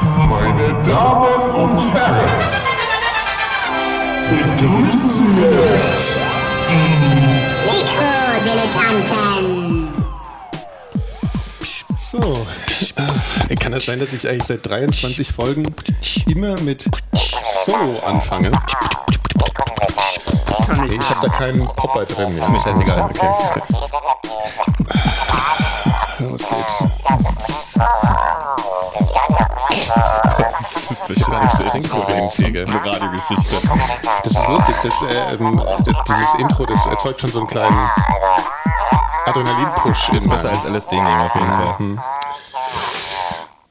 Meine Damen und Herren, begrüßen Sie jetzt Mikrodilettanten. So. Äh, Kann das sein, dass ich eigentlich seit 23 Folgen immer mit So anfange? Nee, ich habe da keinen Popper drin. Ist mir scheißegal. Okay, okay. Los geht's. Das ist bestimmt so Intro hinziehen, gell? eine Radiogeschichte. Ah, Das ist lustig. Das, äh, ähm, das, dieses Intro, das erzeugt schon so einen kleinen Adrenalin-Push in Besser meinem als LSD nehmen auf jeden Fall.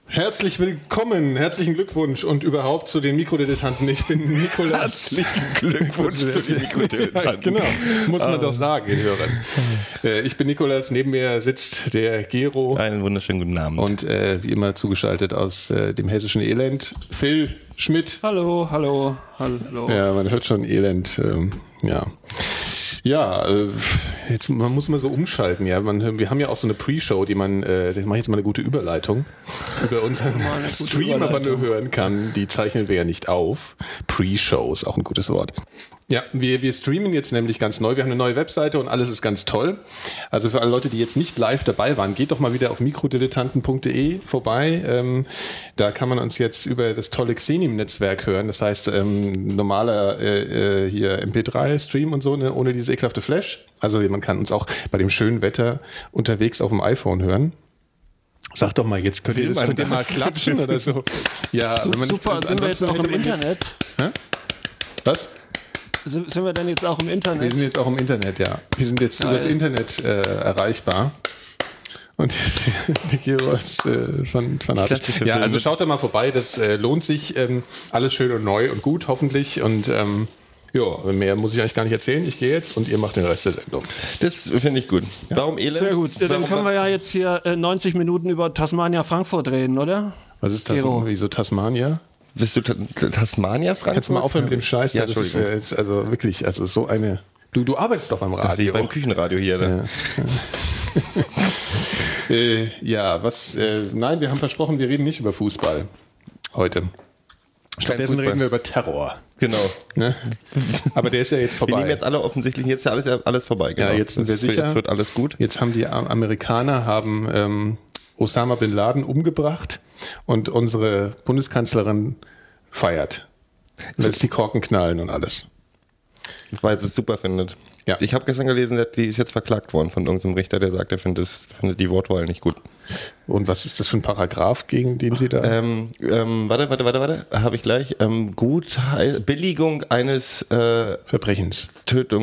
Herzlich willkommen, herzlichen Glückwunsch und überhaupt zu den Mikrodilettanten. Ich bin Nikolas. Herzlichen Glückwunsch zu den Mikrodilettanten. Ah. genau, muss man doch sagen, den Hörern. Äh, Ich bin Nikolas, neben mir sitzt der Gero Einen wunderschönen guten Abend. und äh, wie immer zugeschaltet aus äh, dem hessischen Elend, Phil Schmidt. Hallo, hallo, hallo. Ja, man hört schon Elend, ähm, ja. Ja, äh, jetzt man muss mal so umschalten, ja. Man, wir haben ja auch so eine Pre-Show, die man, äh, das mache ich jetzt mal eine gute Überleitung, über unseren gute Stream aber nur Überleitung. hören kann. Die zeichnen wir ja nicht auf. Pre-Show ist auch ein gutes Wort. Ja, wir, wir streamen jetzt nämlich ganz neu. Wir haben eine neue Webseite und alles ist ganz toll. Also für alle Leute, die jetzt nicht live dabei waren, geht doch mal wieder auf mikrodilettanten.de vorbei. Ähm, da kann man uns jetzt über das tolle Xenium-Netzwerk hören. Das heißt, ähm, normaler äh, äh, hier MP3-Stream und so, ne, ohne dieses ekelhafte Flash. Also man kann uns auch bei dem schönen Wetter unterwegs auf dem iPhone hören. Sag doch mal, jetzt könnt ihr, das, man könnt ihr mal das? klatschen oder so. Ja, wenn man nichts Super, tut, sind wir jetzt ansonsten auch im hätte man jetzt- Internet? Was? Sind, sind wir denn jetzt auch im Wir Internet? sind jetzt auch im Internet, ja. Wir sind jetzt über das Internet äh, erreichbar. Und der Gero ist äh, schon fanatisch. klatsche für Ja, Bill also mit. schaut da mal vorbei, das äh, lohnt sich. Ähm, alles schön und neu und gut, hoffentlich. Und ähm, ja, mehr muss ich eigentlich gar nicht erzählen. Ich gehe jetzt und ihr macht den Rest der Sendung. Das finde ich gut. Warum Elend? Sehr gut. Ja, Dann können wir ja jetzt hier äh, 90 Minuten über Tasmania Frankfurt reden, oder? Was ist Gero. Tasmania? Wieso Tasmania? Bist du Ta- Tasmania, Frank? Kannst du mal aufhören mit dem Scheiß? Ja, das ist, Entschuldigung. äh, ist also wirklich, also so eine. Du, du arbeitest doch beim Radio. Beim Küchenradio hier. Ne? Äh, ja, was? Äh, nein, wir haben versprochen, wir reden nicht über Fußball heute. Stattdessen Fußball. reden wir über Terror. Genau. Ne? Aber der ist ja jetzt Wir vorbei. nehmen jetzt alle offensichtlich, jetzt ist ja alles, alles vorbei. Genau. ja, jetzt sind wir Das- sicher. Jetzt wird alles gut. Jetzt haben die Am- Amerikaner haben ähm, Osama bin Laden umgebracht und unsere Bundeskanzlerin feiert. Lässt die Korken knallen und alles. weil sie es super findet. Ja. Ich habe gestern gelesen, die ist jetzt verklagt worden von irgendeinem Richter, der sagt, er findet, es- findet die Wortwahl nicht gut. Und was ist das für ein Paragraph, gegen den sie da? Ähm, ähm, warte, warte, warte, warte. Habe ich gleich. Ähm, gut, Billigung eines äh, Verbrechens.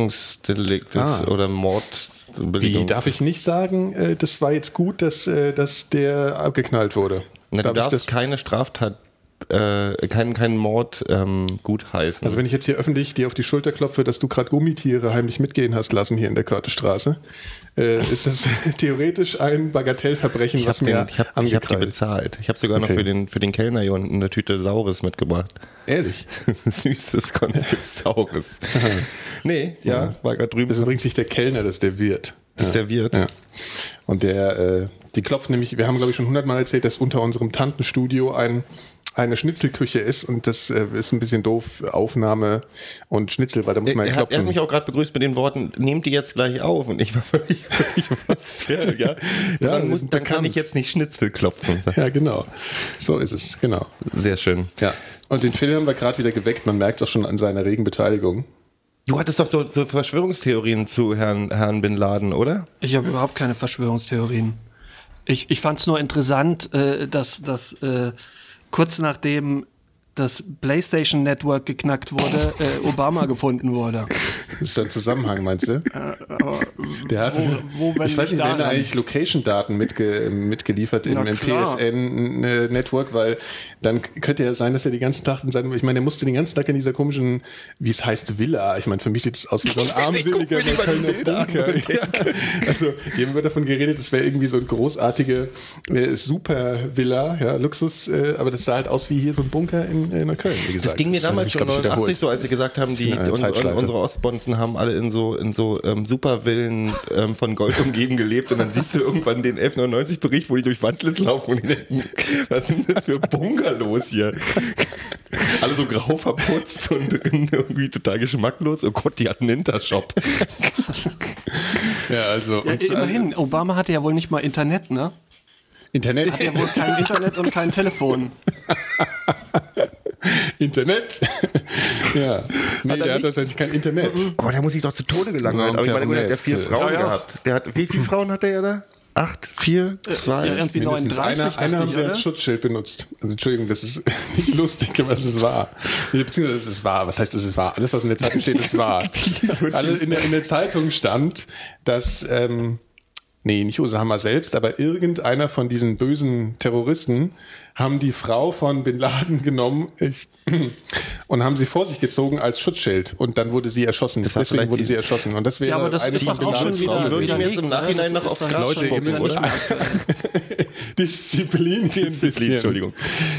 Tötungsdeliktes Ah. oder Mord. Wie darf ich nicht sagen, äh, das war jetzt gut, dass, äh, dass der abgeknallt wurde? Na, du darf ich darfst das? keine Straftat, äh, keinen keinen Mord ähm, gutheißen. Also wenn ich jetzt hier öffentlich dir auf die Schulter klopfe, dass du gerade Gummitiere heimlich mitgehen hast lassen hier in der Körtestraße, äh, ist das theoretisch ein Bagatellverbrechen, ich was habe mir hab, ich hab die angekrallt. bezahlt. Ich habe sogar noch Okay. für den, für den Kellner hier unten eine Tüte Saures mitgebracht. Ehrlich? Süßes Konzept Saures. nee, ja, Ja. war gerade drüben. Das ist übrigens nicht der Kellner, das ist der Wirt. Das ist der Wirt. Ja. Und der, äh, die klopft nämlich, wir haben glaube ich schon hundertmal erzählt, dass unter unserem Tantenstudio ein, eine Schnitzelküche ist und das äh, ist ein bisschen doof, Aufnahme und Schnitzel, weil da muss man ja Er hat, er klopfen. hat mich auch gerade begrüßt mit den Worten, nehmt die jetzt gleich auf. Und ich war völlig, völlig was. Ja, ja. Ja, dann muss, das ist dann kann bekannt. ich jetzt nicht Schnitzel klopfen. ja, genau. So ist es, genau. Sehr schön. Ja. Und den Phil haben wir gerade wieder geweckt. Man merkt es auch schon an seiner regen Beteiligung. Du hattest doch so, so Verschwörungstheorien zu Herrn, Herrn Bin Laden, oder? Ich habe überhaupt keine Verschwörungstheorien. Ich, ich fand es nur interessant, äh, dass, dass äh, kurz nachdem das PlayStation Network geknackt wurde, äh, Obama gefunden wurde. Ist da ein Zusammenhang, meinst du? Der hat, Äh, wo, wenn ich weiß nicht, nicht wer da daran? eigentlich Location-Daten mitge mitgeliefert im, Na im klar. PSN-Network, äh, weil dann könnte ja sein, dass er den ganzen Tag in seinem, ich meine, er musste den ganzen Tag in dieser komischen, wie es heißt, Villa. Ich meine, für mich sieht es aus wie so ein armseliger Kölner Bunker. Ja. Also, hier haben wir davon geredet, das wäre irgendwie so eine großartige äh, Super-Villa, ja, Luxus, äh, aber das sah halt aus wie hier so ein Bunker in in, in Köln, wie gesagt. Das ging mir damals ich schon glaub, ich 89 wiederholt. so, als sie gesagt haben, die bin in einer un, un, Zeitschleife. unsere Ostbonzen haben alle in so in so ähm, Supervillen ähm, von Gold umgeben gelebt und dann siehst du irgendwann den F99-Bericht, wo die durch Wandlitz laufen und die denken, was sind das für Bungalows hier? Alle so grau verputzt und irgendwie total geschmacklos. Oh Gott, die hatten einen Intershop. Ja, also. Ja, und, äh, immerhin, Obama hatte ja wohl nicht mal Internet, ne? Internet. Hatte ja wohl kein Internet und kein Telefon. Internet. ja. Nee, der hat wahrscheinlich kein Internet. Oh, der muss sich doch zu Tode Ja, gelangweilt. Aber ich meine, gut, der hat ja Internet. vier Frauen Ja, ja. gehabt. Der hat, wie viele Frauen hat der ja da? Acht, vier, zwei. Äh, ja, irgendwie Mindestens 39, einer, dachte einer haben ich, sie oder? als Schutzschild benutzt. Also Entschuldigung, das ist nicht lustig, aber es ist wahr. Beziehungsweise es ist wahr. Was heißt, es ist wahr? Alles, was in der Zeitung steht, ist wahr. Alle in der, in der Zeitung stand, dass, ähm, nee, nicht Osama selbst, aber irgendeiner von diesen bösen Terroristen haben die Frau von Bin Laden genommen ich, und haben sie vor sich gezogen als Schutzschild. Und dann wurde sie erschossen. war Deswegen vielleicht wurde die- sie erschossen. Und das wäre Ja, aber das eine ist von doch Bin auch Ladens schon wieder. Frauen würden gewesen. widerlegt, jetzt im ne? Nachhinein Das noch aufs ist doch Gras schon Leute, ihr wieder müsst nicht mehr Disziplin hier ein bisschen. Entschuldigung.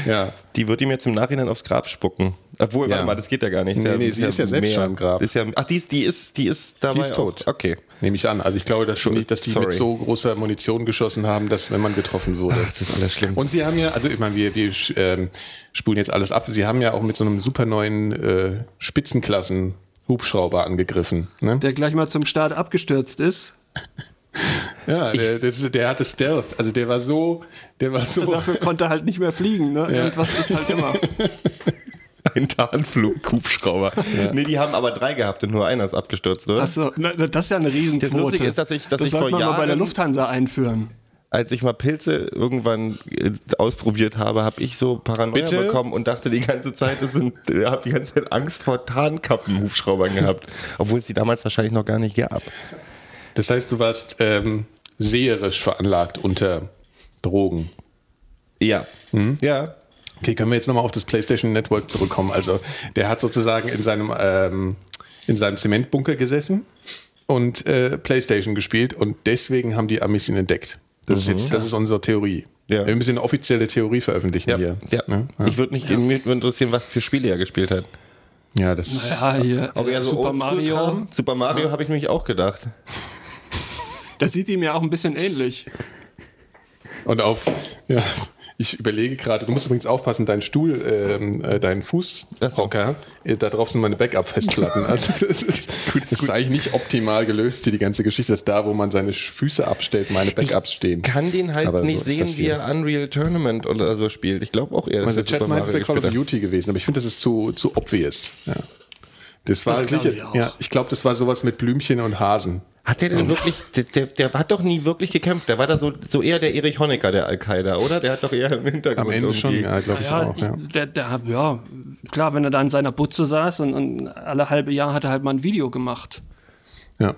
Ja. Die wird ihm jetzt im Nachhinein aufs Grab spucken. Obwohl, Ja. warte mal, das geht ja gar nicht. Nee, nee, sie ist ja selbst schon im Grab. Ist ja, ach, die ist, die ist, die ist dabei. Die ist tot. Auch, okay. Nehme ich an. Also ich glaube, dass, schon nicht, dass die Sorry. mit so großer Munition geschossen haben, dass wenn man getroffen würde. Ach, das ist alles schlimm. Und sie haben ja, also ich meine, wir, wir sch- ähm, spulen jetzt alles ab. Sie haben ja auch mit so einem super neuen äh, Spitzenklassen Hubschrauber angegriffen. Ne? Der gleich mal zum Start abgestürzt ist. ja, der, das ist- der hatte Stealth. Also der war so, der war so. Dafür konnte er halt nicht mehr fliegen, ne? Irgendwas ist halt immer. Ein Tarnflug-Hubschrauber. Nee, die haben aber drei gehabt und nur einer ist abgestürzt, oder? Achso, das ist ja eine Riesenquote. Das Lustige ist, dass ich- dass das ich sollte vor man mal bei der Jahren- Lufthansa einführen. Als ich mal Pilze irgendwann äh, ausprobiert habe, habe ich so Paranoia Bitte? bekommen und dachte die ganze Zeit, das sind, äh, habe die ganze Zeit Angst vor Tarnkappen-Hubschraubern gehabt. Obwohl es die damals wahrscheinlich noch gar nicht gab. Das heißt, du warst ähm, seherisch veranlagt unter Drogen. Ja. Ja. Okay, können wir jetzt nochmal auf das PlayStation Network zurückkommen? Also, der hat sozusagen in seinem, ähm, in seinem Zementbunker gesessen und äh, PlayStation gespielt und deswegen haben die Amis ihn entdeckt. Das ist jetzt, das ist unsere Theorie. Mhm. Ja. Wir müssen eine offizielle Theorie veröffentlichen hier. ja. Ne? ja. Ich würde mich mich würd interessieren, was für Spiele er gespielt hat. ja das. Ja, hier. Ob äh, eher so Super Oldschool Mario. kam? Super Mario habe ich mich auch gedacht. Das sieht ihm ja auch ein bisschen ähnlich. Und auf, ja, ich überlege gerade, du musst übrigens aufpassen, dein Stuhl, ähm, äh, dein Fußhocker, äh, da drauf sind meine Backup-Festplatten. Also das ist, das ist eigentlich nicht optimal gelöst, hier die ganze Geschichte, dass da, wo man seine Sch- Füße abstellt, meine Backups stehen. Kann den halt Aber so nicht ist sehen, das wie hier. er Unreal Tournament oder so spielt. Ich glaube auch eher, dass Also er der Chat Super meint, es Mario wäre Call gespielt of hat. Duty gewesen, aber ich finde, das ist zu, zu obvious. Ja. Das war Das glaub sicher, ich auch. ja, ich glaube, das war sowas mit Blümchen und Hasen. Hat der denn wirklich, der, der, der hat doch nie wirklich gekämpft. Der war da so, so eher der Erich Honecker, der Al-Qaida, oder? Der hat doch eher im Hintergrund Am Ende schon, irgendwie- ja, glaube ich Ja, auch. Ja. ich- Der, der, ja, klar, wenn er da in seiner Butze saß und, und alle halbe Jahr hat er halt mal ein Video gemacht. Ja.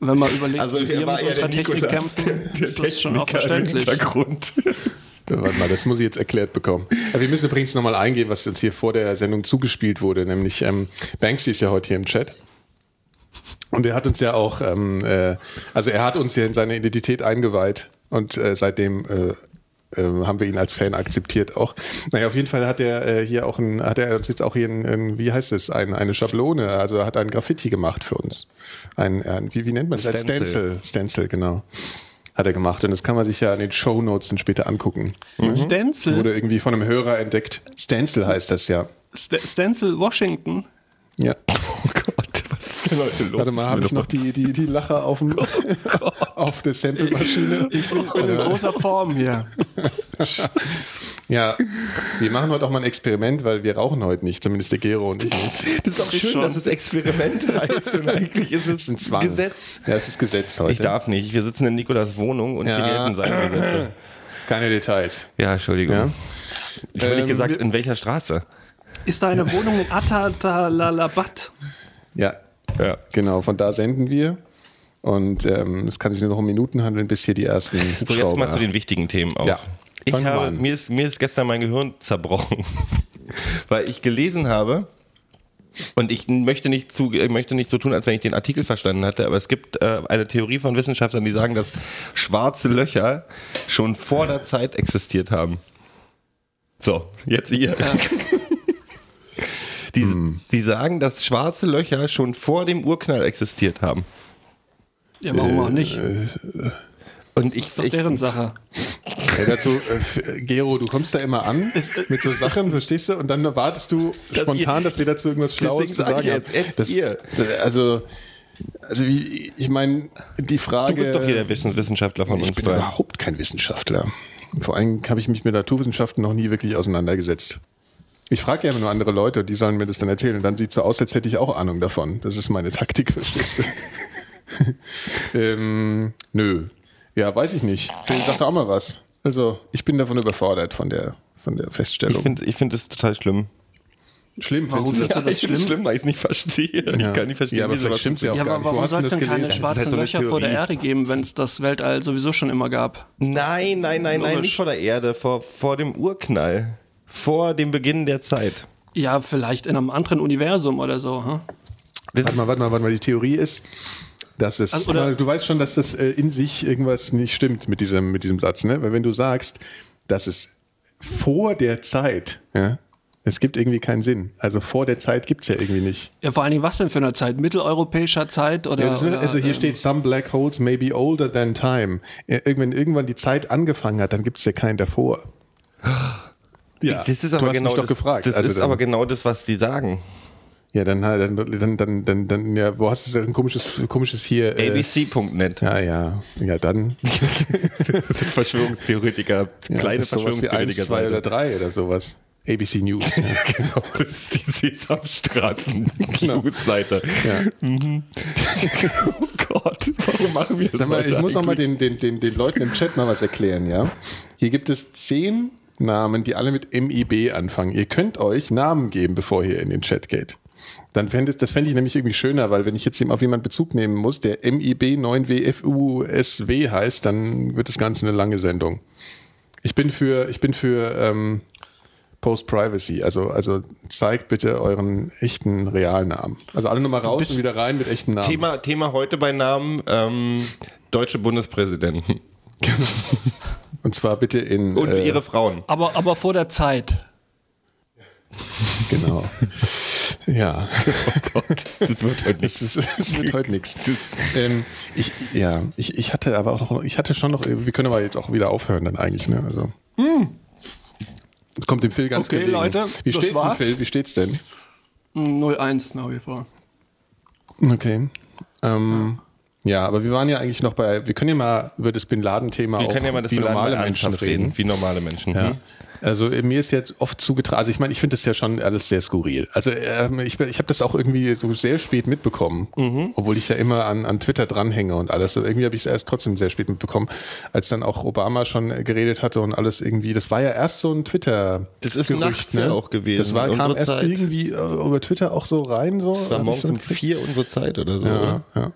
Wenn man überlegt, Also wie er wir war mit eher unserer der Technik Nikolas, kämpfen, der, der ist das schon auch Techniker im verständlich. Hintergrund. Ja, Warte mal, das muss ich jetzt erklärt bekommen. Aber wir müssen übrigens nochmal eingehen, was jetzt hier vor der Sendung zugespielt wurde, nämlich ähm, Banksy ist ja heute hier im Chat. Und er hat uns ja auch, ähm, äh, also er hat uns ja in seine Identität eingeweiht und äh, seitdem äh, äh, haben wir ihn als Fan akzeptiert auch. Naja, auf jeden Fall hat er äh, hier auch ein, hat er uns jetzt auch hier ein, ein wie heißt es, ein, eine Schablone, also er hat ein Graffiti gemacht für uns. Ein, äh, ein wie, wie nennt man das? Ein Stencil. Stencil, Stencil, genau. Hat er gemacht und das kann man sich ja in den Shownotes dann später angucken. Wurde Stencil, irgendwie von einem Hörer entdeckt. Stencil heißt das ja. St Stencil Washington. Ja. Oh Gott, was ist denn heute los? Warte mal, habe ich noch die, die, die Lacher auf, dem, auf der Sample-Maschine? Ich bin, bin in großer Form hier. Ja, wir machen heute auch mal ein Experiment, weil wir rauchen heute nicht, zumindest der Gero und ich nicht. Das ist auch schön, schon. dass es Experiment heißt und eigentlich ist es ein Gesetz. Ja, es ist Gesetz heute. Ich darf nicht. Wir sitzen in Nikolas Wohnung und hier Ja. gelten seine Gesetze. Keine Details. Ja, Entschuldigung. Ja. Ich habe Ähm, nicht gesagt, in welcher Straße. Ist da eine Wohnung in Atalalabat? Ja, Ja. genau, von da senden wir. Und ähm, es kann sich nur noch um Minuten handeln, bis hier die ersten So, jetzt mal zu den wichtigen Themen auch. Ja. Ich Fangen wir habe, an. mir, ist, mir ist gestern mein Gehirn zerbrochen, weil ich gelesen habe und ich möchte nicht, zu, ich möchte nicht so tun, als wenn ich den Artikel verstanden hatte, aber es gibt äh, eine Theorie von Wissenschaftlern, die sagen, dass schwarze Löcher schon vor der Zeit existiert haben. So, jetzt ihr. Die, Hm. die sagen, dass schwarze Löcher schon vor dem Urknall existiert haben. Ja, Äh, warum auch nicht? Und ich, Doch ich deren Sache. Ja, dazu, äh, f- Gero, du kommst da immer an mit so Sachen, verstehst du? Und dann wartest du spontan, äh, ihr- dass wir dazu irgendwas Schlaues Deswegen zu sag sagen ich haben. jetzt, jetzt das, ihr. Also, also wie, ich meine, die Frage. du bist doch hier der Wissens- Wissenschaftler von Ich uns bin drei. überhaupt kein Wissenschaftler. Vor allem habe ich mich mit Naturwissenschaften noch nie wirklich auseinandergesetzt. Ich frage ja immer nur andere Leute, die sollen mir das dann erzählen. Und dann sieht es so aus, als hätte ich auch Ahnung davon. Das ist meine Taktik, verstehst du? ähm, nö. Ja, weiß ich nicht. Phil, sag doch auch mal was. Also, ich bin davon überfordert von der, von der Ich Feststellung. finde ich find das total schlimm. schlimm, Warum findest Ist das ich find's schlimm? schlimm, weil ich es nicht verstehe. Ja. Ich kann nicht verstehen, Ja, aber wie vielleicht sowas stimmt's ja funktioniert. auch Ja, gar nicht. aber Wo warum hast du soll es das denn keine gelesen? schwarze- schwarzen halt so eine Löcher vor der Theorie. Erde geben, wenn es das Weltall sowieso schon immer gab? Nein, nein, nein, nein, Logisch. nicht vor der Erde, vor, vor dem Urknall. Vor dem Beginn der Zeit. Ja, vielleicht in einem anderen Universum oder so. Hm? Das Warte ist- mal, warte mal, warte mal. Die Theorie ist, dass es. Also, oder- aber du weißt schon, dass das äh, in sich irgendwas nicht stimmt mit diesem, mit diesem Satz, ne? Weil wenn du sagst, dass es vor der Zeit, ja, es gibt irgendwie keinen Sinn. Also vor der Zeit gibt es ja irgendwie nicht. Ja, vor allen Dingen was denn für eine Zeit? Mitteleuropäischer Zeit oder? Ja, das ist, oder also hier ähm, steht, some black holes may be older than time. Ja, Irgendwann, irgendwann die Zeit angefangen hat, dann gibt es ja keinen davor. Ja, das ist aber du hast genau mich doch das, gefragt. Das Also ist dann- aber genau das, was die sagen. ja, dann, dann, dann, dann, dann, dann, ja, wo hast du denn ein komisches, komisches hier? E äh, ABC.net. Ja, Ah, ja. Ja, dann. Verschwörungstheoretiker. Ja, kleine das ist sowas wie eins, Verschwörungstheoretiker. zwei oder drei oder sowas. ABC News. ja. Genau, das ist die Genau. Sesamstraßen-News-Seite. Mhm. oh Gott, warum machen wir das? Sag mal, heute ich muss noch mal eigentlich? den, den, den, den Leuten im Chat mal was erklären, ja? Hier gibt es zehn Namen, die alle mit MIB anfangen. Ihr könnt euch Namen geben, bevor ihr in den Chat geht. Dann fände ich, das fände ich nämlich irgendwie schöner, weil wenn ich jetzt eben auf jemanden Bezug nehmen muss, der MIB 9WFUSW heißt, dann wird das Ganze eine lange Sendung. Ich bin für, ich bin für ähm, Post-Privacy, also, also zeigt bitte euren echten Realnamen. Also alle nochmal raus und wieder rein mit echten Namen. Thema, Thema heute bei Namen: ähm, deutsche Bundespräsidenten Und zwar bitte in und äh, ihre Frauen. Aber, aber vor der Zeit. Genau. Ja. Das wird heute Es, ist, es wird heute nichts. Ähm, ich, ja, ich, ich hatte aber auch noch, ich hatte schon noch, wir können aber jetzt auch wieder aufhören dann eigentlich, ne? Also. Das kommt dem Phil ganz Okay, gelegen. Leute, Wie das steht's denn, war's. Phil? Wie steht's denn? Hm, 0-1 nach wie vor. Okay. Ähm, ja, aber wir waren ja eigentlich noch bei, wir können ja mal über das Bin Laden-Thema Wir auch können ja mal das wie Beladen normale mal Menschen ernsthaft reden. Wie normale Menschen. Ja. Hm? Also äh, mir ist jetzt oft zugetragen, also ich meine, ich finde das ja schon alles sehr skurril. Also ähm, ich, bin- ich habe das auch irgendwie so sehr spät mitbekommen, Mhm. obwohl ich ja immer an, an Twitter dranhänge und alles. Aber irgendwie habe ich es erst trotzdem sehr spät mitbekommen, als dann auch Obama schon äh, geredet hatte und alles irgendwie. Das war ja erst so ein Twitter. Das ist nachts ja auch gewesen, Das war, kam unsere erst Zeit. irgendwie äh, über Twitter auch so rein. So, Das war hab ich morgens so um gekriegt. vier unsere Zeit oder so, Ja, oder? ja.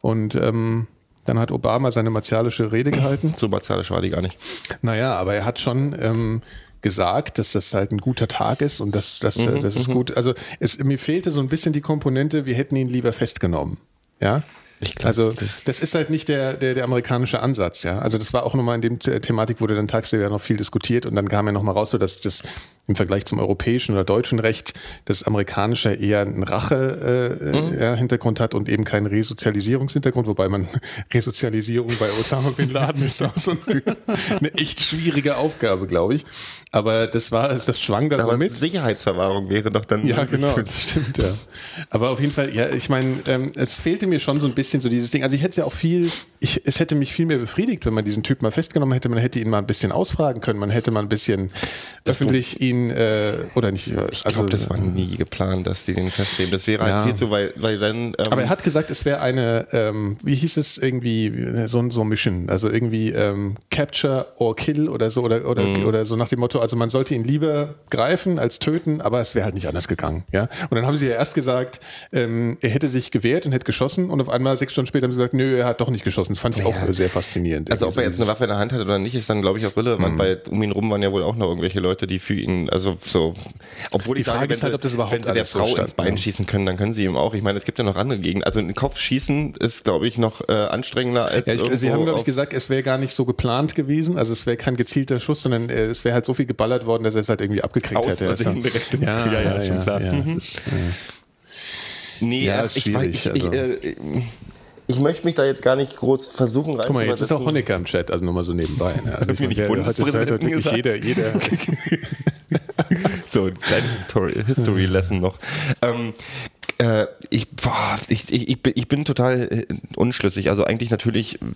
Und ähm, dann hat Obama seine martialische Rede gehalten. So martialisch war die gar nicht. Naja, aber er hat schon ähm, gesagt, dass das halt ein guter Tag ist und dass dass, Mhm, äh, das ist gut. Also es, mir fehlte so ein bisschen die Komponente, wir hätten ihn lieber festgenommen. Ja. Ich glaub, also das- das, ist halt nicht der, der, der amerikanische Ansatz, ja. Also das war auch nochmal in dem The- Thematik, wurde dann tagsüber ja noch viel diskutiert und dann kam ja nochmal raus, so dass das im Vergleich zum europäischen oder deutschen Recht das amerikanische eher einen Rache-Hintergrund äh, ja, Hintergrund hat und eben keinen Resozialisierungshintergrund, wobei man Resozialisierung bei Osama Bin Laden ist auch so eine, eine echt schwierige Aufgabe, glaube ich. Aber das war, das schwang da so Aber mit. Sicherheitsverwahrung wäre doch dann. Ja, genau, das stimmt, ja. Aber auf jeden Fall, ja, ich meine, ähm, es fehlte mir schon so ein bisschen so dieses Ding. Also ich hätte es ja auch viel, ich, es hätte mich viel mehr befriedigt, wenn man diesen Typ mal festgenommen hätte. Man hätte ihn mal ein bisschen ausfragen können, man hätte mal ein bisschen öffentlich ihn, äh, oder nicht, äh, Ich glaube, das war nie geplant, dass die den festnehmen. Das wäre Ja. halt viel zu, weil, weil dann. ähm, aber er hat gesagt, es wäre eine, ähm, wie hieß es irgendwie, äh, so, so Mission, also irgendwie ähm, Capture or Kill oder so, oder, oder, Mhm. oder so nach dem Motto, also man sollte ihn lieber greifen als töten, aber es wäre halt nicht anders gegangen. Ja? Und dann haben sie ja erst gesagt, ähm, er hätte sich gewehrt und hätte geschossen und auf einmal sechs Stunden später haben sie gesagt, nö, er hat doch nicht geschossen, Das fand ich auch sehr faszinierend. Also ob Irgendwie er so jetzt eine Waffe in der Hand hat oder nicht, ist dann, glaube ich, auch relevant, weil um ihn rum waren ja wohl auch noch irgendwelche Leute, die für ihn, also so, obwohl Die ich sage, Frage ist wenn halt, sie- ob das überhaupt wenn sie der alles so Frau ins stand, Bein ne? schießen können, dann können sie ihm auch. Ich meine, es gibt ja noch andere Gegenden. Also ein Kopfschießen ist, glaube ich, noch äh, anstrengender als Ja, ich, Sie irgendwo haben, glaube auf- ich, gesagt, es wäre gar nicht so geplant gewesen. Also es wäre kein gezielter Schuss, sondern äh, es wäre halt so viel geballert worden, dass er es halt irgendwie abgekriegt Aus hätte. Versehen direkt ins- ja, ja, ja, äh, schon klar. Mhm. Nee, Ja, ja, ist ich, weiß- schwierig, ich, ich, also. äh, ich möchte mich da jetzt gar nicht groß versuchen rein Guck mal, jetzt ist auch Honecker im Chat, also nochmal so nebenbei. Ne? Also ich Bin ich wer- heute ist halt Bundespräsidenten wirklich gesagt? jeder, jeder. So, deine History, History Lesson noch. Ähm, äh, ich, boah, ich, ich, ich bin- ich bin total äh, unschlüssig. Also eigentlich natürlich äh,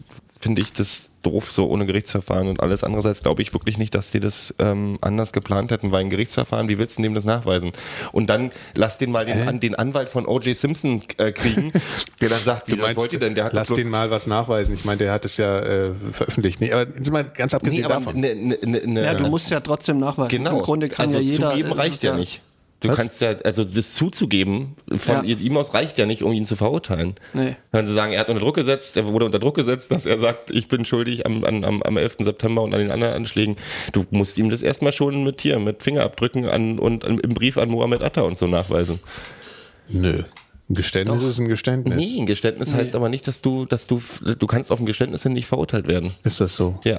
finde ich das doof, so ohne Gerichtsverfahren und alles. Andererseits glaube ich wirklich nicht, dass die das ähm, anders geplant hätten, weil ein Gerichtsverfahren, wie willst du dem das nachweisen? Und dann lass den mal den, an, den Anwalt von O.J. Simpson äh, kriegen, der dann sagt, wie Du das meinst, wollt ihr denn? Der hat lass doch bloß- den mal was nachweisen. Ich meine, der hat es ja äh, veröffentlicht. Nee, aber jetzt mal ganz abgesehen Nee, aber davon. ne, ne, ne, ne, Ja, du musst ja trotzdem nachweisen. Genau. Im Grunde kann also ja jeder. zugeben es reicht ist ja nicht. Du Was? kannst ja, also das zuzugeben von Ja. ihm aus reicht ja nicht, um ihn zu verurteilen. Nee. Können sie sagen, er hat unter Druck gesetzt, er wurde unter Druck gesetzt, dass er sagt, ich bin schuldig am, an, am, am 11. September und an den anderen Anschlägen. Du musst ihm das erstmal schon mit hier, mit Fingerabdrücken an, und im Brief an Mohammed Atta und so nachweisen. Nö. Ein Geständnis ist ein Geständnis. Nee, ein Geständnis heißt aber nicht, dass du, dass du, du kannst auf ein Geständnis hin nicht verurteilt werden. Ist das so? Ja.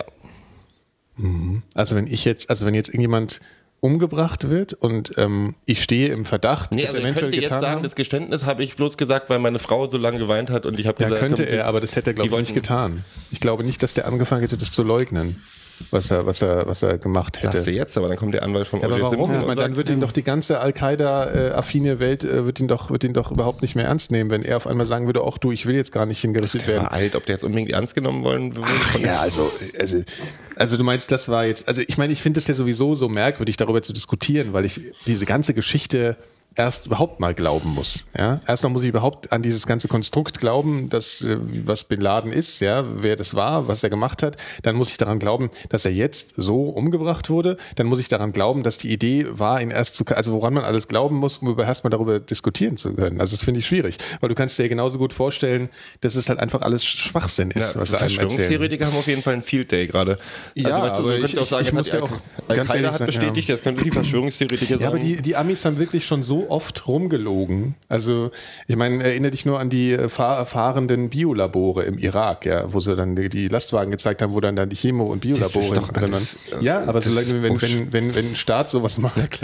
Also wenn ich jetzt, also wenn jetzt irgendjemand umgebracht wird und ähm, ich stehe im Verdacht, Nee, das also er eventuell könnte jetzt getan sagen, haben, das Geständnis habe ich bloß gesagt, weil meine Frau so lange geweint hat und ich habe Ja, gesagt, könnte komm, er, aber das hätte er, glaube also die ich, nicht wollten- getan. Ich glaube nicht, dass der angefangen hätte, das zu leugnen, was er, was er, was er gemacht hätte. Sagst du jetzt, aber dann kommt der Anwalt von Ja, aber O.J. warum? Simpson Ich meine, und dann sagt, wird ihn doch die ganze Al-Qaida-affine Welt äh, wird ihn doch, wird ihn doch überhaupt nicht mehr ernst nehmen, wenn er auf einmal sagen würde, auch du, ich will jetzt gar nicht hingerichtet werden. war alt, ob der jetzt unbedingt ernst genommen wollen würde. Ach ja, also, also, also du meinst, das war jetzt, also ich meine, ich finde es ja sowieso so merkwürdig, darüber zu diskutieren, weil ich diese ganze Geschichte erst überhaupt mal glauben muss. Ja? Erstmal muss ich überhaupt an dieses ganze Konstrukt glauben, dass, äh, was Bin Laden ist, ja, wer das war, was er gemacht hat. Dann muss ich daran glauben, dass er jetzt so umgebracht wurde. Dann muss ich daran glauben, dass die Idee war, ihn erst zu, also woran man alles glauben muss, um über erstmal darüber diskutieren zu können. Also das finde ich schwierig, weil du kannst dir genauso gut vorstellen, dass es halt einfach alles Schwachsinn ist, was er einem erzählt. Verschwörungstheoretiker haben auf jeden Fall einen Field Day gerade. Also, Ja, weißt du, aber du könntest ich- auch sagen, ich das muss hat ja die auch Al- ganz Al-Qaida ehrlich hat sagen, bestätigt, ja. das könnten die Verschwörungstheoretiker sagen. Ja, aber die, die Amis haben wirklich schon so oft rumgelogen. Also, ich meine, erinnere dich nur an die äh, fahr fahrenden Biolabore im Irak, ja, wo sie dann die, die Lastwagen gezeigt haben, wo dann, dann die Chemo- und Biolabore ist doch hintereinander- alles, äh, Ja, aber das solange, ist wenn, Busch. wenn, wenn, wenn ein Staat sowas macht,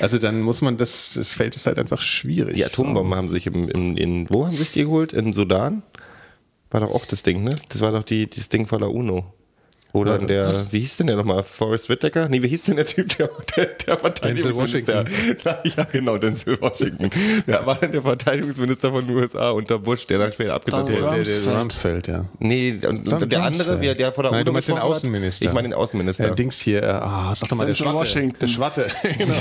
also dann muss man das, das fällt es halt einfach schwierig. Die Atombomben haben sich im, im, in, wo haben sich die geholt? Im Sudan? War doch auch das Ding, ne? Das war doch die, dieses Ding von der UNO. Oder Äh, in der, wie hieß denn der nochmal? Forrest Whitaker? Nee, wie hieß denn der Typ, der, der, der Verteidigungsminister? Na, ja, genau, Denzel Washington. Wer war denn der Verteidigungsminister von den USA unter Bush, der dann später abgesetzt Donald wurde? Der, der, der Rumsfeld, Rumsfeld. ja. Nee, und, und der andere, wer, der von der Nein, UNO du meinst den gesprochen hat? Außenminister. Ich meine den Außenminister. Äh, Dings hier, äh, ah, sag doch mal, der Denzel Schwatte. Washington. Der Schwatte. genau.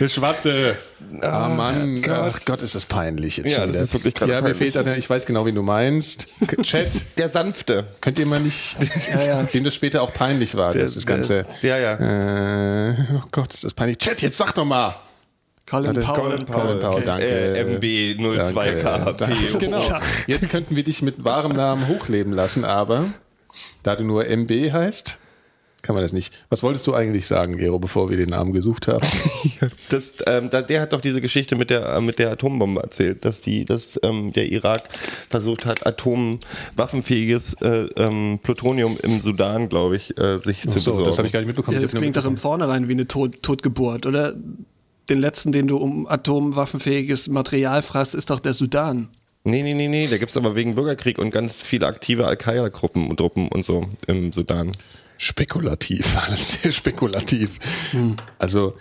der Schwatte. Ah, Mann. Ach Gott, ist das peinlich. Jetzt Ja, schon das wieder. ist wirklich gerade Ja, mir peinlich. fehlt einer, ich weiß genau, wen du meinst. K- Chat, der Sanfte. könnt ihr mal nicht, dem das später auch peinlich war, das, das Ganze. Ja, ja. Äh, oh Gott, ist das peinlich. Chat, jetzt sag doch mal. Colin Powell. Colin Powell. Colin Powell, Okay. danke. Äh, MB 02KP. Genau. Jetzt könnten wir dich mit wahrem Namen hochleben lassen, aber da du nur MB heißt, kann man das nicht. Was wolltest du eigentlich sagen, Gero, bevor wir den Namen gesucht haben? Das, ähm, da, der hat doch diese Geschichte mit der, äh, mit der Atombombe erzählt, dass, die, dass ähm, der Irak versucht hat, atomwaffenfähiges äh, ähm, Plutonium im Sudan, glaube ich, äh, sich zu So, besorgen. das habe ich gar nicht mitbekommen. Ja, Ich das hab nur klingt doch im Vornherein wie eine Tod Totgeburt, oder? Den letzten, den du um atomwaffenfähiges Material fragst, ist doch der Sudan. nee, nee, nee, nee, da gibt es aber wegen Bürgerkrieg und ganz viele aktive Al-Qaida-Gruppen und Truppen und so im Sudan. Spekulativ, alles sehr spekulativ. Hm. Also,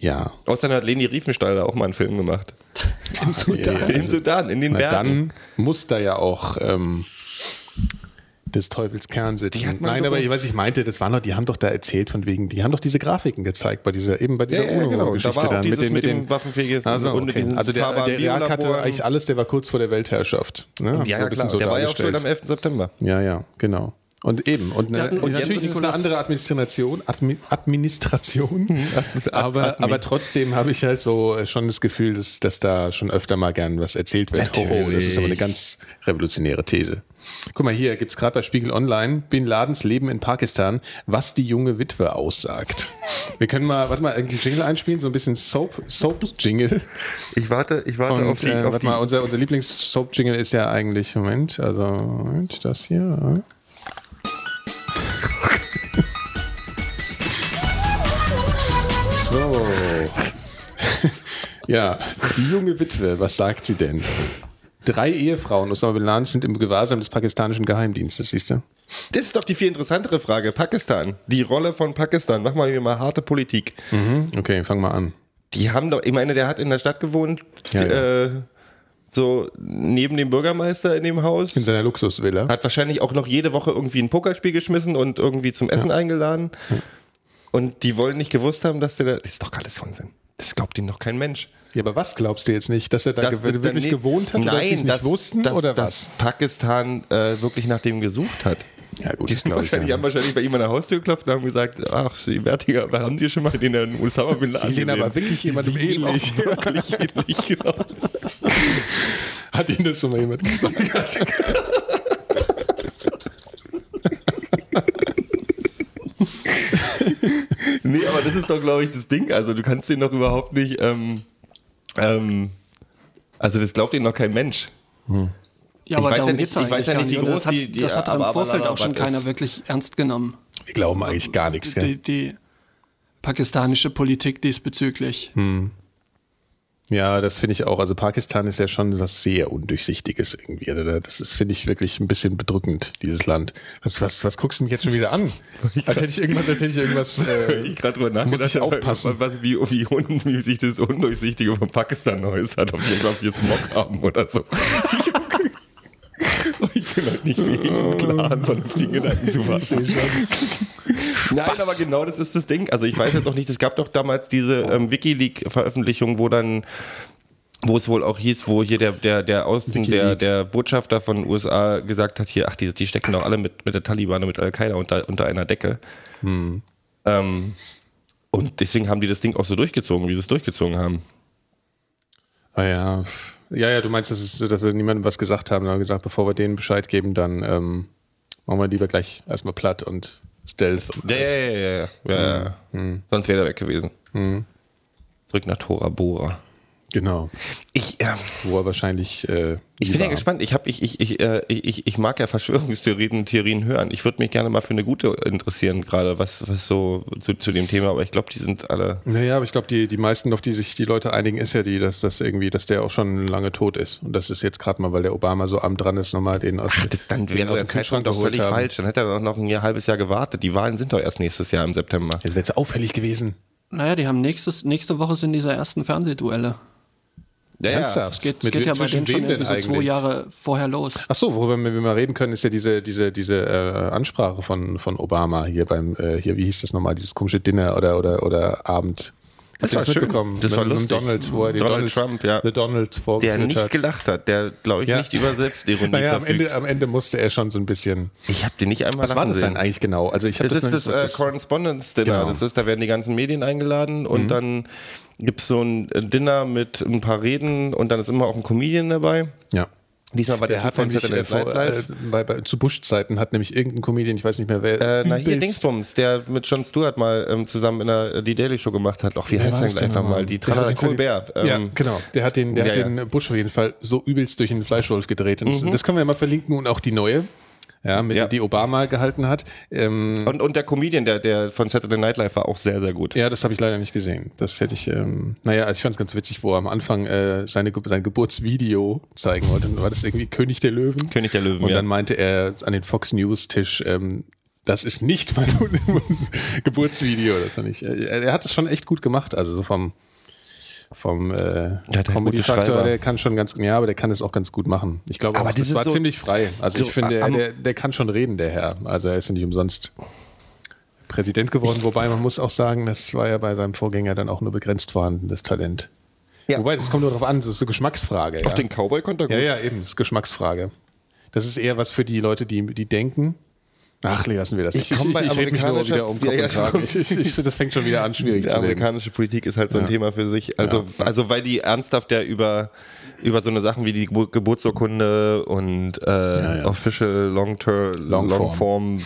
ja. Außerdem hat Leni Riefenstahl da auch mal einen Film gemacht. Im also Sudan. Im Sudan, in den Na, Bergen. dann muss da ja auch ähm, des Teufels Kern Die sitzen. hat man Nein, doch- aber was ich meinte, das waren doch, die haben doch da erzählt von wegen, die haben doch diese Grafiken gezeigt bei dieser, eben bei dieser Ja, ja, genau. Da UNO-Geschichte war auch dann. dieses mit dem waffenfähiges- also, und mit okay. diesem also der, fahrbaren der Irak hatte Biolaboren. eigentlich alles, der war kurz vor der Weltherrschaft. Ne? Haben sie Ja, so ein ja, bisschen klar. so der war ja auch schon am dargestellt. 11. September. Ja, ja, genau. Und eben, und, ne, hatten- und wir hatten natürlich ist es eine Nikolas- andere Administration, Admi Administration, aber, aber trotzdem habe ich halt so äh, schon das Gefühl, dass, dass da schon öfter mal gern was erzählt wird. Oh, das ist aber eine ganz revolutionäre These. Guck mal, hier gibt es gerade bei Spiegel Online Bin Ladens Leben in Pakistan, was die junge Witwe aussagt. Wir können mal, warte mal, irgendwie Jingle einspielen, so ein bisschen Soap- Soap-Jingle. Ich warte, ich warte Und auf die. äh, auf warte die mal, unser, unser Lieblings-Soap-Jingle ist ja eigentlich, Moment, also Moment, das hier. ja. so. ja, die junge Witwe, was sagt sie denn? Drei Ehefrauen Osama Bin Laden sind im Gewahrsam des pakistanischen Geheimdienstes, siehst du? das ist doch die viel interessantere Frage. Pakistan. Die Rolle von Pakistan. Mach mal hier mal harte Politik. Okay, fang mal an. Die haben doch, ich meine, der hat in der Stadt gewohnt, Ja, ja. Äh, so neben dem Bürgermeister in dem Haus. In seiner Luxusvilla. Hat wahrscheinlich auch noch jede Woche irgendwie ein Pokerspiel geschmissen und irgendwie zum Essen eingeladen. Und die wollen nicht gewusst haben, dass der da. Das ist doch alles Unsinn. Das glaubt ihnen doch kein Mensch. Ja, aber was glaubst du jetzt nicht? Dass er da Dass gew- dann wirklich nie- gewohnt hat oder dass sie es nicht dass- wussten dass, oder dass was? Pakistan äh, wirklich nach dem gesucht hat. Ja, gut, Die, das sind glaub ich, wahrscheinlich, ja. haben wahrscheinlich bei ihm an der Haustür geklopft und haben gesagt, ach, Sie Wertiger, aber haben Sie schon mal den Herrn Osama Bin Laden sehen aber gesehen? wirklich Die jemandem sehen ihm auch ähnlich. Wirklich ähnlich, genau. Hat Ihnen das schon mal jemand gesagt? Nee, aber das ist doch, glaube ich, das Ding. Also du kannst den doch überhaupt nicht, ähm, ähm, also das glaubt ihnen noch kein Mensch. Äh, Ja, Ich aber weiß ja darum nicht- geht's ich eigentlich weiß ja gar nicht, wie Und groß das hat, die- die- das hat doch aber- im aber- Vorfeld aber- auch schon aber- keiner ist- wirklich ernst genommen. Wir glauben eigentlich gar nichts. Die, Gell? die pakistanische Politik diesbezüglich. Hm. Ja, das finde ich auch. Also Pakistan ist ja schon was sehr undurchsichtiges irgendwie. Also da- Das ist finde ich wirklich ein bisschen bedrückend dieses Land. Was, was, was guckst du mich jetzt schon wieder an? Als hätte ich irgendwas, als hätte ich irgendwas. Äh, Ich gerade drüber nachgedacht, muss ich habe, aufpassen. Was, wie, wie, un- wie sich das Undurchsichtige von Pakistan äußert, ob wir, glaube ich, Smog haben oder so. Ich bin halt nicht fähig, einen klaren, vernünftigen Gedanken zu fassen. Nein, aber genau das ist das Ding. Also ich weiß jetzt auch nicht, es gab doch damals diese ähm, Wikileak-Veröffentlichung, wo dann, wo es wohl auch hieß, wo hier der, der, der Außen, der, WikiLeaks. der Botschafter von den USA gesagt hat, hier, ach, die, die stecken doch alle mit, mit der Taliban und mit Al-Qaida unter, unter einer Decke. Hm. Ähm, und deswegen haben die das Ding auch so durchgezogen, wie sie es durchgezogen haben. ah ja. ja, ja, du meinst, dass, es, dass sie niemandem was gesagt haben. Dann haben wir gesagt, bevor wir denen Bescheid geben, dann ähm, machen wir lieber gleich erstmal platt und Stealth und alles. ja, ja. Hm. ja, ja. Sonst wäre er weg gewesen. Zurück nach Tora Bora. Genau. Ich, ähm, Wo er wahrscheinlich. Äh, Ich bin lieber- ja gespannt. Ich, hab, ich, ich, ich, äh, ich, ich- ich mag ja Verschwörungstheorien und Theorien hören. Ich würde mich gerne mal für eine gute interessieren, gerade was, was so zu, zu dem Thema, aber ich glaube, die sind alle. Naja, aber ich glaube, die, die meisten, auf die sich die Leute einigen, ist ja die, dass das irgendwie, dass der auch schon lange tot ist. Und das ist jetzt gerade mal, weil der Obama so am dran ist, nochmal den aus, den aus dem Kühlschrank doch geholt völlig haben. falsch. Dann hätte er doch noch ein Jahr- halbes Jahr gewartet. Die Wahlen sind doch erst nächstes Jahr im September. Das wäre jetzt auffällig gewesen. Naja, die haben nächstes, nächste Woche sind diese ersten Fernsehduelle. Ja, Ernsthaft? Es geht, es Mit geht wem- ja bei zwischen denen schon wem denn irgendwie so zwei eigentlich? Jahre vorher los. Ach so, worüber wir wir mal reden können, ist ja diese, diese, diese äh, Ansprache von, von Obama hier beim, äh, hier, wie hieß das nochmal, dieses komische Dinner oder, oder, oder Abend. Hast Das du war schön. mitbekommen? Das war mit, lustig. Mit Donald, wo er den Donald, Donald Trump, ja. The Donald Der vorgeführt nicht hat. gelacht hat, der, glaube ich, Ja. nicht über Selbstironie Naja, am verfügt. Ende, am Ende musste er schon so ein bisschen. Ich habe den nicht einmal Was war lachen das denn sehen. eigentlich genau? Also ich habe Das, das, noch ist nicht so- das äh, Correspondence Dinner. Genau. Mhm. Das ist, da werden die ganzen Medien eingeladen und dann gibt es so ein äh, Dinner mit ein paar Reden und dann ist immer auch ein Comedian dabei. Ja. Diesmal war der, Der hat von nämlich äh, Saturday vor, Night äh, Live. bei, bei, zu Bush-Zeiten hat nämlich irgendein Comedian, ich weiß nicht mehr wer, Äh, na, hier übelst- Dingsbums, der mit Jon Stewart mal ähm, zusammen in der äh, die Daily Show gemacht hat. Ach, wie Wer heißt war der das gleich denn nochmal? nochmal? Die Der hat auf Tralala jeden Fall die- Colbert. ja, Ähm, genau. Der hat den, der hat ja, Mhm. den Bush auf jeden Fall so übelst durch den Fleischwolf gedreht. Und das- Das können wir ja mal verlinken und auch die neue, ja, mit, Ja. die Obama gehalten hat. Ähm, Und, und der Comedian, der, der von Saturday Night Live war auch sehr, sehr gut. ja, das habe ich leider nicht gesehen. Das hätte ich, ähm, naja, also ich fand es ganz witzig, wo er am Anfang äh, seine, Ge- sein Geburtsvideo zeigen wollte. Und war das irgendwie König der Löwen? König der Löwen, Und ja. dann meinte er an den Fox News Tisch, ähm, das ist nicht mein Geburtsvideo. Das fand ich. äh, Er hat es schon echt gut gemacht. Also so vom vom äh, Der hat einen guten Schreiber. Comedy-Faktor, der kann schon ganz, ja, aber der kann es auch ganz gut machen. Ich glaube, Aber auch, das das ist war so- ziemlich frei. Also so ich finde, der, am- der, der kann schon reden, der Herr. Also er ist ja nicht umsonst Präsident geworden, wobei man muss auch sagen, das war ja bei seinem Vorgänger dann auch nur begrenzt vorhanden, das Talent. Ja. Wobei, das kommt nur darauf an, das ist eine Geschmacksfrage. Auch ja. den Cowboy konnte er Ja, gut. ja, eben, das ist Geschmacksfrage. Das ist eher was für die Leute, die, die denken Ach nee, lassen wir das. Ich komm bei red mich nur amerikanischer- wieder um Kopf Ja, ja, und Kragen. Ich, ich, ich, das fängt schon wieder an, schwierig Die zu werden. amerikanische Politik ist halt so ein Ja. Thema für sich. Also, also weil die ernsthaft ja über, über so eine Sachen wie die Gebur Geburtsurkunde und äh, ja. Official Long-Term Long Form. Long-Form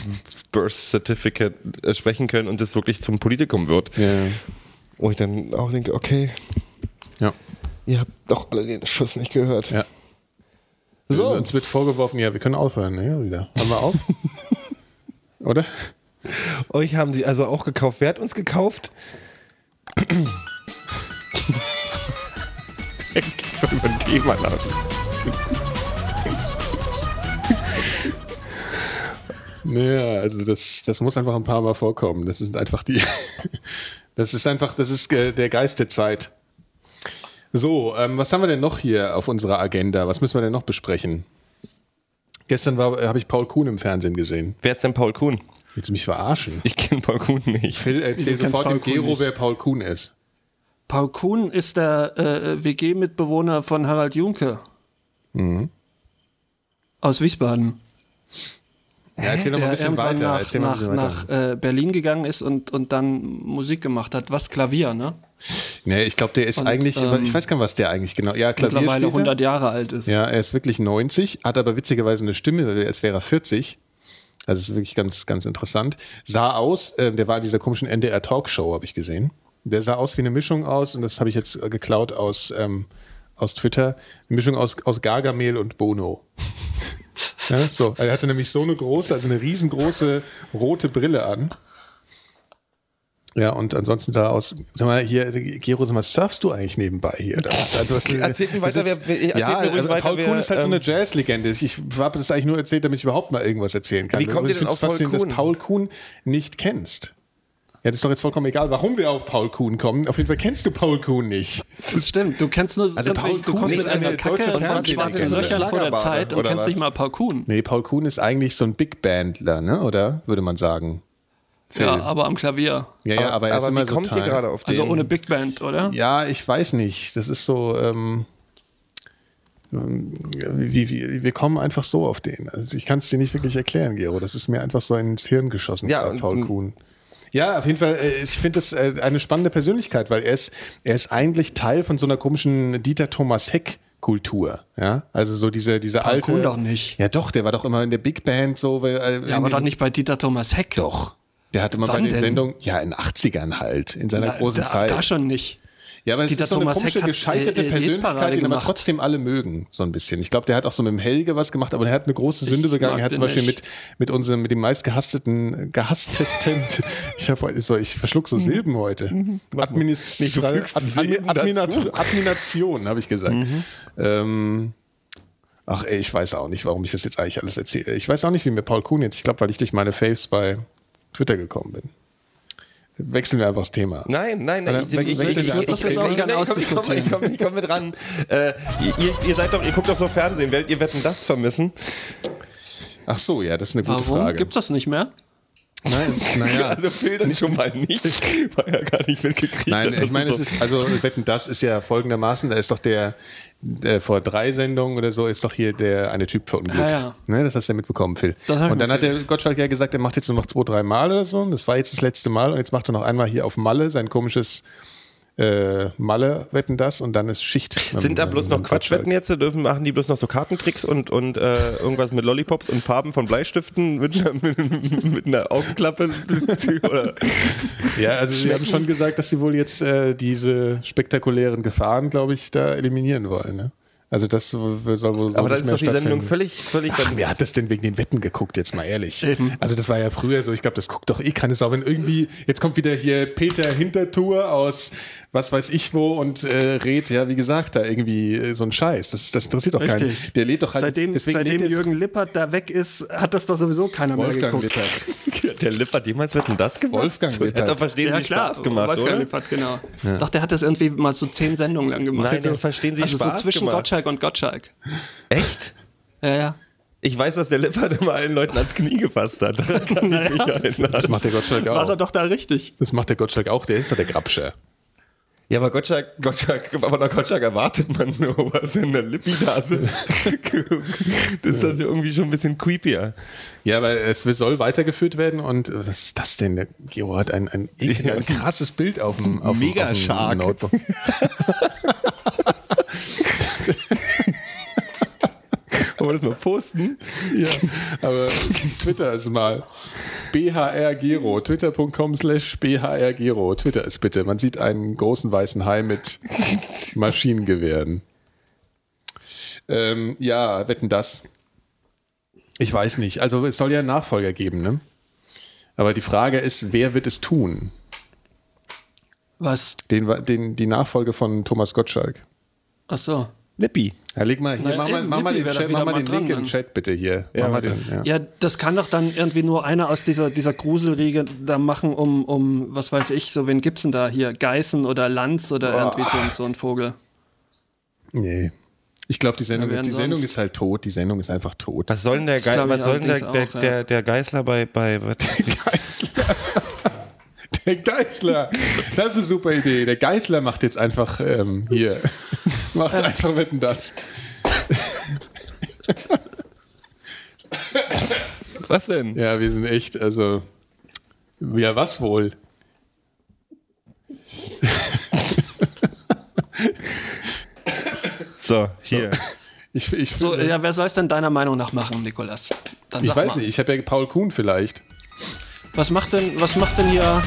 Birth Certificate äh, sprechen können und das wirklich zum Politikum wird. Ja, ja. Wo ich dann auch denke, okay, ja. ihr habt doch alle den Schuss nicht gehört. Ja. So. Uns wird vorgeworfen, ja, wir können aufhören. Ja, wieder. Haben wir auf? Oder? Euch haben sie also auch gekauft. Wer hat uns gekauft? Über ein Thema nach. Naja, also das, das muss einfach ein paar Mal vorkommen. Das sind einfach die. Das ist einfach, das ist äh, der Geist der Zeit. So, ähm, was haben wir denn noch hier auf unserer Agenda? Was müssen wir denn noch besprechen? Gestern war- äh, habe ich Paul Kuhn im Fernsehen gesehen. Wer ist denn Paul Kuhn? Willst du mich verarschen? Ich kenne Paul Kuhn nicht. Phil, äh, erzähl Du kennst sofort dem Paul Kuhn Gero, nicht. wer Paul Kuhn ist. Paul Kuhn ist der äh, WG-Mitbewohner von Harald Junke. Mhm. Aus Wiesbaden. Ja, erzähl doch mal ein der bisschen irgendwann weiter. nach, erzähl mal ein nach, bisschen weiter. nach äh, Berlin gegangen ist und, und dann Musik gemacht hat. Was Klavier, ne? Nee, ich glaube, der ist Und, eigentlich, ähm, ich weiß gar nicht, was der eigentlich genau. Ja, Klavier Mittlerweile spielt er. 100 Jahre alt ist. Ja, er ist wirklich 90, hat aber witzigerweise eine Stimme, als wäre er 40. Also ist wirklich ganz, ganz interessant. Sah aus, ähm, der war in dieser komischen NDR Talkshow, habe ich gesehen. Der sah aus wie eine Mischung aus, und das habe ich jetzt äh, geklaut aus, ähm, aus Twitter, eine Mischung aus, aus Gargamel und Bono. ja, so. Er hatte nämlich so eine große, also eine riesengroße rote Brille an. Ja, und ansonsten sah er aus, sag mal, hier, Gero, sag mal, surfst du eigentlich nebenbei hier? Oder was? Also, was, Erzählt mir weiter, was jetzt- wer- wer- erzählt ja, mir ruhig also weiter, Paul wer, Kuhn ist halt so eine ähm, Jazz-Legende. Ich, ich habe das eigentlich nur erzählt, damit ich überhaupt mal irgendwas erzählen kann. Wie kommt Und ihr ich denn find's auf Paul faszinierend, Kuhn? dass Paul Kuhn nicht kennst. Ja, das ist doch jetzt vollkommen egal, warum wir auf Paul Kuhn kommen. Auf jeden Fall kennst du Paul Kuhn nicht. Das stimmt. Du kennst nur Also Paul du Kuhn kommst ist mit einer eine Kacke deutsche von Fernsehlegende. schwarzen Löchern vor der Schlagerbade, Zeit und oder kennst was? nicht mal Paul Kuhn. Nee, Paul Kuhn ist eigentlich so ein Big Bandler, ne? oder? Würde man sagen. Ja, aber am Klavier. Ja, ja, aber, er ist immer wie so kommt ihr Teil- gerade auf den? Also ohne Big Band, oder? Ja, ich weiß nicht. Das ist so. Ähm, wie, wie, wir kommen einfach so auf den. Also ich kann es dir nicht wirklich erklären, Gero. Das ist mir einfach so ins Hirn geschossen, Ja, gerade, und- Paul Kuhn. Ja, auf jeden Fall. äh, Ich finde das äh, eine spannende Persönlichkeit, weil er ist, er ist eigentlich Teil von so einer komischen Dieter Thomas Heck. Kultur, ja, also so diese diese Paul alte. Kuhn doch nicht. Ja, doch. Der war doch immer in der Big Band so. Weil, äh, Ja, aber doch nicht bei Dieter Thomas Heck. Doch. Der hatte immer bei Wann den denn? Sendungen, ja, in den 80ern halt, in seiner Na, großen da, Zeit. Da schon nicht. Ja, aber es Dieter ist so eine Thomas komische, Heck hat, gescheiterte äh, äh, Persönlichkeit, Hitparade den aber gemacht. trotzdem alle mögen, so ein bisschen. Ich glaube, der hat auch so mit dem Helge was gemacht, aber der hat eine große Sünde begangen. mag Er hat zum den Beispiel mit, nicht. mit unserem, mit dem meistgehasstesten, gehasstesten, ich habe heute, so, ich verschluck so Mhm. Silben heute. Administ Nee, du fügst Silben dazu. Admination, habe ich gesagt. Mhm. Ähm, ach ey, ich weiß auch nicht, warum ich das jetzt eigentlich alles erzähle. Ich weiß auch nicht, wie mir Paul Kuhn jetzt, ich glaube, weil ich durch meine Faves bei Twitter gekommen bin. Wechseln wir einfach das Thema. Nein, nein, Oder nein. Ich, we- ich, ich, wechseln ich, wir einfach ich, ich, das ich, Thema. ich, Gerne nee, komm, ich, komm, ich, komm, ich komm mit ran. Äh, ihr, ihr seid doch, ihr guckt doch so Fernsehen. Werdet, ihr werdet das vermissen. Ach so, ja, das ist eine gute Warum Frage. gibt's das nicht mehr? Nein, naja. Also Phil dann schon mal nicht, weil er gar nicht mitgekriegt hat. Nein, dass ich meine, es so- ist, also Wetten, das ist ja folgendermaßen, da ist doch der, der vor drei Sendungen oder so, ist doch hier der eine Typ verunglückt. Ah, Ja, ja. Ne, das hast du ja mitbekommen, Phil. Das hab ich Und dann hat der mitgekriegt. Gottschalk ja gesagt, er macht jetzt nur noch zwei, drei Mal oder so. Und das war jetzt das letzte Mal und jetzt macht er noch einmal hier auf Malle sein komisches äh, Malle, Wetten, das und dann äh, ist Schicht. Sind da beim- bloß beim noch Gottschalk. Quatschwetten jetzt? Dürfen machen die bloß noch so Kartentricks und, und äh, irgendwas mit Lollipops und Farben von Bleistiften mit einer, mit einer Augenklappe? Oder Ja, also sie haben schon gesagt, dass sie wohl jetzt äh, diese spektakulären Gefahren, glaube ich, da eliminieren wollen. Ne? Also das soll wohl soll Aber nicht dann ist mehr doch die Sendung stattfinden. völlig, völlig Ach, wer hat das denn wegen den Wetten geguckt, jetzt mal ehrlich? Eben. Also das war ja früher so, ich glaube, das guckt doch eh keine Sau. Wenn irgendwie, jetzt kommt wieder hier Peter Hintertour aus was weiß ich wo und äh, rät, ja, wie gesagt, da irgendwie äh, so ein Scheiß. Das, das interessiert doch keinen. Richtig. Der lädt doch halt... seitdem deswegen seitdem lädt Jürgen Lippert da weg ist, hat das doch sowieso keiner mehr Wolfgang halt. geguckt. Lippert. Der Lipp hat jemals Wetten das gemacht? Wolfgang so, Lippert. Hat doch verstehen Sie Spaß gemacht, Wolfgang oder? Lippert, genau. Ich dachte, er hat das irgendwie mal so zehn Sendungen lang gemacht. Nein, dann verstehen Sie also Spaß so zwischen gemacht. Gottschalk und Gottschalk. Echt? Ja, ja. Ich weiß, dass der Lippert immer allen Leuten ans Knie gefasst hat. Daran kann ich mich erinnern. Das macht der Gottschalk War er auch. doch da richtig. Das macht der Gottschalk auch, der ist doch der Grabscher. Ja, aber Gottschalk, Gottschalk, von der Gottschalk erwartet man sowas in der Lipidase. das ist also irgendwie schon ein bisschen creepier. Ja, weil es soll weitergeführt werden und äh, was ist das denn? Der Geo hat ein, ein, ekel- ein krasses Bild auf dem, auf dem, auf Megashark. dem Notebook. Wollen wir das mal posten? Ja, aber Twitter ist mal bhrgero, twitter.com slash bhrgero. Twitter ist bitte. Man sieht einen großen weißen Hai mit Maschinengewehren. Ähm, ja, wetten das. Ich weiß nicht. Also es soll ja einen Nachfolger geben, ne? Aber die Frage ist, wer wird es tun? Was? Den, den, die Nachfolge von Thomas Gottschalk. Ach so. Lippi. Ja, leg mal, hier, Na, mach mal, eben, mach mal Lippi den, wär doch Chat, mach wieder mal mal den dran, Link in den dann. Chat bitte hier. Ja, mach mal bitte. den, ja. Ja, das kann doch dann irgendwie nur einer aus dieser, dieser Gruselriege da machen, um, um, was weiß ich, so wen gibt's denn da hier? Geißen oder Lanz oder irgendwie so, ein- so ein Vogel. Nee. Ich glaube, die, Sendung, Ja, wer die denn Sendung sonst? Also ist halt tot. Die Sendung ist einfach tot. Was soll denn der, Ge glaub ich was soll denn der, der, allerdings auch, der, ja. der Geißler bei, bei was? Geißler. Der Geißler. Das ist eine super Idee. Der Geißler macht jetzt einfach ähm, hier. Macht einfach mitten das. was denn? Ja, wir sind echt, also. Ja, was wohl? So, hier. Ich, ich, So, ja, wer soll es denn deiner Meinung nach machen, Nikolas? Dann ich sag weiß mal. nicht, ich habe ja Paul Kuhn vielleicht. Was macht denn, was macht denn hier?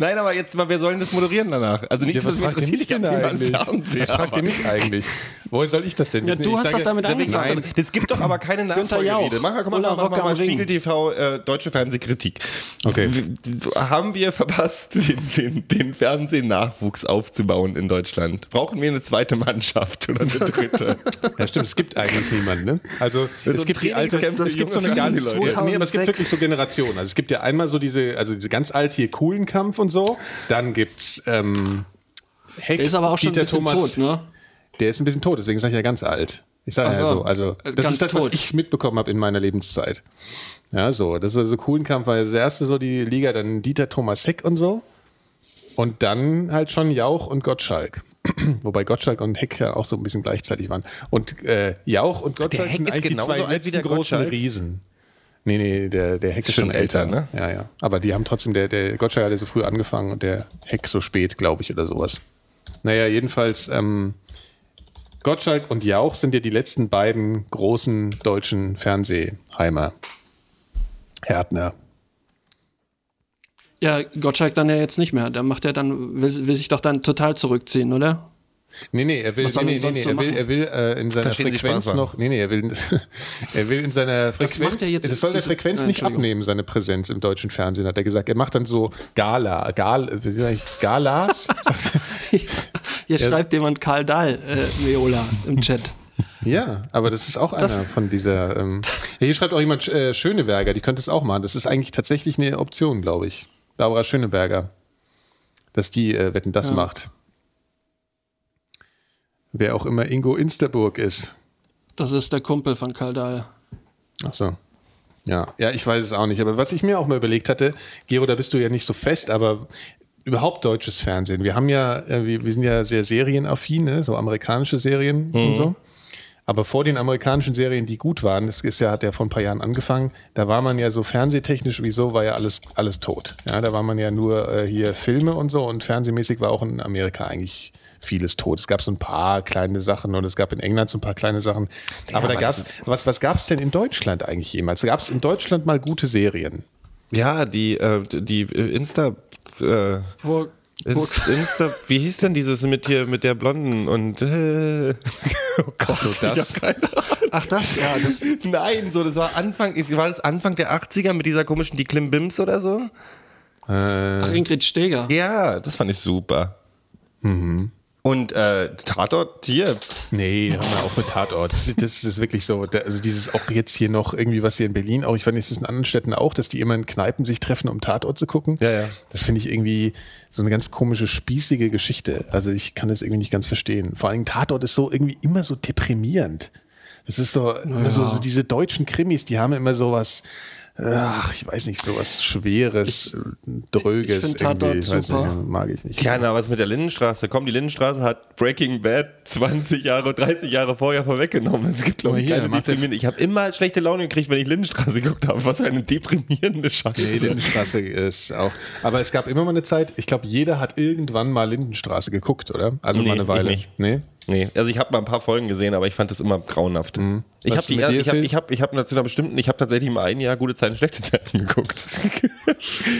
Nein, aber jetzt mal, wir sollen das moderieren danach. Also nicht, Ja, was dass mich fragt ihr interessiert, mich ich denn hab da jemanden eigentlich? Fernseher, Was fragt ihr aber- mich eigentlich? Woher soll ich das denn Ja, wissen? du ich hast doch damit Deswegen angefangen. Nein, das gibt doch aber keine Nachfolgerede. Jauch, Mach mal, komm, mal, Ulla mach mal, Rock mach am mal Ring. Spiegel TV, äh, deutsche Fernsehkritik. Okay. W- w- Haben wir verpasst, den, den, den Fernsehnachwuchs aufzubauen in Deutschland? Brauchen wir eine zweite Mannschaft oder eine dritte? Ja, stimmt, es gibt eigentlich niemanden, ne? Also, Das es sind gibt die alte, Trainingscamps es für gibt so junge eine ganz, Fernsehleute. nee, aber es gibt 2006. wirklich so Generationen. Also, es gibt ja einmal so diese, also diese ganz alte hier Kuhlenkampf und so. Dann gibt's, ähm, Heck, Der ist aber auch schon Dieter ein bisschen Thomas, tot, ne? der ist ein bisschen tot, deswegen sage ich ja ganz alt. Ich sage Ach ja so. so, also, das Also ganz ist das, was tot. ich mitbekommen habe in meiner Lebenszeit. Ja, so, das ist also Kuhlenkampf war das erste so die Liga, dann Dieter Thomas Heck und so. Und dann halt schon Jauch und Gottschalk. Wobei Gottschalk und Heck ja auch so ein bisschen gleichzeitig waren. Und äh, Jauch und Gottschalk Heck sind ist eigentlich die genauso zwei alt wie letzten der großen Gottschalk? Riesen. Nee, nee, der, der Heck ist schon, Schon älter. älter, ne? Ja, ja. Aber die haben trotzdem, der, der Gottschalk hat ja so früh angefangen und der Heck so spät, glaube ich, oder sowas. Naja, jedenfalls, ähm, Gottschalk und Jauch sind ja die letzten beiden großen deutschen Fernsehheimer. Härtner. Ja, Gottschalk dann ja jetzt nicht mehr. Der macht ja dann, will, will sich doch dann total zurückziehen, oder? Nee, nee, er will, Was soll nee, er nee, sonst nee, so er will, machen? er will äh, in seiner Verstehen Sie Frequenz Spaß noch, nee, nee, er will, er will in seiner Frequenz, macht er jetzt? das soll der Diese- Frequenz Ah, nicht Entschuldigung. abnehmen, seine Präsenz im deutschen Fernsehen, hat er gesagt. Er macht dann so Gala, Gal, wie sind eigentlich Galas? Hier schreibt jemand Karl Dahl, äh, Viola, im Chat. ja, aber das ist auch einer von dieser, ähm, ja, hier schreibt auch jemand äh, Schöneberger, die könnte es auch machen. Das ist eigentlich tatsächlich eine Option, glaube ich. Barbara Schöneberger, dass die äh, Wetten, das macht. Wer auch immer Ingo Insterburg ist. Das ist der Kumpel von Karl Dahl. Ach so. Ja, ja, ich weiß es auch nicht. Aber was ich mir auch mal überlegt hatte, Gero, da bist du ja nicht so fest, aber überhaupt deutsches Fernsehen. Wir haben ja, äh, wir, wir sind ja sehr serienaffin, ne? so amerikanische Serien und so. Aber vor den amerikanischen Serien, die gut waren, das ist ja, hat ja vor ein paar Jahren angefangen, da war man ja so fernsehtechnisch, wieso war ja alles, alles tot. Ja, da war man ja nur äh, hier Filme und so und fernsehmäßig war auch in Amerika eigentlich vieles tot. Es gab so ein paar kleine Sachen und es gab in England so ein paar kleine Sachen. aber da aber gab's, das was, was gab's denn in Deutschland eigentlich jemals? Gab's in Deutschland mal gute Serien? ja, die, äh, die äh, Insta. Äh, Burg, Burg, Inst- Insta, wie hieß denn dieses mit hier mit der Blonden und äh, oh Gott, so, das? ich hab keine ach das, ja, das, Nein, so das war Anfang, ist- war das Anfang der 80er mit dieser komischen die Klimbims oder so? ach, Ingrid Steger. äh, Ja, das fand ich super. Mhm. Und äh, Tatort hier, Nee, hör mal auf mit Tatort. Das, ist- das ist wirklich so. Da, also dieses auch jetzt hier noch irgendwie, was hier in Berlin auch, ich weiß nicht, es ist in anderen Städten auch, dass die immer in Kneipen sich treffen, um Tatort zu gucken. Ja, ja. Das finde ich irgendwie so eine ganz komische, spießige Geschichte. Also ich kann das irgendwie nicht ganz verstehen. Vor allem Tatort ist so irgendwie immer so also deprimierend. Das ist so, so, so diese deutschen Krimis, die haben immer so was, ach, ich weiß nicht, sowas Schweres, Dröges ich find irgendwie. Tatort weiß super. Nicht, mag ich nicht. Keine Ahnung, was mit der Lindenstraße? Komm, die Lindenstraße hat Breaking Bad 20 Jahre, 30 Jahre vorher vorweggenommen. Es gibt, glaube ich, Guck mal hier, keine macht der- deprimierende. Ich habe immer schlechte Laune gekriegt, wenn ich Lindenstraße geguckt habe. Was eine deprimierende Scheiße. Nee, Lindenstraße ist auch. Aber es gab immer mal eine Zeit, ich glaube, jeder hat irgendwann mal Lindenstraße geguckt, oder? Also Nee, mal eine ich Weile. nicht. Nee? Nee, also ich habe mal ein paar Folgen gesehen, aber ich fand das immer grauenhaft. Ich habe Was ist Mhm. mit dir, ich hab, Phil? ich hab, ich hab zu einer bestimmten, ich habe tatsächlich mal ein Jahr gute Zeiten, schlechte Zeiten geguckt.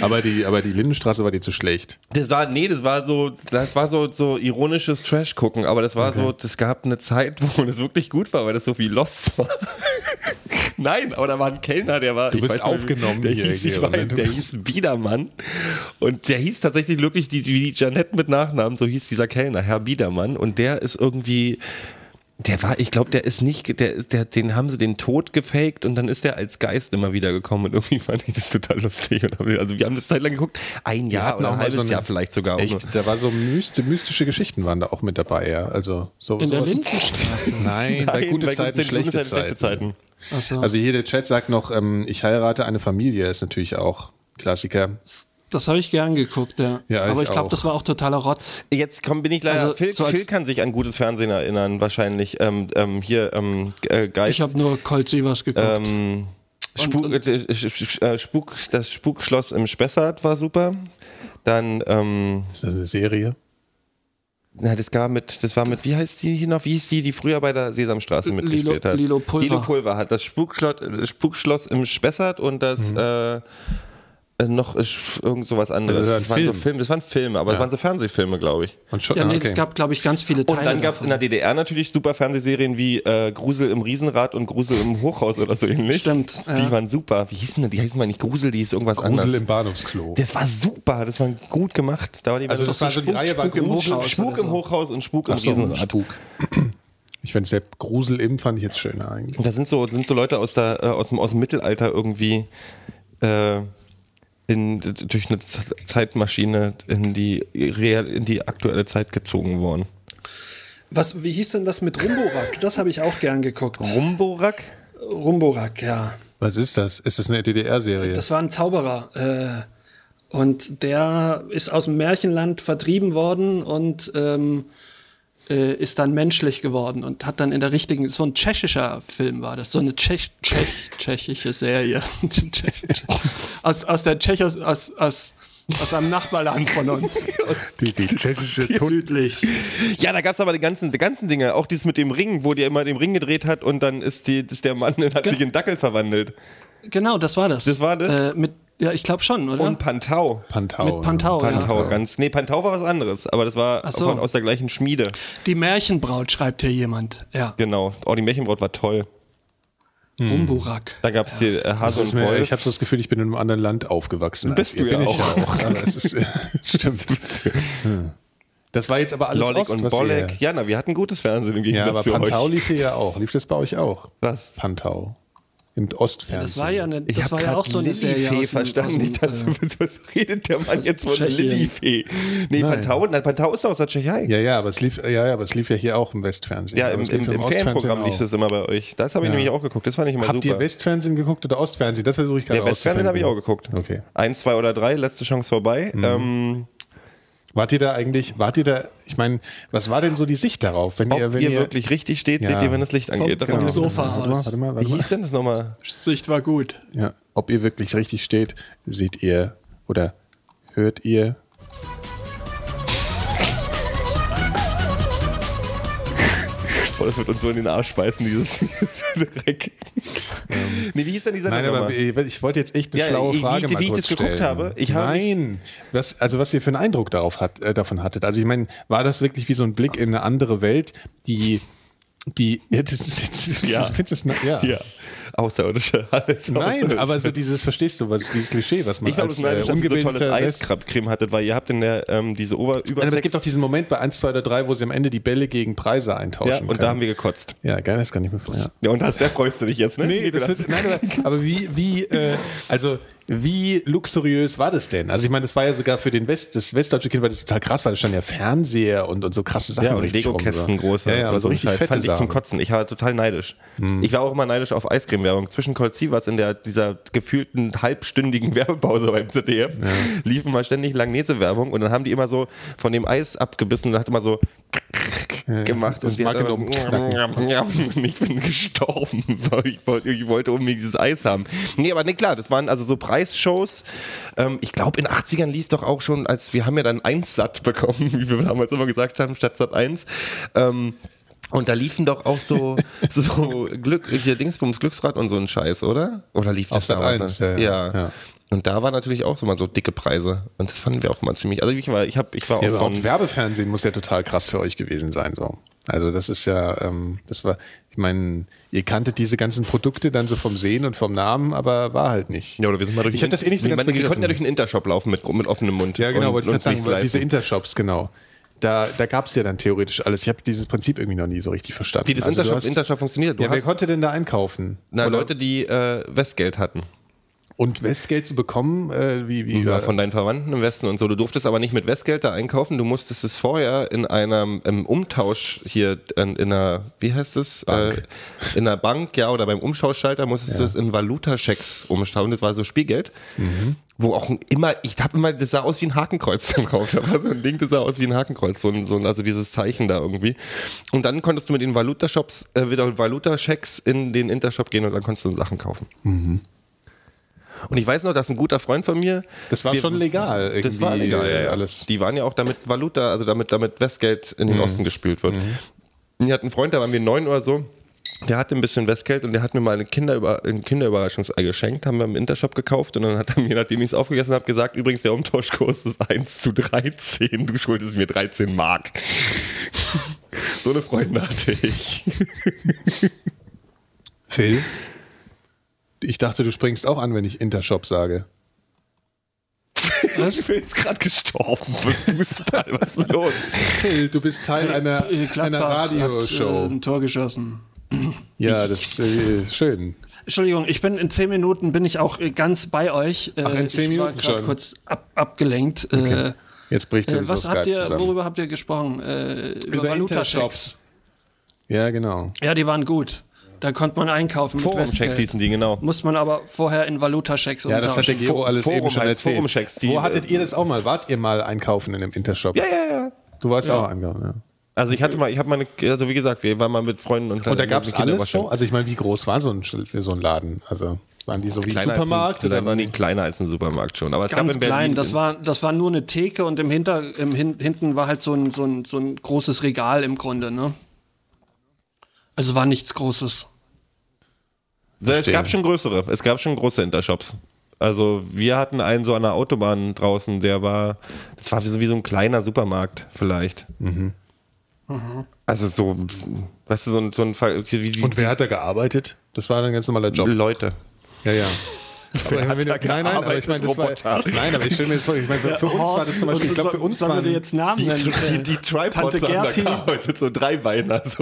Aber die, aber die Lindenstraße war dir zu schlecht. Das war, nee, das war so, das war so, so ironisches Trash-Gucken, aber das war so, das gab eine Zeit, wo das wirklich gut war, weil das so viel Lost war. Nein, aber da war ein Kellner, der war, du bist nicht, wie- aufgenommen der hier, hieß, ich Georg, ne? weiß, Du der bist- hieß Biedermann und der hieß tatsächlich wirklich die, wie die Janette mit Nachnamen, so hieß dieser Kellner, Herr Biedermann und der ist irgendwie, der war, ich glaube, der ist nicht, ge- der, ist- der, den haben sie den Tod gefaked und dann ist der als Geist immer wieder gekommen und irgendwie fand ich das total lustig. Und haben wir- also wir haben das zeitlang geguckt, ein Jahr hatten oder auch ein mal halbes so eine- Jahr vielleicht sogar. auch nur. Echt? Da war so myst- mystische Geschichten waren da auch mit dabei, ja. Also so, In der sowas- Lindenstraße. Nein, bei Nein, gute bei Zeiten, guten schlechte, Zeiten, Zeiten. schlechte Zeiten. Ach so. Also hier der Chat sagt noch, ähm, ich heirate eine Familie, ist natürlich auch Klassiker. das habe ich gern geguckt, ja. Ja, Aber ich ich glaube, auch. das war auch totaler Rotz. Jetzt komm, bin ich leider. Also, Phil, so als- Phil kann sich an gutes Fernsehen erinnern, wahrscheinlich. Ähm, ähm, hier, ähm, äh, Geist. Ich habe nur Colt Sievers geguckt. ähm, Spuk, und- äh, äh, Spuk, äh, Spuk, das Spukschloss im Spessart war super. Dann, ähm, Ist das eine Serie? na, das, gab mit, das war mit, wie heißt die hier noch? Wie hieß die, die früher bei der Sesamstraße Lilo- mitgespielt hat? Lilo Pulver. Lilo Pulver hat das Spukschloss, äh, Spukschloss im Spessart und das Mhm. äh, äh, noch äh, irgend sowas anderes. Das war ein Das waren so Film. Filme, das waren Filme, aber das waren so Fernsehfilme, glaube ich. Und schon, ja, nee, ah, es gab, glaube ich, ganz viele Teile. Und dann gab es in der DDR natürlich super Fernsehserien wie äh, Grusel im Riesenrad und Grusel im Hochhaus oder so ähnlich. Stimmt, Die ja. waren super. Wie hießen denn? Die hießen mal nicht Grusel, die hieß irgendwas Grusel anderes. im Bahnhofsklo. das war super, das war gut gemacht. Da war die Also das war so die Reihe war Spuk, im Grusel- Hochhaus, Spuk oder im so. Hochhaus und Spuk im Ach so, Riesenrad. Spuk. Ich fand selbst Grusel im fand ich jetzt schöner eigentlich. Und Da sind so, sind so Leute aus, der, äh, aus, dem, aus dem Mittelalter irgendwie äh, in, d- durch eine Z- Zeitmaschine in die, real, in die aktuelle Zeit gezogen worden. Was, wie hieß denn das mit Rumborak? Das habe ich auch gern geguckt. Um, Rumborak? Rumborak, ja. Was ist das? Ist das eine DDR-Serie? Das war ein Zauberer. Äh, und der ist aus dem Märchenland vertrieben worden und ähm, äh, ist dann menschlich geworden und hat dann in der richtigen, so ein tschechischer Film war das, so eine Tschech, Tschech, tschechische Serie. Tschech- Tschech- aus, aus der Tschechos, aus, aus, aus einem Nachbarland von uns. Die, die tschechische Südlich. Ja, da gab es aber die ganzen, die ganzen Dinge. Auch dieses mit dem Ring, wo der immer den Ring gedreht hat und dann ist, die, ist der Mann hat sich in Dackel verwandelt. Genau, das war das. Das war das? Äh, mit, ja, ich glaube schon, oder? Und Pantau. Pantau. Mit Pantau, ja. Pantau ganz. Nee, Pantau war was anderes, aber das war Ach so. von, aus der gleichen Schmiede. Die Märchenbraut schreibt hier jemand. Ja. Genau. Oh, die Märchenbraut war toll. Rumborak. Hm. Da gab es hier äh, Das Hase ist und mir, Wolf. ich habe so das Gefühl, ich bin in einem anderen Land aufgewachsen. Bist als ihr. du ja bin ich auch. ja auch. Aber es ist, äh, stimmt. Hm. Das war jetzt aber alles Lollig Ost, und was ihr- Bollek. Ja, na, wir hatten gutes Fernsehen im Gegensatz Ja, aber zu Pantau euch. lief hier ja auch. Lief das bei euch auch? Was? Pantau. Im Ostfernsehen. Das war ja, eine, Ich das hab war ja grad auch so eine Lillifee Serie. aus dem- verstanden. aus dem, Nicht, dass äh, du, was redet der Mann aus jetzt von Tschechien. Lillifee? Nee, Pantau, nein, Pantau ist doch aus der Tschechei. Ja, ja, aber es lief, ja, ja, aber es lief ja hier auch im Westfernsehen. Ja, Aber im, es im, lief im Ostfernsehen Ferienprogramm auch. lief das immer bei euch. Das habe ich nämlich auch geguckt. Das fand ich immer Habt super. ihr Westfernsehen geguckt oder Ostfernsehen? Das versuche ich gerade ja, Westfernsehen habe ich auch geguckt. Okay. Mhm. Eins, zwei oder drei, letzte Chance vorbei. Ähm, Wart ihr da eigentlich, wart ihr da, ich meine, was war denn so die Sicht darauf? Wenn ob ihr, ihr, wenn ihr, wirklich richtig steht, Ja. seht ihr, wenn das Licht angeht. vom Das- Sofa warte mal, aus. warte mal, Wie warte mal. hieß denn das nochmal? Sicht war gut. Ja, ob ihr wirklich richtig steht, seht ihr oder hört ihr. Boah, das wird uns so in den Arsch speisen, dieses Dreck. Nee, wie hieß denn die Sendung Ähm. Nein, aber nochmal? ich ich wollte jetzt echt eine Ja, schlaue ich- wie Frage ich- wie mal ich kurz das geguckt stellen. habe, ich habe Nein, was, also was ihr für einen Eindruck darauf hat, äh, davon hattet. Also ich meine, war das wirklich wie so ein Blick in eine andere Welt, die, die, ja, das ist jetzt, Ja. ich finde es, na- ja. Ja, außerirdische. Alles Nein, Außerirdische. aber so dieses, verstehst du, was dieses Klischee, was man Ich glaube, als das äh, neidisch, dass ihr so tolles ungebildeter West- Eiskrabcreme hattet, weil ihr habt in der ähm, diese Ober über Nein, aber es sechs- gibt auch diesen Moment bei 1, 2 oder 3, wo sie am Ende die Bälle gegen Preise eintauschen. Ja, und da haben wir gekotzt. Ja, geil, das kann ich mir vorstellen. Ja, und das, da freust du dich jetzt, ne? Nee, das wird, nein, aber, aber wie, wie, äh, also Wie luxuriös war das denn? Also ich meine, das war ja sogar für den West, das westdeutsche Kind war das total krass, weil da stand ja Fernseher und, und so krasse Sachen Ja, und richtig rum. Lego-Kästen große. Ja, ja, aber und so richtig Scheiß. fette Fand ich Sachen. zum Kotzen. Ich war total neidisch. Mhm. Ich war auch immer neidisch auf Eiscreme-Werbung. Zwischen Colt Sievers in der, dieser gefühlten halbstündigen Werbepause beim ZDF liefen mal ständig Langnese-Werbung und dann haben die immer so von dem Eis abgebissen und hat immer so gemacht. das und die hat Magen immer- oben knacken. und ich bin gestorben, weil ich wollte, ich wollte unbedingt dieses Eis haben. Nee, aber nee, klar, das waren also so Preisshows. Ähm, ich glaube, in den 80ern lief doch auch schon, als wir haben ja dann 1 satt bekommen, wie wir damals immer gesagt haben, statt satt 1. Ähm, und da liefen doch auch so, so Glück, hier Dingsbums, Glücksrad und so ein Scheiß, oder? Oder lief das Auf Sat.1, damals? ja, ja, ja. ja. Und da waren natürlich auch so mal so dicke Preise. Und das fanden wir auch mal ziemlich. Also ich war, ich hab, ich war Ja, auch überhaupt von, Werbefernsehen muss ja total krass für euch gewesen sein. So. Also das ist ja, ähm, das war, ich meine, ihr kanntet diese ganzen Produkte dann so vom Sehen und vom Namen, aber war halt nicht. Ja, oder wir sind mal durch Ich den- hab das eh nicht so wir, ganz wir begriffen. konnten ja durch den Intershop laufen mit, mit offenem Mund. Ja, genau, und- wollte ich und gerade sagen, nichts weil diese leisten. Intershops, genau. Da, da gab es ja dann theoretisch alles. Ich habe dieses Prinzip irgendwie noch nie so richtig verstanden. Also Wie das du Intershop- hast- Intershop funktioniert. Du Ja, wer hast- konnte denn da einkaufen? Na, Oder- Leute, die äh, Westgeld hatten. Und Westgeld zu bekommen, äh, wie, wie Ja, von deinen Verwandten im Westen und so. Du durftest aber nicht mit Westgeld da einkaufen. Du musstest es vorher in einem im Umtausch hier in, in einer, wie heißt es? Bank. Äh, in einer Bank, ja, oder beim Umschauschalter musstest du es in Valutachecks umschauen. Das war so Spielgeld. Mhm. Wo auch ein- immer, ich habe immer, das sah aus wie ein Hakenkreuz im Raum. Da war so ein Ding, das sah aus wie ein Hakenkreuz, so ein, so ein, also dieses Zeichen da irgendwie. Und dann konntest du mit den Valutashops, äh, wieder Valutachecks in den Intershop gehen und dann konntest du Sachen kaufen. Mhm. Und ich weiß noch, dass ein guter Freund von mir. Das war wir- schon legal Das irgendwie, war legal, ja, äh, ja. alles. Die waren ja auch damit Valuta, also damit, damit Westgeld in den Osten gespült wird. Ich hatte einen Freund, da waren wir neun oder so. Der hatte ein bisschen Westgeld und der hat mir mal eine Kinderüber ein Kinderüberraschungsei geschenkt, haben wir im Intershop gekauft und dann hat er mir, nachdem ich es aufgegessen habe, gesagt, übrigens der Umtauschkurs ist 1 zu 13, du schuldest mir 13 Mark. so eine Freunde hatte ich. Phil? Ich dachte, du springst auch an, wenn ich Intershop sage. Ich bin jetzt gerade gestorben für Fußball, was ist los? Phil, du bist Teil einer, Äh, einer Gladbach Hat, äh, Radioshow. ein Tor geschossen. ja, das äh, ist schön. Entschuldigung, ich bin in zehn Minuten bin ich auch äh, ganz bei euch. Äh, Ach, in zehn ich war Minuten grad schon. kurz ab, abgelenkt. Äh, Jetzt bricht äh, sowieso was habt ihr, worüber habt ihr gesprochen? Äh, Über Valuta-Checks. Intershop. Ja, genau. Ja, die waren gut. Da konnte man einkaufen mit Forumchecks Westgeld. hießen die, genau. Muss man aber vorher in Valutachecks Ja, das hat der umtauschen. Gero Fo- alles Forum eben schon heißt erzählt. äh, Forumchecks, die- Wo hattet ihr das auch mal? Wart ihr mal einkaufen in einem Intershop? Ja, ja, ja. Du warst auch angekommen, ja. Also ich hatte mal, ich habe mal, eine, also wie gesagt, wir waren mal mit Freunden und Und da gab es alles so? so. Also ich meine, wie groß war so ein, für so ein Laden? Also waren die so wie ein Kleiner Supermarkt? als ein, Oder oder waren nee, die, kleiner als ein Supermarkt schon. Aber es gab Ganz in Berlin klein, das war, das war nur eine Theke und im Hinter, im Hin, hinten war halt so ein, so, ein, so ein großes Regal im Grunde, ne? Also war nichts Großes. es Verstehe. gab schon größere, es gab schon große Intershops. Also wir hatten einen so an der Autobahn draußen, der war, das war wie so, wie so ein kleiner Supermarkt vielleicht. Mhm. Also so, weißt du, so ein, so ein Ver- wie, wie und wer hat da gearbeitet? Das war dann ein ganz normaler Job. Leute. Ja, ja. Aber ich hat meine, da nein, nein, aber ich meine, das war, gearbeitet, Roboter? nein, aber ich stelle mir jetzt vor, ich meine, für uns war das zum Beispiel, ich glaube, für uns sollen wir waren dir jetzt Namen nennen? Die, Äh, die Tante Tripods haben da Gerti. gearbeitet, so Dreibeiner.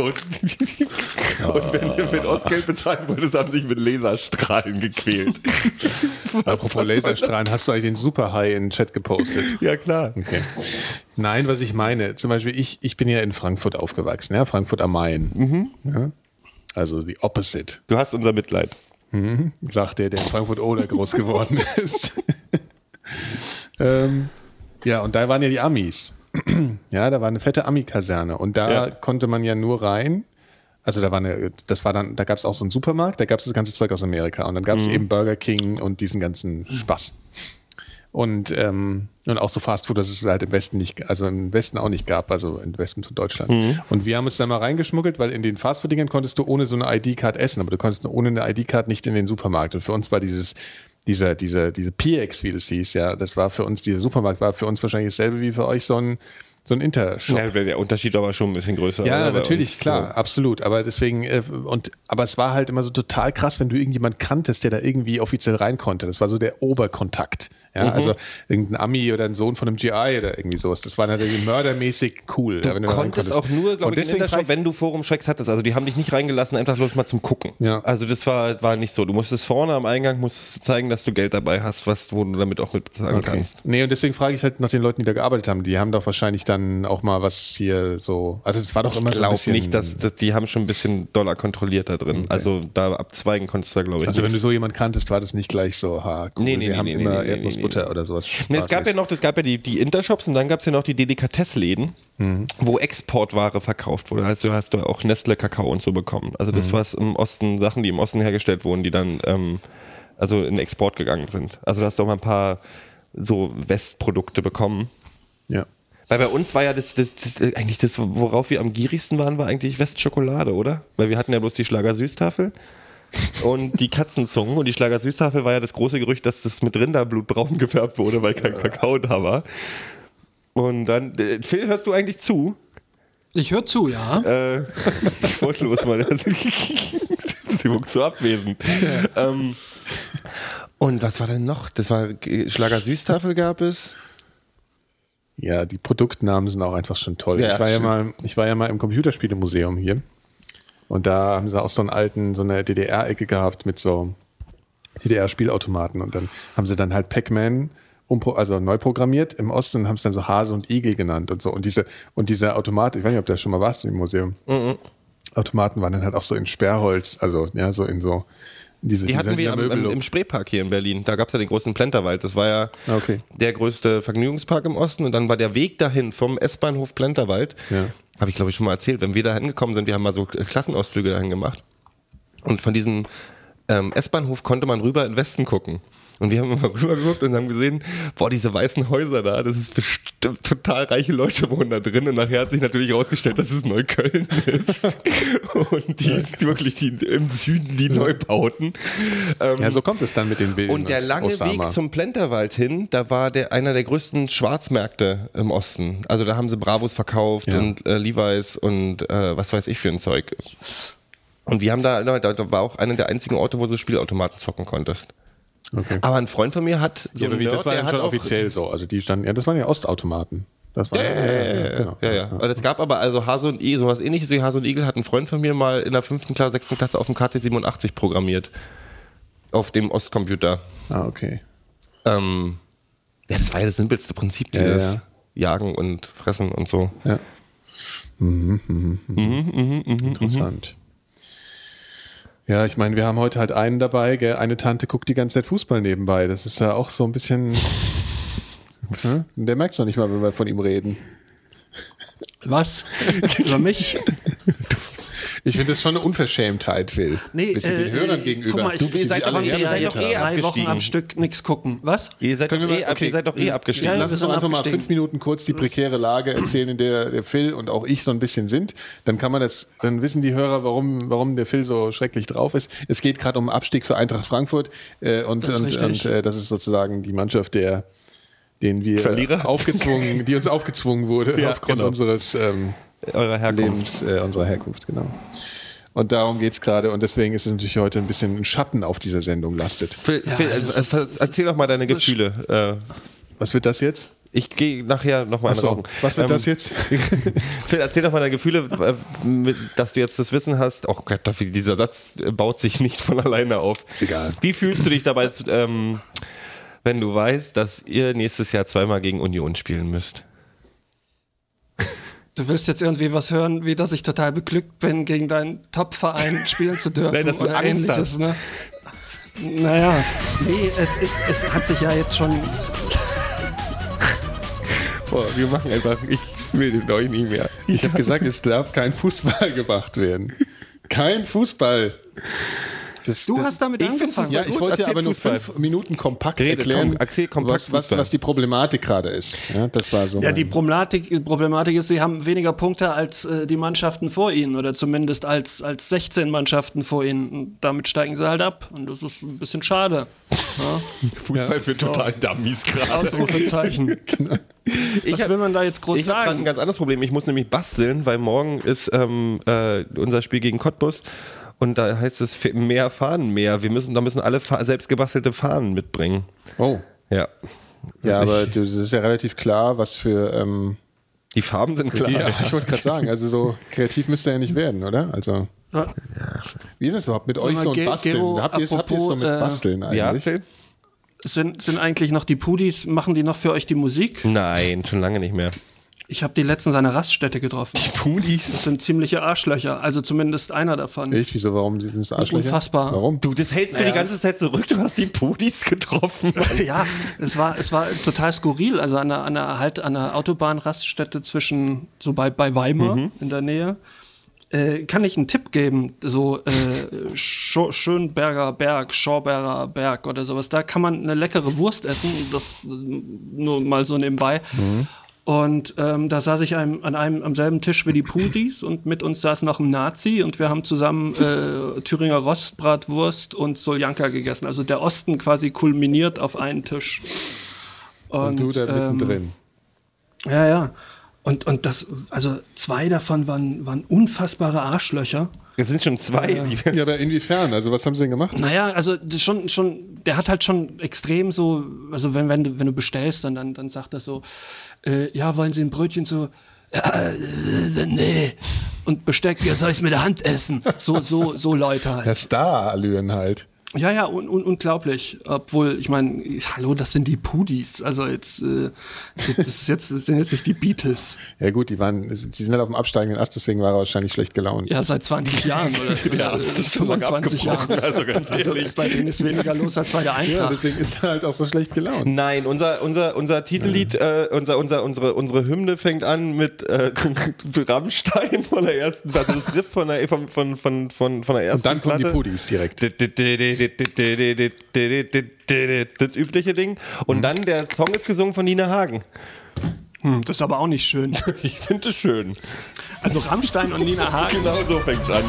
So. Und wenn ihr mit Ostgeld bezahlen wolltet, haben sich mit Laserstrahlen gequält. Apropos Laserstrahlen, hast du eigentlich den Super High in den Chat gepostet? Ja, klar. Okay. Nein, was ich meine, zum Beispiel, ich, ich bin ja in Frankfurt aufgewachsen, ja, Frankfurt am Main. Ja? Also the opposite, Du hast unser Mitleid. sagt der, der in Frankfurt oder groß geworden ist. ähm, ja, und da waren ja die Amis. ja, da war eine fette Ami-Kaserne und da Ja. konnte man ja nur rein. Also da war eine, das war dann, da gab es auch so einen Supermarkt, da gab es das ganze Zeug aus Amerika und dann gab es eben Burger King und diesen ganzen Spaß. Und, ähm, und auch so Fast Food, das es halt im Westen nicht, also im Westen auch nicht gab, also im Westen von Deutschland. Und wir haben uns da mal reingeschmuggelt, weil in den Fast Food Dingern konntest du ohne so eine ID-Card essen, aber du konntest ohne eine ID-Card nicht in den Supermarkt. Und für uns war dieses, dieser, dieser, diese PX, wie das hieß, ja, das war für uns, dieser Supermarkt war für uns wahrscheinlich dasselbe wie für euch so ein, so ein Intershop. Ja, der Unterschied war aber schon ein bisschen größer. Ja, oder? Bei natürlich, uns, klar, absolut. Aber deswegen, äh, und aber es war halt immer so total krass, wenn du irgendjemand kanntest, der da irgendwie offiziell rein konnte. Das war so der Oberkontakt. Ja, Mhm. also irgendein Ami oder ein Sohn von einem GI oder irgendwie sowas. Das war natürlich mördermäßig cool. Du konntest auch nur, glaube ich, in Intershop, wenn du Forum-Checks hattest. Also die haben dich nicht reingelassen, einfach bloß mal zum Gucken. Ja. Also das war, war nicht so. Du musstest vorne am Eingang musstest du zeigen, dass du Geld dabei hast, was, wo du damit auch mit bezahlen kannst. Nee, und deswegen frage ich halt nach den Leuten, die da gearbeitet haben. Die haben doch wahrscheinlich dann auch mal was hier so. Also das war doch immer Ich so ein glaube bisschen, nicht, dass, dass die haben schon ein bisschen Dollar kontrolliert da drin. Also da abzweigen konntest du da, glaube ich. Also wenn du nichts. so jemanden kanntest, war das nicht gleich so, ha, cool, Nee, nee, wir nee, haben nee, nee, immer nee, Erdnussbutter nee, nee. oder sowas. Ne, es gab ja noch, es gab ja die, die Intershops und dann gab es ja noch die Delikatessläden, wo Exportware verkauft wurde. Also hast du auch Nestle Kakao und so bekommen. Also das war im Osten, Sachen, die im Osten hergestellt wurden, die dann ähm, also in Export gegangen sind. Also da hast du auch mal ein paar so Westprodukte bekommen. Ja. Weil bei uns war ja das, das, das äh, eigentlich das, worauf wir am gierigsten waren, war eigentlich Westschokolade, oder? Weil wir hatten ja bloß die Schlager Süßtafel und die Katzenzungen und die Schlager Süßtafel war ja das große Gerücht, dass das mit Rinderblut braun gefärbt wurde, weil kein Kakao da war. Und dann, äh, Phil, hörst du eigentlich zu? Ich höre zu, ja. Äh, ich wollte bloß mal. Sie wuchs so abwesend. Ähm, und was war denn noch? Das war äh, Schlager Süßtafel gab es. Ja, die Produktnamen sind auch einfach schon toll. Ja, ich, war ja schön. mal, ich war ja mal im Computerspielemuseum hier. Und da haben sie auch so einen alten, so eine DDR-Ecke gehabt mit so DDR-Spielautomaten. Und dann haben sie dann halt Pac-Man umpro- also neu programmiert im Osten und haben es dann so Hase und Igel genannt und so. Und diese, und diese Automat, ich weiß nicht, ob du da schon mal warst im Museum. Mhm. Automaten waren dann halt auch so in Sperrholz, also ja, so in so in diese, um. Die diese- hatten wir dieser am, am, Möbellook. im Spreepark hier in Berlin. Da gab es ja den großen Plenterwald. Das war ja Ah, okay. der größte Vergnügungspark im Osten. Und dann war der Weg dahin vom S-Bahnhof Plenterwald. Ja. Habe ich, glaube ich, schon mal erzählt. Wenn wir da hingekommen sind, wir haben mal so Klassenausflüge dahin gemacht. Und von diesem ähm, S-Bahnhof konnte man rüber in den Westen gucken. Und wir haben immer rüber geguckt und haben gesehen, boah, diese weißen Häuser da, das ist bestimmt total reiche Leute wohnen da drin. Und nachher hat sich natürlich herausgestellt, dass es Neukölln ist. und die, die wirklich die im Süden die Neubauten. Ähm, ja, so kommt es dann mit den Bildern. und der lange Weg zum Plenterwald hin, da war der, einer der größten Schwarzmärkte im Osten. Also da haben sie Bravos verkauft Ja. und äh, Levi's und äh, was weiß ich für ein Zeug. Und wir haben da, da, da war auch einer der einzigen Orte, wo du Spielautomaten zocken konntest. Okay. Aber ein Freund von mir hat so Ja, aber einen wie, das Nerd, war der ja hat schon auch- offiziell so. Also die standen, ja, das waren ja Ostautomaten. Das war, genau. Ja, ja. Und es gab aber also Hase und Igel, sowas ähnliches wie Hase und Igel hat ein Freund von mir mal in der fünften Klasse, sechsten Klasse auf dem KT87 programmiert. Auf dem Ostcomputer. Ah, okay. Ähm, ja, das war ja das simpelste Prinzip, dieses ja. Jagen und Fressen und so. Ja. Mhm, Interessant. Ja, ich meine, wir haben heute halt einen dabei, gell? eine Tante guckt die ganze Zeit Fußball nebenbei. Das ist ja auch so ein bisschen. Hm? Der merkt es noch nicht mal, wenn wir von ihm reden. Was? Über mich? Ich finde das schon eine Unverschämtheit, Will. Bist du den Hörern gegenüber? äh, Guck mal, ich, du ihr bist seid sie doch alle eh gerne drei gehört haben. Wochen am Abgestiegen. Stück nichts gucken. Was? Ihr seid, doch Können wir eh, mal- ab, okay. ihr seid doch eh abgestiegen. Äh, Ja, Lass wir uns sind doch einfach mal abgestiegen. fünf Minuten kurz die prekäre Lage erzählen, in der der Phil und auch ich so ein bisschen sind. Dann kann man das, dann wissen die Hörer, warum, warum der Phil so schrecklich drauf ist. Es geht gerade um Abstieg für Eintracht Frankfurt äh, und, Das ist und, und richtig. äh, das ist sozusagen die Mannschaft, der den wir Verlierer. aufgezwungen, die uns aufgezwungen wurde Ja, aufgrund genau. unseres ähm, Eurer Herkunft. Lebens, äh, unserer Herkunft, genau. Und darum geht's gerade und deswegen ist es natürlich heute ein bisschen ein Schatten auf dieser Sendung lastet. Phil, Phil, das also, ist- erzähl doch mal deine Gefühle. Äh, Was wird das jetzt? ich gehe nachher nochmal Ach so, was Ähm, wird das jetzt? Ähm, Phil, erzähl doch mal deine Gefühle, äh, mit- dass du jetzt das Wissen hast. Oh Gott, dafür- dieser Satz äh, baut sich nicht von alleine auf. Ist egal. Wie fühlst du dich dabei, zu, ähm, wenn du weißt, dass ihr nächstes Jahr zweimal gegen Union spielen müsst? Du willst jetzt irgendwie was hören, wie dass ich total beglückt bin, gegen deinen Top-Verein spielen zu dürfen Nein, dass du oder Angst ähnliches, hast. ne? Naja, nee, es, ist, es hat sich ja jetzt schon. Boah, wir machen einfach, ich will den neuen nicht mehr. Ich habe gesagt, es darf kein Fußball gemacht werden. Kein Fußball. Das, Du das- hast damit ich find's angefangen. ja, ich gut, wollte ja erzähl aber nur Fußball. fünf Minuten kompakt Rede, erklären, komm, erzähl kompakt was, was, Fußball. was die Problematik gerade ist. Ja, das war so. Ja, mein- die Problematik, Problematik ist, sie haben weniger Punkte als äh, die Mannschaften vor ihnen oder zumindest als, als 16 Mannschaften vor ihnen. Und damit steigen sie halt ab und das ist ein bisschen schade. Fußball für total Dummies gerade. Ausrufezeichen. Was hab- will man da jetzt groß Ich habe gerade ein sagen? ganz anderes Problem. Ich muss nämlich basteln, weil morgen ist ähm, äh, unser Spiel gegen Cottbus und da heißt es f- mehr Fahnen mehr. Wir müssen, da müssen alle fa selbst gebastelte Fahnen mitbringen. Oh. Ja. Ja, aber du- das ist ja relativ klar, was für. Ähm, Die Farben sind klar. die, ich wollte gerade sagen, also so kreativ müsste ja nicht werden, oder? Also, Äh, wie ist es überhaupt mit euch mal, so ein Ge- Basteln? Gero, habt ihr es habt ihr es so mit apropos, äh, Basteln ja, eigentlich? Phil? Sind, sind eigentlich noch die Pudis, machen die noch für euch die Musik? Nein, schon lange nicht mehr. Ich habe die letzten seiner Raststätte getroffen. Das Pudis. sind ziemliche Arschlöcher, also zumindest einer davon. Ich? Wieso? Warum sind es Arschlöcher? Unfassbar. Warum? Du, das hältst du die ganze Zeit zurück. Du hast die Pudis getroffen. Ja, es war, es war total skurril. Also an einer, an einer, halt, an einer Autobahnraststätte zwischen, so bei, bei Weimar in der Nähe, äh, kann ich einen Tipp geben. So äh, Scho- Schönberger Berg, Schorberger Berg oder sowas. Da kann man eine leckere Wurst essen. Das äh, nur mal so nebenbei. Und ähm, da saß ich einem, an einem am selben Tisch wie die Pudis und mit uns saß noch ein Nazi und wir haben zusammen äh, Thüringer Rostbratwurst und Soljanka gegessen. Also der Osten quasi kulminiert auf einen Tisch. Und du da ähm, mittendrin. ja, ja. Und, und das, also zwei davon waren, waren unfassbare Arschlöcher. Das sind schon zwei. Die Ja, aber inwiefern? Also, was haben sie denn gemacht? Naja, also das schon, schon, der hat halt schon extrem so, also wenn, wenn, du, wenn du bestellst, dann, dann, dann sagt er so, äh, ja, wollen Sie ein Brötchen so, ja, äh, nee. Und Besteck, ja, soll ich es mit der Hand essen? So, so, so Leute halt. Ja, Star-Allüren halt. Ja, ja, un un unglaublich. Obwohl, ich meine, hallo, das sind die Pudis. Also jetzt, äh, das, ist jetzt, das sind jetzt nicht die Beatles. Ja, gut, die waren, sie sind halt auf dem absteigenden Ast, deswegen war er wahrscheinlich schlecht gelaunt. Ja, seit 20 Jahren oder, oder Ast ist schon lange 25 Jahren. abgebrochen, also ganz ehrlich. bei denen ist weniger los als bei der Ja, Eintracht. deswegen ist er halt auch so schlecht gelaunt. Nein, unser, unser, unser Titellied, äh, unser, unser, unsere, unsere Hymne fängt an mit äh, Rammstein von der ersten, also das Riff von der, von, von, von, von, von der Und ersten dann kommen die Platte. Pudis direkt. Das übliche Ding. Mhm. Und dann der Song ist gesungen von Nina Hagen. Hm, das ist aber auch nicht schön. Ich finde es schön. Also Rammstein und Nina Hagen. Genau so fängt's an.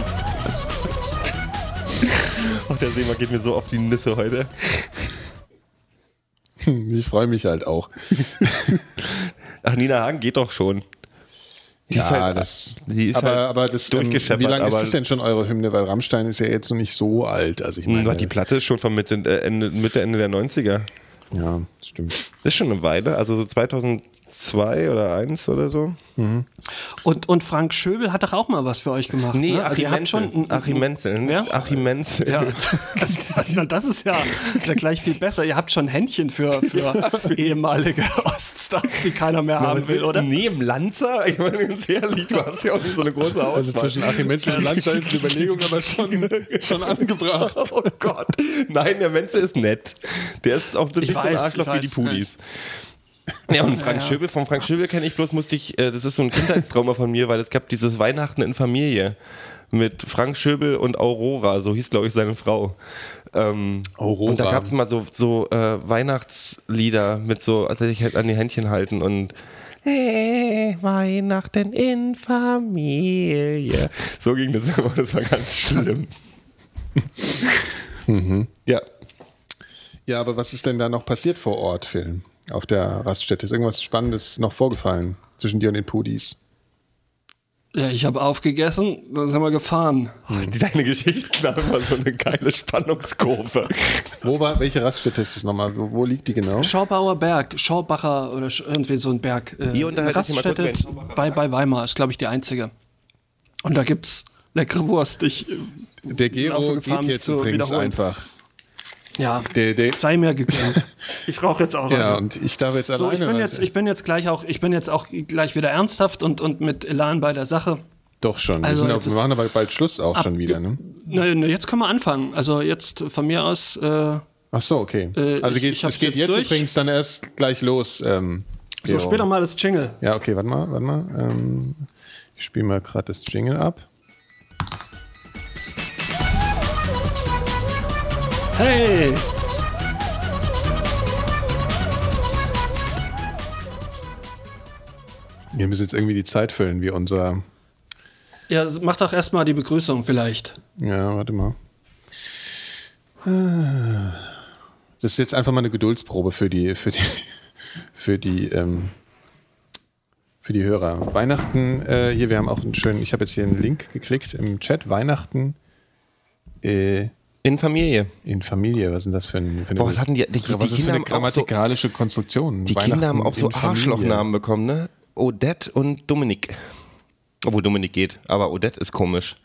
Ach, der Seemann geht mir so auf die Nüsse heute. Ich freue mich halt auch. Ach, Nina Hagen geht doch schon. Die ja, ist halt- das. die ist aber, halt aber das, ähm, durchgescheppert, wie lange ist aber- es denn schon eure Hymne? Weil Rammstein ist ja jetzt noch nicht so alt. Also ich meine, Hm, Die Platte ist schon von Mitte, äh, Ende, Mitte, Ende der 90er. ja, stimmt. Das ist schon eine Weile, also so 2002 oder 1 oder so. Und, und Frank Schöbel hat doch auch mal was für euch gemacht. ne? Also ihr habt schon ein- Achim Menzel. Ja? ne? Achim Menzel. Ja, das, na, das ist ja, ist ja gleich viel besser. Ihr habt schon ein Händchen für, für ehemalige Oststars, die keiner mehr Aber haben was will, willst du oder? Neben Lanzer? Ich meine, ganz ehrlich, du hast ja auch nicht so eine große Auswahl. Also zwischen Achim Menzel und Landstein ist eine Überlegung aber schon, schon angebracht. Oh Gott. Nein, der Menzel ist nett. Der ist auch wirklich Ich so ein weiß, Arschloch ich wie die weiß, Pudis. Ja, und Frank Schöbel, von Frank Schöbel kenne ich bloß, musste ich, äh, das ist so ein Kindheitstrauma von mir, weil es gab dieses Weihnachten in Familie mit Frank Schöbel und Aurora, so hieß, glaube ich, seine Frau. Ähm, Aurora. Und da gab es mal so, so äh, Weihnachtslieder mit so, also ich halt an die Händchen halten und Hey, Weihnachten in Familie. So ging das immer, das war ganz schlimm. Mhm. Ja. Ja, aber was ist denn da noch passiert vor Ort, Phil? Auf der Raststätte? Ist irgendwas Spannendes noch vorgefallen zwischen dir und den Pudis? Ja, ich habe aufgegessen, dann sind wir gefahren. Deine Geschichten haben immer so eine geile Spannungskurve. Wo war, welche Raststätte ist das nochmal? Wo, wo liegt die genau? Schaubauer Berg, Schaubacher oder sch- irgendwie so ein Berg. Äh, Ihr unterhaltet euch mal kurz über Raststätte den Schaubacher bei, bei Weimar ist, glaube ich, die einzige. Und da gibt's leckere Wurst. Ich, äh, Der Gero Laufe geht gefahren, mich jetzt zu übrigens wiederholen. einfach. ja, Der, der, sei mir gegönnt. ich rauche jetzt auch. ja, eine. und ich darf jetzt So, alleine. Also ich bin rein. jetzt, ich bin jetzt gleich auch, ich bin jetzt auch gleich wieder ernsthaft und, und mit Elan bei der Sache. Doch schon. Also wir, sind, jetzt wir ist- Äh, machen aber bald Schluss auch schon wieder, ne? Na, na, jetzt können wir anfangen. Also jetzt von mir aus, äh, Ach so, okay. Äh, also ich- geht, ich hab's es geht jetzt jetzt durch. übrigens dann erst gleich los. Ähm, so Gero. später mal das Jingle. Ja, okay, warte mal, warte mal. Ähm, ich spiele mal gerade das Jingle ab. Hey! Wir müssen jetzt irgendwie die Zeit füllen, wie unser. Ja, mach doch erstmal die Begrüßung vielleicht. Ja, warte mal. Das ist jetzt einfach mal eine Geduldsprobe für die, für die, für die, ähm, für die Hörer. Weihnachten, äh, hier, wir haben auch einen schönen, ich habe jetzt hier einen Link geklickt im Chat. Weihnachten äh, In Familie. in Familie, was sind das für, ein, für eine, Boah, was hatten die- die- die was ist Kinder für eine haben auch so- grammatikalische Konstruktion? Die Weihnachten Kinder haben auch so in Familie. Arschlochnamen bekommen, ne? Odette und Dominik. Obwohl Dominik geht, aber Odette ist komisch.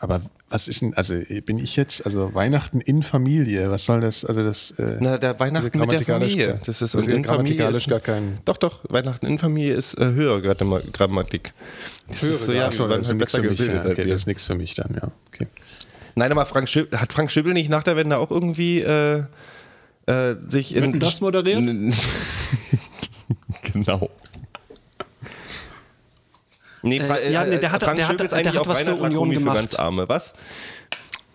Aber was ist denn, also äh, bin ich jetzt, also Weihnachten in Familie, was soll das, also das, äh, Na, der Weihnachten mit der grammatikalisch- Familie. Das ist das und ist in Familie grammatikalisch ist- gar kein. Doch, doch. Weihnachten in Familie ist äh, höhere Grammar- Grammatik. Das Höhere, ist so, ja, achso, die werden das ist halt nichts besser für mich. Ja, gebildet als okay, wir. das ist nichts für mich dann, ja. Okay. Nein, aber Frank Schipp, hat Frank Schibbel nicht nach der Wende auch irgendwie äh, äh, sich in. denn das moderiert? genau. Nee, Äh, ja, nee, der hat- Frank der hat- Schibbel ist der eigentlich hat auch was für Weihnachtsakumi Union für gemacht. ganz Arme. Was?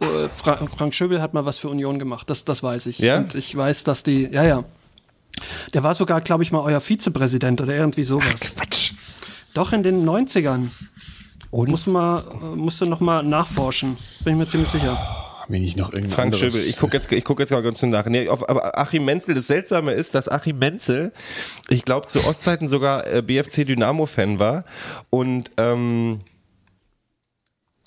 Äh, Fra Frank Schöbel hat mal was für Union gemacht, das, das weiß ich. Ja? Und ich weiß, dass die, ja, ja. Der war sogar, glaube ich, mal euer Vizepräsident oder irgendwie sowas. Quatsch. Doch in den 90ern. Und? Muss mal, äh, musst du noch mal nachforschen. Bin ich mir ziemlich sicher. Haben wir nicht noch irgendwas Frank anderes? Schöbel, ich gucke jetzt, ich guck jetzt mal ganz nach. Nee, auf, aber Achim Menzel, das Seltsame ist, dass Achim Menzel, ich glaube, zu Ostzeiten sogar äh, BFC Dynamo-Fan war. Und ähm,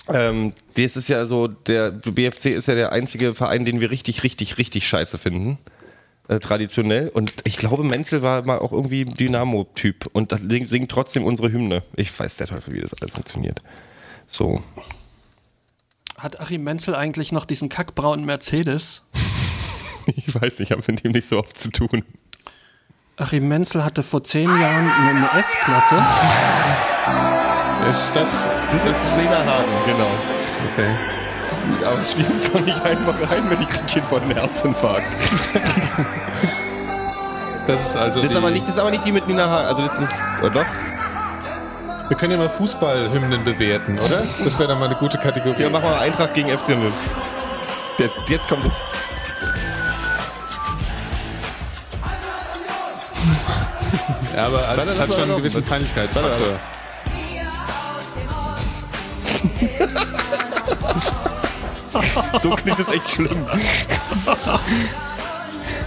ähm, das ist ja so, der BFC ist ja der einzige Verein, den wir richtig, richtig, richtig scheiße finden. Äh, traditionell. Und ich glaube, Menzel war mal auch irgendwie Dynamo-Typ und das singt, singt trotzdem unsere Hymne. Ich weiß der Teufel, wie das alles funktioniert. So. Hat Achim Menzel eigentlich noch diesen kackbraunen Mercedes? Ich weiß nicht, ich habe mit dem nicht so oft zu tun. Achim Menzel hatte vor zehn Jahren eine S-Klasse. Ist das, Das ist Sena-Hagen, genau. okay. Aber ich spiele es doch nicht einfach rein, wenn ich krieg hier von einem Herzinfarkt. Das ist also Das ist die, aber nicht, das ist aber nicht die mit Nina Hagen. Also das ist nicht. Oder doch? Wir können ja mal Fußballhymnen bewerten, oder? Das wäre dann mal eine gute Kategorie. Ja, mach mal Eintracht gegen FC Nürnberg. Jetzt, jetzt kommt das. Ja, aber also Warte, es lass hat mal schon einen noch- gewissen Peinlichkeitsfaktor. So klingt das echt schlimm.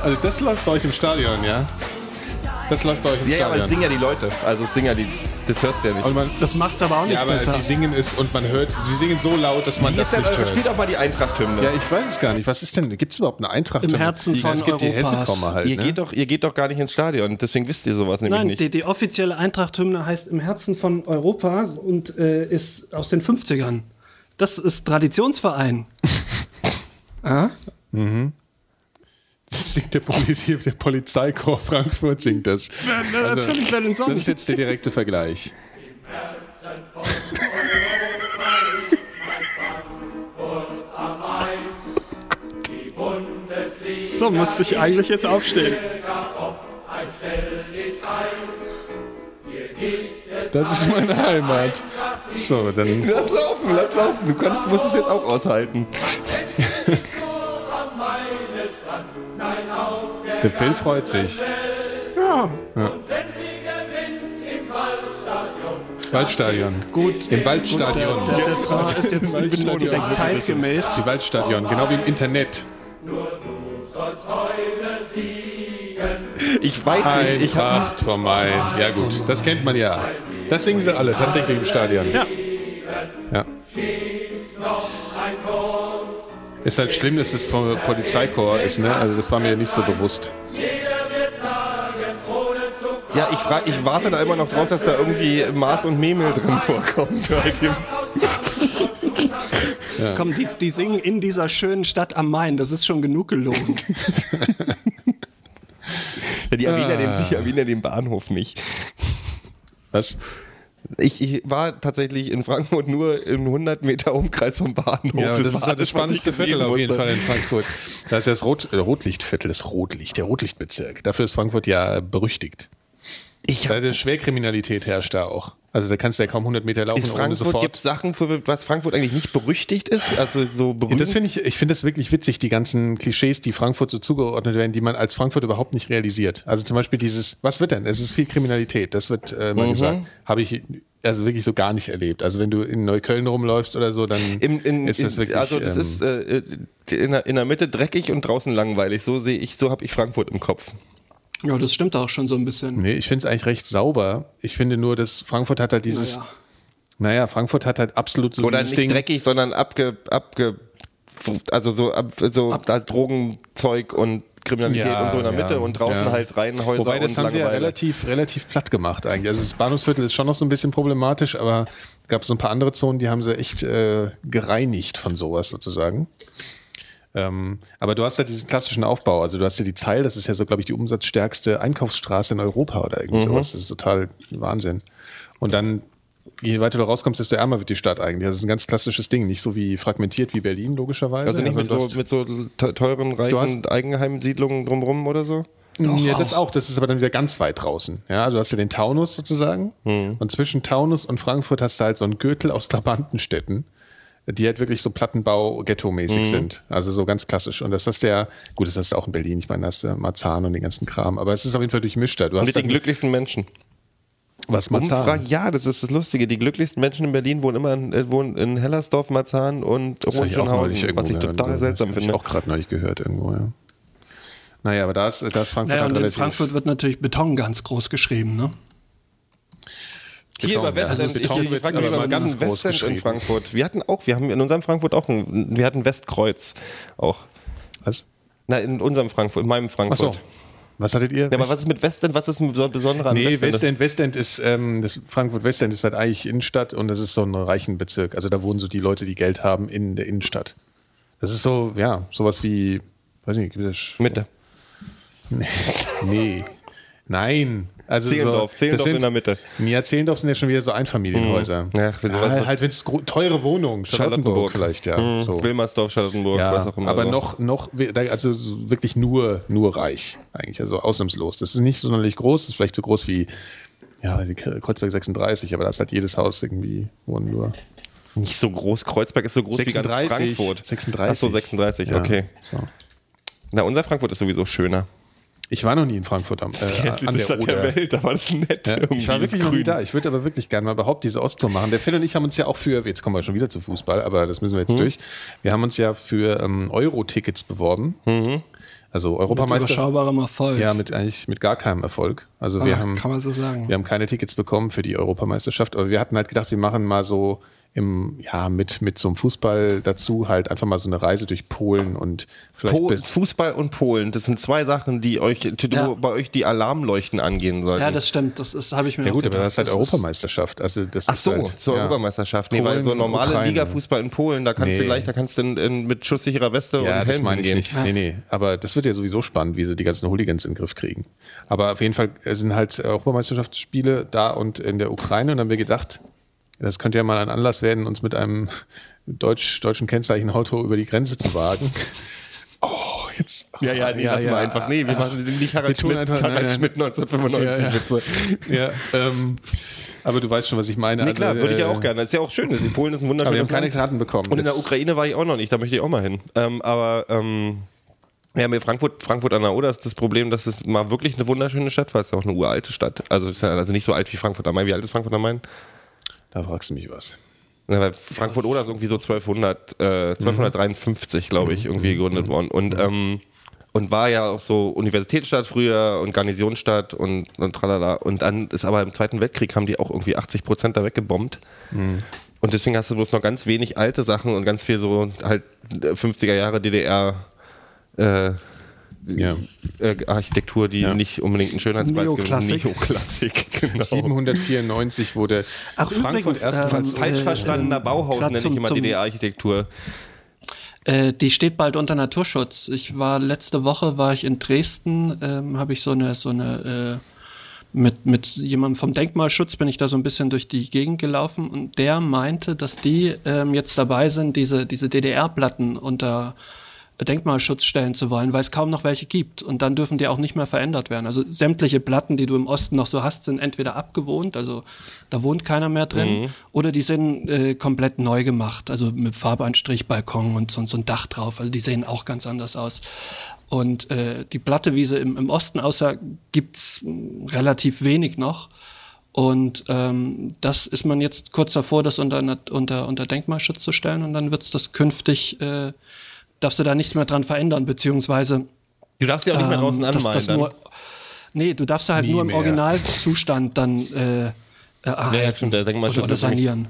Also das läuft bei euch im Stadion, ja? Das läuft bei euch im Ja, ja, aber das Stadion. singen ja die Leute. Also es singen ja die. Das hörst du ja nicht. und man, Das macht's aber auch nicht ja, aber besser. sie singen es und man hört, sie singen so laut, dass man Wie das ist denn nicht eure, hört. spielt auch mal die Eintracht-Hymne. Ja, ich weiß es gar nicht. Was ist denn? Gibt es überhaupt eine Eintracht? Im Herzen Ja, Es von gibt die Europas. Hessekommer halt. ihr, ne? geht doch, ihr geht doch gar nicht ins Stadion, deswegen wisst ihr sowas nämlich Nein, nicht. die, die offizielle Eintracht-Hymne heißt Im Herzen von Europa und äh, ist aus den 50ern. Das ist Traditionsverein. ah? Das singt der, Poliz der Polizeichor Frankfurt singt das. Also, natürlich, wer denn sonst? Das ist jetzt der direkte Vergleich. So musste ich eigentlich jetzt aufstehen. Das ist meine Heimat. So, dann Lass laufen, lass laufen. Du kannst, musst es jetzt auch aushalten. der Phil freut sich. Ja, Waldstadion. gut. Im Der, Waldstadion. der Refrain ist jetzt Waldstadion. nicht direkt zeitgemäß. Die Waldstadion, genau wie im Internet. Ich weiß nicht, ich hab Eintracht vom Mai. Ja gut, das kennt man ja. Das singen sie alle tatsächlich im Stadion. Ja. Ja. Ist halt schlimm, dass es vom Polizeikorps ist, ne? Also das war mir nicht so bewusst. Ja, ich, frag, ich warte da immer noch drauf, dass da irgendwie Mars und Memel drin vorkommt. Komm, die, die singen in dieser schönen Stadt am Main. Das ist schon genug gelogen. Die erwähnen, ja den, Ah. die erwähnen ja den Bahnhof nicht. Was? Ich, ich war tatsächlich in Frankfurt nur im 100 Meter Umkreis vom Bahnhof. Ja, das, ist war halt das alles, was spannendste ich gesehen Viertel auf jeden musste. Fall in Frankfurt. Da ist ja das Rot, äh, Rotlichtviertel, das Rotlicht, der Rotlichtbezirk. Dafür ist Frankfurt ja berüchtigt. Ich also Schwerkriminalität herrscht da auch. Also da kannst du ja kaum 100 Meter laufen Ist Frankfurt, sofort. gibt es Sachen, für was Frankfurt eigentlich nicht berüchtigt ist? Also so Und berühmt? das finde ich, ich finde das wirklich witzig, die ganzen Klischees, die Frankfurt so zugeordnet werden, die man als Frankfurt überhaupt nicht realisiert. Also zum Beispiel dieses, was wird denn? Es ist viel Kriminalität, das wird äh, Mhm. mal gesagt. Habe ich also wirklich so gar nicht erlebt. Also wenn du in Neukölln rumläufst oder so, dann Im, in, ist das in, wirklich. also das ähm, ist äh, in, der, in der Mitte dreckig und draußen langweilig. So sehe ich, so habe ich Frankfurt im Kopf. Ja, das stimmt auch schon so ein bisschen. Nee, ich finde es eigentlich recht sauber. Ich finde nur, dass Frankfurt hat halt dieses, naja, Naja. Frankfurt hat halt absolut so Oder dieses nicht Ding. dreckig, sondern abge, abge also so, ab, so da ist Drogenzeug und Kriminalität Ja, und so in der ja, Mitte und draußen ja. halt Reihenhäuser Wobei, das und haben sie ja Langeweile. relativ, relativ platt gemacht eigentlich. Also das Bahnhofsviertel ist schon noch so ein bisschen problematisch, aber es gab so ein paar andere Zonen, die haben sie echt äh, gereinigt von sowas sozusagen. Ähm, aber du hast ja diesen klassischen Aufbau. Also du hast ja die Zeil, das ist ja so, glaube ich, die umsatzstärkste Einkaufsstraße in Europa oder Mhm. irgendwie sowas. Das ist total Wahnsinn. Und dann, je weiter du rauskommst, desto ärmer wird die Stadt eigentlich. Also Das ist ein ganz klassisches Ding. Nicht so wie fragmentiert wie Berlin, logischerweise. also nicht mit du so, hast- mit so te- teuren, reichen hast- Eigenheimsiedlungen drumrum oder so? ja, das auch. Das ist aber dann wieder ganz weit draußen. Ja, also hast du den Taunus sozusagen. Mhm. Und zwischen Taunus und Frankfurt hast du halt so einen Gürtel aus Trabantenstädten, die halt wirklich so Plattenbau-Ghetto-mäßig Mhm. sind. Also so ganz klassisch. Und das hast du ja, gut, das hast du auch in Berlin. Ich meine, da hast du Marzahn und den ganzen Kram. Aber es ist auf jeden Fall durchmischter. Du hast Mit den dann- glücklichsten Menschen. was Umfragen, Marzahn. ja, das ist das Lustige. Die glücklichsten Menschen in Berlin wohnen immer in, äh, wohnen in Hellersdorf, Marzahn und Das hab ich auch neulich Hohenschönhausen, irgendwo was ich gehört. total seltsam Hab finde. Ich auch gerade neulich gehört irgendwo, ja. Naja, aber da ist, da ist Frankfurt Naja, halt und in relativ- Frankfurt wird natürlich Beton ganz groß geschrieben, ne? Hier Beton, über Westend, also Beton ich, ich wird frage mich aber über mal ganz ganz groß Westend in geschrieben. Frankfurt. Wir hatten auch, wir haben in unserem Frankfurt auch, ein, wir hatten Westkreuz auch. Was? Na, in unserem Frankfurt, in meinem Ach Frankfurt. so. Was hattet ihr? Oh Ja, aber was ist mit Westend? Was ist mit so besonderer an Nee, Westend? Westend, Westend ist, ähm, das Frankfurt Westend ist halt eigentlich Innenstadt und das ist so ein reichen Bezirk. Also da wohnen so die Leute, die Geld haben in der Innenstadt. Das ist so, ja, sowas wie, weiß nicht, gibt es Sch- Mitte. Nee. Nein. Also Zehlendorf, so, Zehlendorf das sind, in der Mitte. Hm. Ja, Zehlendorf sind ja schon wieder so Einfamilienhäuser. Ja, Ja, für sowas wird- halt, wenn es teure Wohnungen, Charlottenburg, vielleicht, ja. Hm, so. Wilmersdorf, Charlottenburg, Ja, was auch immer. aber noch, noch, also so wirklich nur, nur reich, eigentlich, also ausnahmslos. Das ist nicht sonderlich groß, das ist vielleicht so groß wie, ja, die K- Kreuzberg 36, aber da ist halt jedes Haus irgendwie, wohnen nur. Nicht so groß. Kreuzberg ist so groß wie ganz 36, Frankfurt. 36. Ach so, 36, Ja, okay. So. Na, unser Frankfurt ist sowieso schöner. Ich war noch nie in Frankfurt am, äh, an der Oder. Welt, aber das ist nett. Ja, ich war wirklich ist noch nie grün. da. Ich würde aber wirklich gerne mal überhaupt diese Osttour machen. Der Phil und ich haben uns ja auch für, jetzt kommen wir schon wieder zu Fußball, aber das müssen wir jetzt Hm. durch. Wir haben uns ja für ähm, Euro-Tickets beworben. Mhm. Also Europameister. Überschaubarem Erfolg. Ja, mit eigentlich mit gar keinem Erfolg. Also wir Ah, haben kann man so sagen. wir haben keine Tickets bekommen für die Europameisterschaft, aber wir hatten halt gedacht, wir machen mal so im ja mit mit so einem Fußball dazu halt einfach mal so eine Reise durch Polen und vielleicht Po bis Fußball und Polen, das sind zwei Sachen, die euch, die Ja. bei euch die Alarmleuchten angehen sollten. Ja, das stimmt. Das, ist- habe ich mir ja auch gut, aber gedacht. das ist halt Das Europameisterschaft. Also das Ach so, ist halt, zur ja. Europameisterschaft. Nee, weil Polen so und normale Ukraine. Liga-Fußball in Polen, da kannst du Nee. gleich, da kannst du in, in, mit schusssicherer Weste und Ja, Helm das meine ich hingehen. nicht. Nee, nee. Aber das wird ja sowieso spannend, wie sie die ganzen Hooligans in den Griff kriegen. Aber auf jeden Fall sind halt Europameisterschaftsspiele da und in der Ukraine. Und dann haben wir gedacht, das könnte ja mal ein Anlass werden, uns mit einem deutsch, deutschen Kennzeichen Auto über die Grenze zu wagen. Oh, jetzt. Ja, ja, nee, lassen wir einfach. Nee, wir machen nicht Wir Harald tun Schmidt, einfach- Harald nein, nein. Schmidt 1995 Witze. Ja, ähm, aber du weißt schon, was ich meine. Nee, Also, klar, würde ich ja äh, auch gerne. Das ist ja auch schön. Das ist- Polen ist ein wunderschönes Aber wir haben keine Land. Karten bekommen. Und in der Das- Ukraine war ich auch noch nicht, da möchte ich auch mal hin. Ähm, aber ähm, ja, mir Frankfurt, Frankfurt an der Oder ist das Problem, dass es mal wirklich eine wunderschöne Stadt war. Es ist ja auch eine uralte Stadt. Also, ist ja also nicht so alt wie Frankfurt am Main. Wie alt ist Frankfurt am Main? Da fragst du mich was. Na, weil Frankfurt Oder ist irgendwie so 1200, äh, 1253, glaube Mhm. ich, irgendwie gegründet worden. Und, ähm, und war ja auch so Universitätsstadt früher und Garnisonsstadt und, und tralala. Und dann ist aber im Zweiten Weltkrieg haben die auch irgendwie 80 Prozent da weggebombt. Mhm. Und deswegen hast du bloß noch ganz wenig alte Sachen und ganz viel so halt 50er Jahre DDR. Äh, Ja. äh, Architektur, die Ja. nicht unbedingt einen Schönheitspreis Neoklassik. Neoklassik, genau. 794 wurde Ach, Frankfurt übrigens, erstmals ähm, Falsch äh, verstandener Bauhaus grad nenne ich zum- immer zum- DDR-Architektur. Äh, die steht bald unter Naturschutz. Ich war letzte Woche war ich in Dresden, ähm, habe ich so eine so eine äh, mit mit jemandem vom Denkmalschutz bin ich da so ein bisschen durch die Gegend gelaufen und der meinte, dass die ähm, jetzt dabei sind, diese diese DDR-Platten unter Denkmalschutzstellen zu wollen, weil es kaum noch welche gibt. Und dann dürfen die auch nicht mehr verändert werden. Also sämtliche Platten, die du im Osten noch so hast, sind entweder abgewohnt, also da wohnt keiner mehr drin, oder die sind äh, komplett neu gemacht, also mit Farbanstrich, Balkon und so, so ein Dach drauf. Also die sehen auch ganz anders aus. Und äh, die Platte, wie sie im, im Osten aussah, gibt's mh, relativ wenig noch. Und ähm, das ist man jetzt kurz davor, das unter, einer- unter, unter Denkmalschutz zu stellen. Und dann wird's das künftig, äh, darfst du da nichts mehr dran verändern, beziehungsweise Du darfst ja auch nicht mehr draußen ähm, dass anmalen. das dann. nur, nee, du darfst da halt Nie nur im mehr. Originalzustand dann äh, äh, erhalten stimmt, der Denkmalschutz oder, oder ist nämlich- sanieren.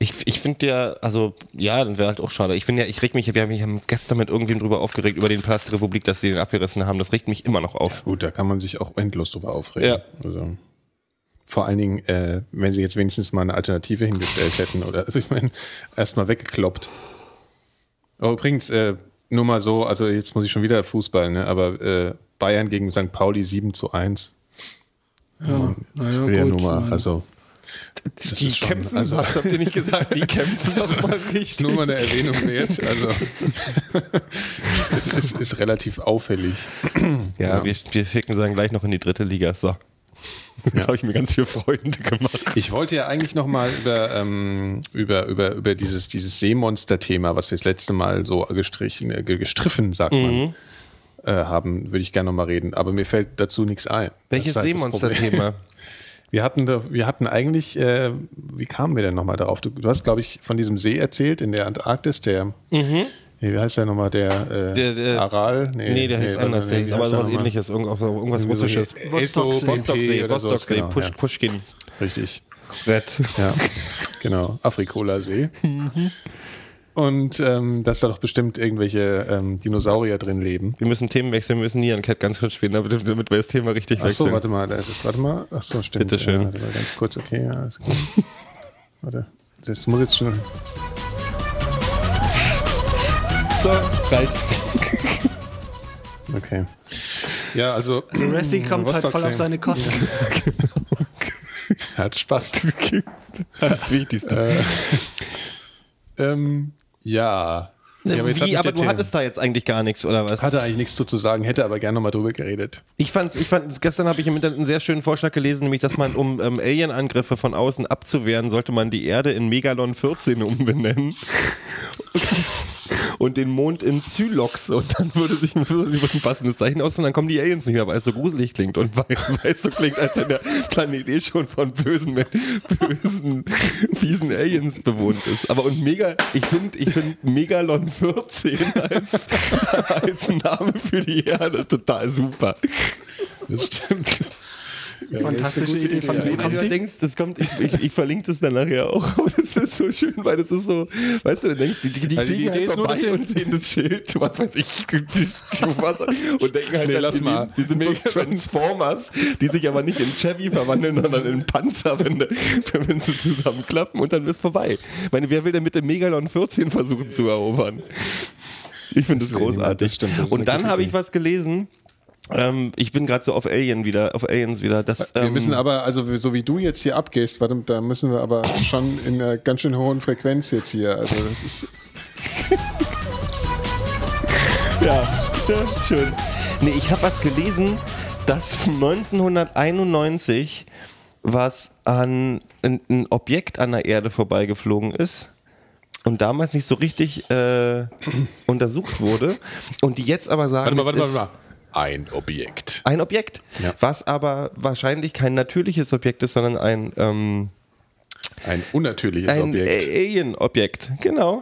Ich, ich finde ja, also ja, dann wäre halt auch schade. Ich bin ja, ich reg mich, wir haben, wir haben gestern mit irgendwem drüber aufgeregt über den Palast der Republik, dass sie den abgerissen haben. Das regt mich immer noch ähm, auf. Gut, da kann man sich auch endlos drüber aufregen. Ja. Also, vor allen Dingen, äh, wenn sie jetzt wenigstens mal eine Alternative hingestellt hätten oder, also ich meine, erstmal weggekloppt. Oh, übrigens, äh, nur mal so, also jetzt muss ich schon wieder Fußball, ne? aber äh, Bayern gegen St. Pauli 7 zu 1. Ja, naja, Schwere gut. Nummer, also. Das Die kämpfen, also, was habt ihr nicht gesagt? Die kämpfen doch mal ist nur mal eine Erwähnung wert. Also, es ist relativ auffällig. Ja, Wir, wir schicken sie dann gleich noch in die dritte Liga. So. Jetzt habe ich mir ganz viel Freunde gemacht. Ich wollte ja eigentlich noch mal über, ähm, über, über, über dieses, dieses Seemonster-Thema, was wir das letzte Mal so gestrichen, äh, ge- gestriffen, sagt Mhm. man, äh, haben, würde ich gerne noch mal reden. Aber mir fällt dazu nichts ein. Das ist Welches halt das Problem. Seemonster-Thema? Wir hatten, da- wir hatten eigentlich, äh, wie kamen wir denn noch mal darauf? Du, du hast, glaube ich, von diesem See erzählt in der Antarktis, der, nee, wie heißt der noch mal, der, äh, Mhm. Der- der- Aral? Nee, Nee, der heißt anders. Der nee, ist wie aber heißt der sowas noch mal? ähnliches. Irgend, auch so irgendwas Irgendwie so russisches. hier- Vostoksee. Esso- Vostoksee, oder sowas, Vostoksee, genau, Push, ja. Pushkin. Richtig. Red. Ja, genau. Afrikola-See. Mhm. Und ähm, dass da doch bestimmt irgendwelche ähm, Dinosaurier drin leben. Wir müssen Themen wechseln, wir müssen nie an Cat ganz kurz spielen, damit, damit wir das Thema richtig Achso, wechseln. warte mal, äh, das ist, warte mal. Achso, stimmt. Bitte schön. Ja, warte mal ganz kurz, okay, ja, ist gut. Warte. Das muss jetzt schon. So, reicht. Okay. Ja, also. Also Resi kommt halt voll auf Rostocksee. seine Kosten. Hat Spaß. Das ist das Wichtigste. ähm, ja. ja jetzt hat mich Wie, der aber du Tim- hattest da jetzt eigentlich gar nichts, oder was? Hatte eigentlich nichts zu, zu sagen, hätte aber gerne nochmal drüber geredet. Ich fand's, ich fand, gestern habe ich im Internet einen sehr schönen Vorschlag gelesen, nämlich, dass man, um ähm, Alien-Angriffe von außen abzuwehren, sollte man die Erde in Megalon 14 umbenennen und den Mond in Zylox und dann würde sich würde sich ein passendes Zeichen aus und dann kommen die Aliens nicht mehr, weil es so gruselig klingt und weil, weil es so klingt, als wenn der Planet eh schon von bösen, Men- bösen, fiesen Aliens bewohnt ist. Aber und mega, ich finde ich find Megalon 14 als, als Name für die Erde total super. Das stimmt. Ja, Fantastische ist eine gute Idee von Idee mir. Wenn eigentlich. du denkst, das kommt, ich, ich, ich verlinke das dann nachher auch, aber das ist so schön, weil das ist so, weißt du, dann denkst du, die, die Also die kriegen Idee halt ist nur, vorbei dass sie- und sehen das Schild, was weiß ich, die- die- was- und denken halt, Nee, dass lass die, mal. die sind bloß Transformers, die sich aber nicht in Chevy verwandeln, sondern in Panzer, wenn, du- wenn sie zusammenklappen und dann ist vorbei. Ich meine, wer will denn mit dem Megalon 14 versuchen zu erobern? Ich finde das Deswegen, großartig. das stimmt, das ist eine und dann gute habe Idee. ich was gelesen. Ähm, ich bin gerade so auf Alien wieder, auf Aliens wieder. Dass, Wir ähm, müssen aber, also so wie du jetzt hier abgehst, warte, da müssen wir aber schon in einer ganz schön hohen Frequenz jetzt hier. Also das ist, Ja, ja, schön. Nee, ich habe was gelesen, dass 1991 was an ein, ein Objekt an der Erde vorbeigeflogen ist und damals nicht so richtig äh, untersucht wurde und die jetzt aber sagen, es ist Ein Objekt. ein Objekt, Ja. was aber wahrscheinlich kein natürliches Objekt ist, sondern ein ähm, Ein unnatürliches ein äh, Objekt. Hm. A- Alien-Objekt, genau.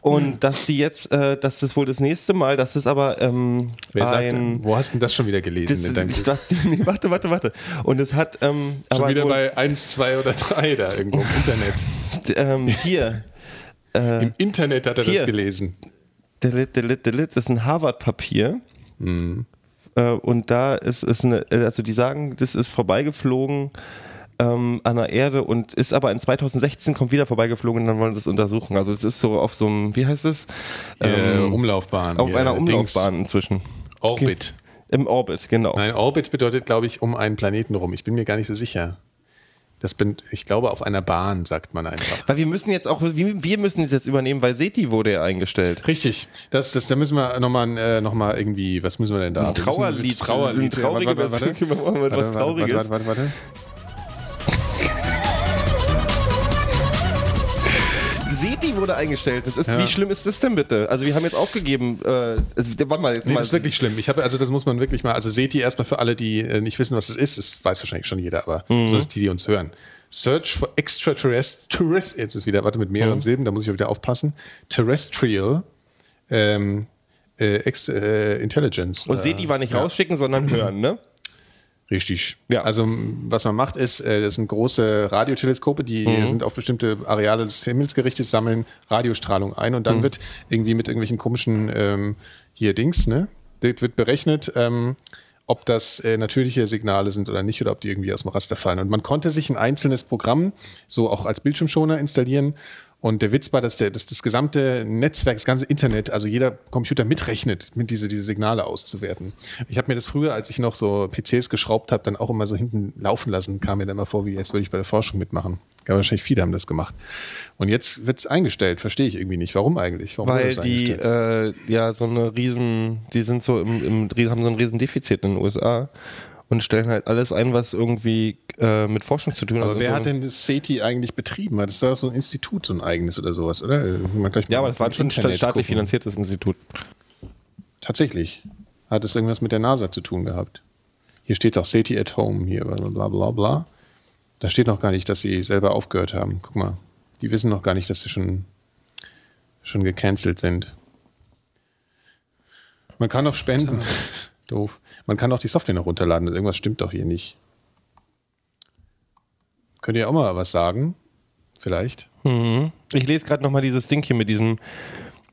Und dass die jetzt, äh, dass das wohl das nächste Mal, dass es aber ähm, Wer sagt, ein, wo hast denn das schon wieder gelesen? in deinem- das, das, nee, warte, warte, warte. Und es hat ähm, schon aber wieder wohl, bei 1, 2 oder 3 da irgendwo im Internet. ähm, hier, Im Internet hat er Äh, Hier. das gelesen. delit, delit, delit, das ist ein Harvard-Papier. Mhm. Äh, und da ist es eine, äh, also die sagen, das ist vorbeigeflogen ähm, an der Erde und ist aber in 2016 kommt wieder vorbeigeflogen und dann wollen sie es untersuchen. Also es ist so auf so einem, wie heißt es? Äh, Umlaufbahn. Ähm, auf hier, einer Dings. Umlaufbahn inzwischen. Orbit. Im Orbit, genau. Nein, Orbit bedeutet, glaube ich, um einen Planeten rum. Ich bin mir gar nicht so sicher. Das bin, ich glaube, auf einer Bahn sagt man einfach. Weil wir müssen jetzt auch, wir wir müssen es jetzt übernehmen, weil Seti wurde ja eingestellt. Richtig. Das, das, da müssen wir nochmal äh, noch mal irgendwie, was müssen wir denn da? Ein Trauerlied. Ein Trauerlied. Ein traurige Warte, warte, Version. Wir machen mal warte, was warte, Trauriges. Warte, warte, warte. Seti wurde eingestellt. Das ist, Ja. wie schlimm ist das denn bitte? Also wir haben jetzt aufgegeben, äh, also, warte mal jetzt Nee, mal. das ist wirklich schlimm. Ich habe, also das muss man wirklich mal, also SETI erstmal für alle, die äh, nicht wissen, was es ist, das weiß wahrscheinlich schon jeder, aber Mhm. sonst die, die uns hören. Search for extraterrestrials, jetzt ist wieder, warte, mit Mhm. mehreren Silben, da muss ich wieder aufpassen. Terrestrial ähm, äh, ex, äh, Intelligence. Und äh, Seti war nicht rausschicken, sondern hören, ne? Richtig. Ja. Also m, was man macht ist, äh, das sind große Radioteleskope, die sind auf bestimmte Areale des Himmels gerichtet, sammeln Radiostrahlung ein und dann wird irgendwie mit irgendwelchen komischen ähm, hier Dings, ne? Das wird berechnet, ähm, ob das äh, natürliche Signale sind oder nicht oder ob die irgendwie aus dem Raster fallen. Und man konnte sich ein einzelnes Programm so auch als Bildschirmschoner installieren. Und der Witz war, dass, der, dass das gesamte Netzwerk, das ganze Internet, also jeder Computer mitrechnet, mit diese, diese Signale auszuwerten. Ich habe mir das früher, als ich noch so PCs geschraubt habe, dann auch immer so hinten laufen lassen, kam mir dann immer vor, wie jetzt würde ich bei der Forschung mitmachen. Ja, wahrscheinlich viele haben das gemacht. Und jetzt wird's eingestellt, verstehe ich irgendwie nicht. Warum eigentlich? Warum Weil wurde das die, eingestellt? äh, ja, so eine riesen, die sind so im, im haben so ein riesen Defizit in den USA und stellen halt alles ein, was irgendwie äh, mit Forschung zu tun hat. aber wer so hat denn das SETI eigentlich betrieben? Das war doch so ein Institut, so ein eigenes oder sowas, oder? Äh, Man kann gleich Ja, mal aber das war im schon ein Internet gucken. staatlich finanziertes Institut. Tatsächlich. Hat es irgendwas mit der NASA zu tun gehabt? Hier steht auch SETI at Home, hier bla bla bla bla. Da steht noch gar nicht, dass sie selber aufgehört haben. Guck mal, die wissen noch gar nicht, dass sie schon, schon gecancelt sind. Man kann auch spenden. Doof. Man kann auch die Software noch runterladen. Irgendwas stimmt doch hier nicht. Könnt ihr auch mal was sagen? Vielleicht. Ich lese gerade nochmal dieses Ding hier mit diesem,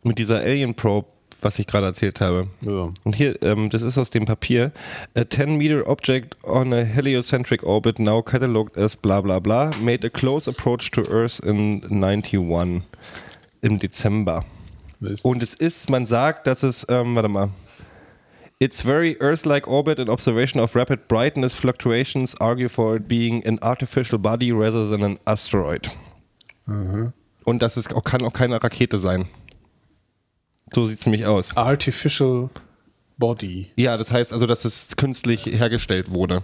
mit dieser Alien Probe, was ich gerade erzählt habe. Ja. Und hier, ähm, das ist aus dem Papier. A 10-meter object on a heliocentric orbit now cataloged as bla bla bla made a close approach to Earth in 91 im Dezember. Mist. Und es ist, man sagt, dass es, ähm, warte mal. Its very Earth-like orbit and observation of rapid brightness fluctuations argue for it being an artificial body rather than an asteroid. Und das ist auch, kann auch keine Rakete sein. So sieht es nämlich aus. Artificial Body. Ja, das heißt also, dass es künstlich hergestellt wurde.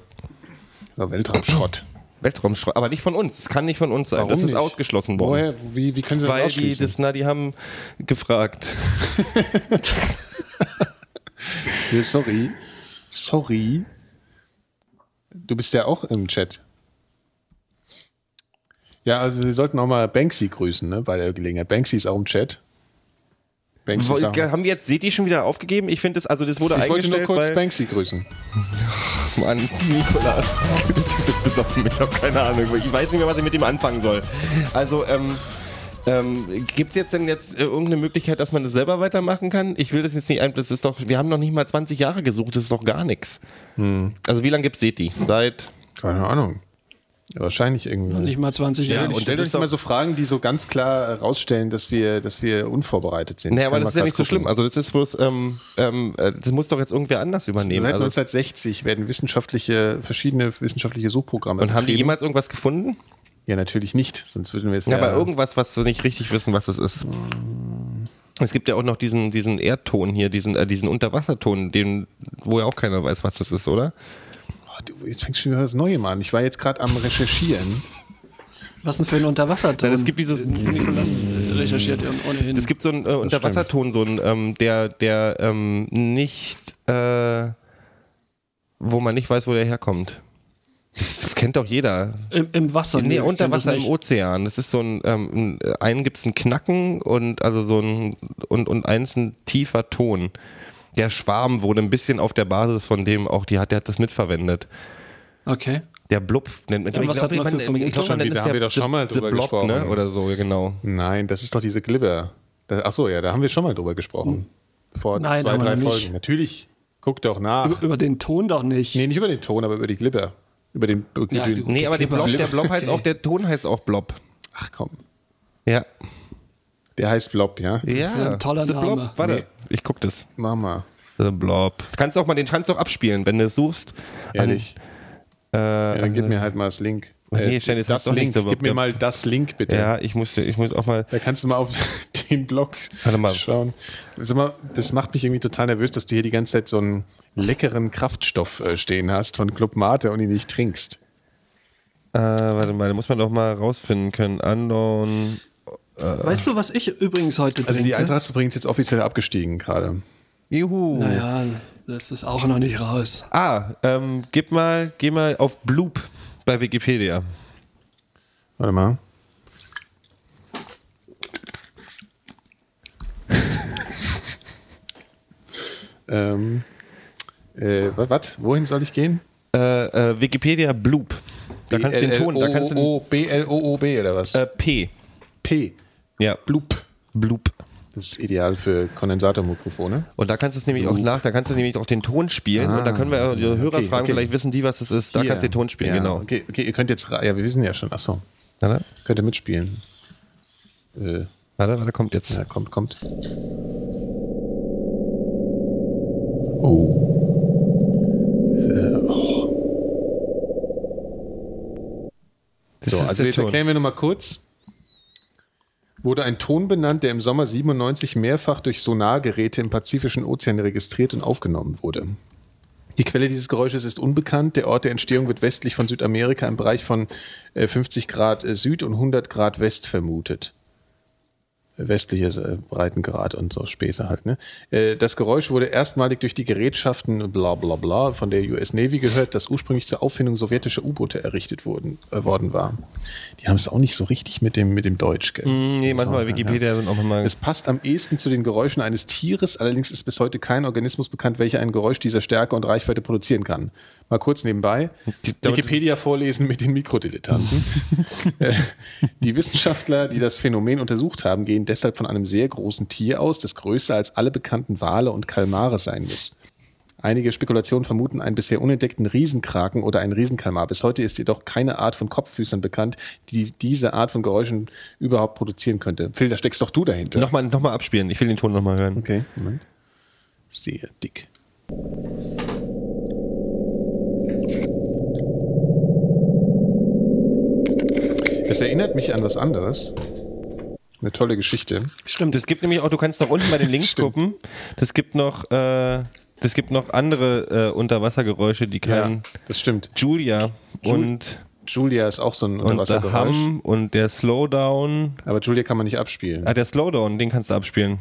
Ja, Weltraumschrott. Weltraumschrott, aber nicht von uns. Es kann nicht von uns sein. das ist nicht? ausgeschlossen worden. Woher, wie, wie können Sie Weil das die, ausschließen? das, na, die haben gefragt. Ja, sorry. Sorry. Du bist ja auch im Chat. Ja, also Sie sollten auch mal Banksy grüßen, ne, bei der Gelegenheit. Banksy ist auch im Chat. Banksy ist auch. Wolke, haben wir jetzt Seti schon wieder aufgegeben? Ich finde das, also das wurde Ich wollte nur eingestellt, kurz weil... Banksy grüßen. Mann, Nikolas, du bist besoffen, ich habe keine Ahnung. Ich weiß nicht mehr, was ich mit ihm anfangen soll. Also, ähm, ähm, gibt es jetzt denn jetzt äh, irgendeine Möglichkeit, dass man das selber weitermachen kann? Ich will das jetzt nicht ein, das ist doch, wir haben noch nicht mal 20 Jahre gesucht, das ist doch gar nichts. Hm. Also wie lange gibt es Seti? Seit... Keine Ahnung. Ja, wahrscheinlich irgendwie. Nicht mal 20 ja, Jahre. und und stellt das euch ist doch- mal so Fragen, die so ganz klar herausstellen, dass wir, dass wir unvorbereitet sind. Naja, Ich aber kann das ist mal ja grad nicht so gucken. schlimm. Also das ist bloß, ähm, ähm, äh, das muss doch jetzt irgendwer anders übernehmen. Seit Also, 1960 werden wissenschaftliche, verschiedene wissenschaftliche Suchprogramme und haben die betrieben. jemals irgendwas gefunden? Ja, natürlich nicht, sonst würden wir es Ja, aber irgendwas, was wir nicht richtig wissen, was es ist. Es gibt ja auch noch diesen, diesen Erdton hier, diesen, äh, diesen Unterwasserton, den, wo ja auch keiner weiß, was das ist, oder? Oh, du, jetzt fängst du schon wieder das Neue mal an. Ich war jetzt gerade am Recherchieren. Was denn für ein Unterwasserton? Es gibt dieses- Nikolas äh, recherchiert ja ohnehin. Es gibt so einen äh, Unterwasserton, so einen, ähm, der, der ähm, nicht, äh, wo man nicht weiß, wo der herkommt. Das kennt doch jeder. Im, Im Wasser. Nee, ich kenn unter das Wasser nicht. im Ozean. Das ist so ein, ähm, ein- einen gibt es einen Knacken und also so ein und, und eins ein tiefer Ton. Der Schwarm wurde ein bisschen auf der Basis von dem auch, die hat, der hat das mitverwendet. Okay. Der Blub nennt man Ja, was hat man für Vermuten? Schon wieder, haben wir doch schon mal drüber gesprochen. ne? Oder so, ja, genau. Nein, das ist doch diese Glibber. Da, ach so, ja, da haben wir schon mal drüber gesprochen. Vor Nein, zwei, haben wir drei noch nicht. Folgen. Natürlich. Guck doch nach. Über, über den Ton doch nicht. Nee, nicht über den Ton, aber über die Glibber. Über den. Über Ja, den du- Nee, aber der Blub. Blob, der Blob heißt Okay. auch, der Ton heißt auch Blob. ach komm. Ja. Der heißt Blob, ja? Ja. ist ein toller The Name. Blob, warte, ich guck das. Mama. The Blob. Kannst du auch mal den kannst du auch abspielen, wenn du es suchst. Ehrlich. An, äh, Ja, dann gib mir halt mal das Link. nee, Stefan, jetzt das doch Link, darüber- gib mir mal das Link bitte. Ja, ich muss, ich muss auch mal. Da kannst du mal auf den Blog Warte mal. schauen. Sag mal, das macht mich irgendwie total nervös, dass du hier die ganze Zeit so einen leckeren Kraftstoff äh, stehen hast von Club Mate und ihn nicht trinkst. Äh, warte mal, da muss man doch mal rausfinden können. Unknown. Weißt du, was ich übrigens heute trinke? Also die Eintracht ist übrigens jetzt offiziell abgestiegen gerade. Juhu. Naja, das ist auch noch nicht raus. Ah, ähm, gib mal, geh mal auf Bloop bei Wikipedia. Warte mal. ähm, äh, wa- was? Wohin soll ich gehen? Äh, äh, Wikipedia Bloop. Da kannst du den Ton, da kannst du den, B L O O B oder was? äh, P. P. Ja, Bloop. Bloop. Das ist ideal für Kondensatormikrofone. Und da kannst du es nämlich auch nach, da kannst du nämlich auch den Ton spielen und da können wir die Hörer Ah, okay, fragen, okay. vielleicht wissen die, was das ist. Da Hier. kannst du den Ton spielen, ja. genau. Okay, okay, ihr könnt jetzt, ra- ja, wir wissen ja schon, achso, Warte, könnt ihr mitspielen. Äh, warte, warte, kommt jetzt. ja, kommt, kommt. Oh. Äh, oh. Das So, ist also der jetzt Ton. erklären wir nochmal kurz. Wurde ein Ton benannt, der im Sommer 97 mehrfach durch Sonargeräte im Pazifischen Ozean registriert und aufgenommen wurde. Die Quelle dieses Geräusches ist unbekannt. Der Ort der Entstehung wird westlich von Südamerika im Bereich von äh, 50 Grad äh, Süd und 100 Grad West vermutet. Westliches äh, Breitengrad und so Späße halt. Ne? Äh, das Geräusch wurde erstmalig durch die Gerätschaften bla bla bla von der US Navy gehört, das ursprünglich zur Auffindung sowjetischer U-Boote errichtet wurden, äh, worden war. Die haben es auch nicht so richtig mit dem, mit dem Deutsch. Gell? Nee, manchmal So, Wikipedia sind auch mal. es passt am ehesten zu den Geräuschen eines Tieres, allerdings ist bis heute kein Organismus bekannt, welcher ein Geräusch dieser Stärke und Reichweite produzieren kann. Mal kurz nebenbei. Die- damit- Wikipedia vorlesen mit den Mikrodilettanten. Äh, die Wissenschaftler, die das Phänomen untersucht haben, gehen deshalb von einem sehr großen Tier aus, das größer als alle bekannten Wale und Kalmare sein muss. Einige Spekulationen vermuten einen bisher unentdeckten Riesenkraken oder einen Riesenkalmar. Bis heute ist jedoch keine Art von Kopffüßern bekannt, die diese Art von Geräuschen überhaupt produzieren könnte. Phil, da steckst doch du dahinter. Nochmal noch mal abspielen, ich will den Ton nochmal hören. Okay, Moment. Sehr dick. Es erinnert mich an was anderes. Eine tolle Geschichte. Stimmt. Das gibt nämlich auch, du kannst noch unten bei den Links Stimmt. gucken. Das gibt noch, äh, das gibt noch andere äh, Unterwassergeräusche, die kennen das stimmt. Julia und, Julia ist auch so ein und der Unterwassergeräusch. Hum und der Slowdown. Aber Julia kann man nicht abspielen. Ah, der Slowdown, den kannst du abspielen.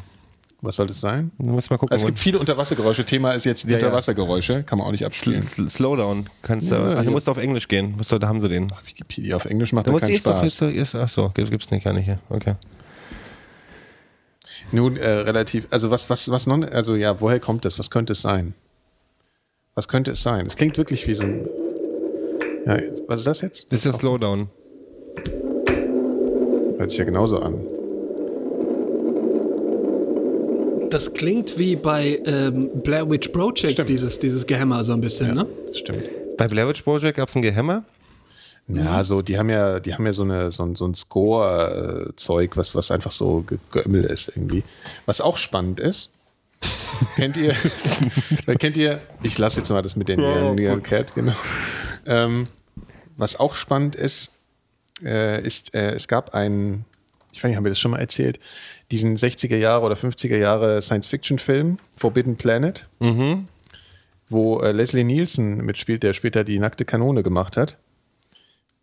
Was soll das sein? Du musst mal gucken. Es gibt viele Unterwassergeräusche. Thema ist jetzt ja. Unterwassergeräusche. Kann man auch nicht abspielen. Sl- Slowdown kannst du. Ja, ach, du ja. musst auf Englisch gehen. Musst du, da haben sie den. Wikipedia auf Englisch macht Da da musst du keinen erst doch, Spaß. erst doch, erst, ach so, das gibt's nicht, gar nicht hier. Okay. Nun, äh, relativ, also was, was, was noch, also ja, woher kommt das? Was könnte es sein? Was könnte es sein? Es klingt wirklich wie so ein. Ja, was ist das jetzt? Das ist der Slowdown. Hört sich ja genauso an. Das klingt wie bei ähm, Blair Witch Project, Stimmt. dieses, dieses Gehämmer so ein bisschen, ne? Das Stimmt. Bei Blair Witch Project gab's ein Gehämmer. Ja, so, die haben ja, die haben ja so, eine, so ein, so ein Score-Zeug, was, was einfach so ge- geömmel ist irgendwie. Was auch spannend ist, kennt ihr, kennt ihr, ich lasse jetzt mal das mit den ja, Neon Cat, genau. Ähm, was auch spannend ist, äh, ist, äh, es gab einen, ich weiß nicht, haben wir das schon mal erzählt, diesen 60er Jahre oder 50er Jahre Science-Fiction-Film, Forbidden Planet, Mhm. wo äh, Leslie Nielsen mitspielt, der später die nackte Kanone gemacht hat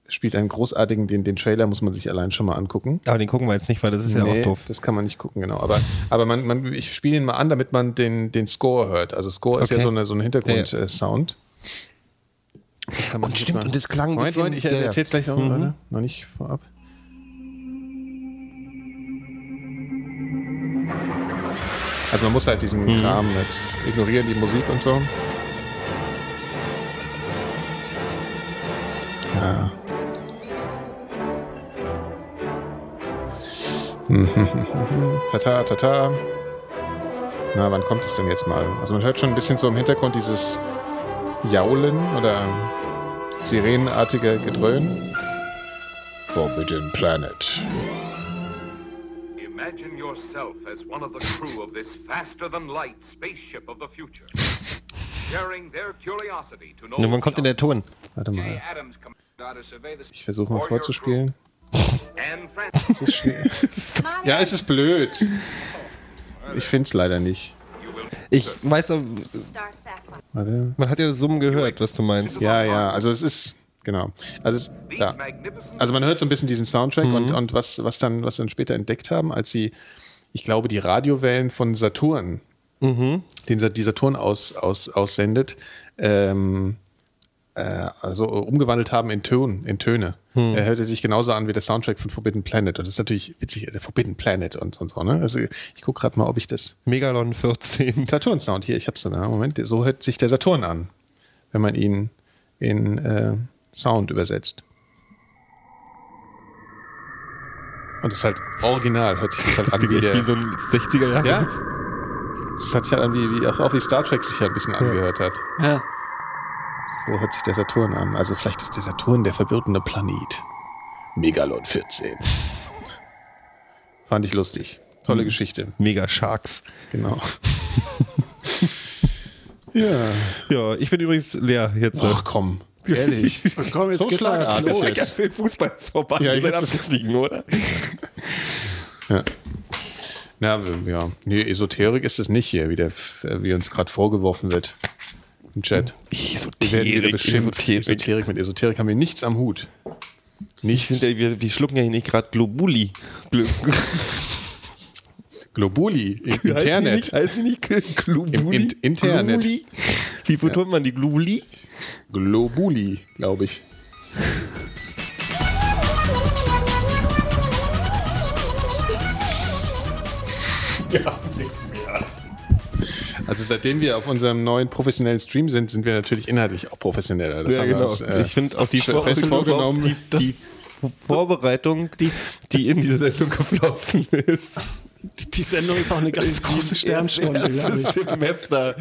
spielt einen großartigen, den, den Trailer muss man sich allein schon mal angucken. Aber den gucken wir jetzt nicht, weil das ist ja auch doof. das kann man nicht gucken, genau. Aber, aber man, man, ich spiele ihn mal an, damit man den, den Score hört. Also Score ist Okay. ja so, eine, so ein äh, Ja, ja. Hintergrund-Sound. Das kann man sich mal- klang ein Moment, Moment, ich ja, ja. erzähl's gleich noch, Leute. Noch nicht vorab. Also man muss halt diesen Kram jetzt ignorieren, die Musik und so. Ja. Tata, tata. Na, wann kommt es denn jetzt mal? Also man hört schon ein bisschen so im Hintergrund dieses Jaulen oder sirenenartige Gedröhn. Forbidden Planet. Imagine yourself as one of the crew of this faster than light spaceship of the future. Nur wann kommt denn der Ton? Warte mal. Ich versuche mal vorzuspielen. Ja, es ist blöd. Ich finde es leider nicht. Ich weiß, aber, Warte. man hat ja das Summen gehört, was du meinst. Ja, ja, also es ist. Genau. Also, es, ja. also man hört so ein bisschen diesen Soundtrack und, und was, was, dann, was dann später entdeckt haben, als sie, ich glaube, die Radiowellen von Saturn, den Sa- die Saturn aus, aus, aussendet, ähm, äh, also umgewandelt haben in, Tön, in Töne. Er hörte sich genauso an wie der Soundtrack von Forbidden Planet. Und das ist natürlich witzig, der Forbidden Planet und, und so. Ne? Also ich gucke gerade mal, ob ich das. Megalon 14. Saturn-Sound hier, ich hab's da. Moment, so hört sich der Saturn an, wenn man ihn in äh, Sound übersetzt. Und es ist halt original, hört sich das halt Das an klingt wie echt wie der. so ein 60er Jahre. Ja. Das hat sich halt an wie, wie auch, auch wie Star Trek sich ja ein bisschen angehört hat. Ja. So hört sich der Saturn an. Also vielleicht ist der Saturn der verbirgene Planet. Megalon 14. Fand ich lustig. Tolle Hm. Geschichte. Mega Sharks. Genau. ja. Ja, ich bin übrigens leer jetzt. Ach komm. Ehrlich. Komm, jetzt So geht's aber erst schlagartig. los. Yes. für den Fußball ist vorbei. Ja, Ja, jetzt jetzt- abgestiegen, oder? Na, w- ja. Nee, Esoterik ist es nicht hier, wie, der, äh, wie uns gerade vorgeworfen wird im Chat. Wir werden wieder beschimpft. Esoterik. Mit Esoterik haben wir nichts am Hut. Nichts. Nichts. Ja, wir, wir schlucken ja hier nicht gerade Globuli. Glo Globuli im Internet. Heißt die nicht, heißt die nicht Globuli? Im In- Internet. Globuli? Wie betont man die Globuli? Globuli, glaube ich. Also seitdem wir auf unserem neuen professionellen Stream sind, sind wir natürlich inhaltlich auch professioneller. Das haben wir uns, äh, genau. ich finde auch die, fest vorgenommen. die, die Vorbereitung, die, die in diese Sendung geflossen ist. Die Sendung ist auch eine ganz große Sternstunde, glaube ich. Erstes Semester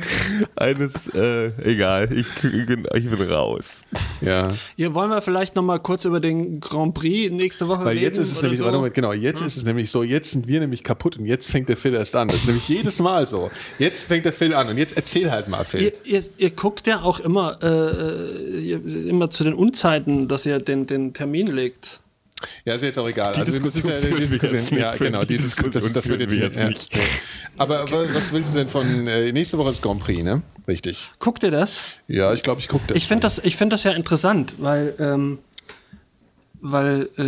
eines, äh, egal, ich, ich bin raus. ja. Hier wollen wir vielleicht nochmal kurz über den Grand Prix nächste Woche Weil reden. jetzt ist es oder nämlich, so. warte mal, genau, jetzt ist es nämlich so, jetzt sind wir nämlich kaputt und jetzt fängt der Phil erst an. Das ist nämlich jedes Mal so. Jetzt fängt der Phil an und jetzt erzähl halt mal, Phil. Ihr, ihr, ihr guckt ja auch immer, äh, äh, ihr- immer zu den Unzeiten, dass ihr den, den Termin legt. Ja, ist jetzt auch egal. Die Diskussion das ist ja, die führen wir jetzt Diskussion, nicht. ja genau, die Die Diskussion, das, Diskussion das wird jetzt, führen wir ja. jetzt Aber wa- was willst du denn von äh, nächste Woche ist Grand Prix, ne? Richtig. Guckt ihr das? Ja, ich glaube, ich gucke das. Ich finde das, ich find das ja interessant, weil, ähm, weil, äh,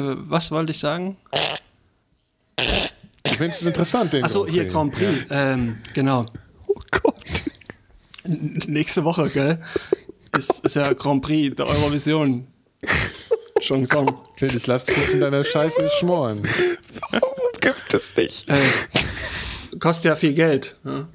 äh, was wollte ich sagen? Ich finde es interessant, den Achso, hier Grand Prix, ähm, genau. Oh Gott. N- Nächste Woche, gell? Ist, ist ja Grand Prix der Eurovision. Schon ein Song. Phil, ich lass dich jetzt in deiner Scheiße schmoren. Warum gibt es nicht? Äh, Kostet ja viel Geld. Ne?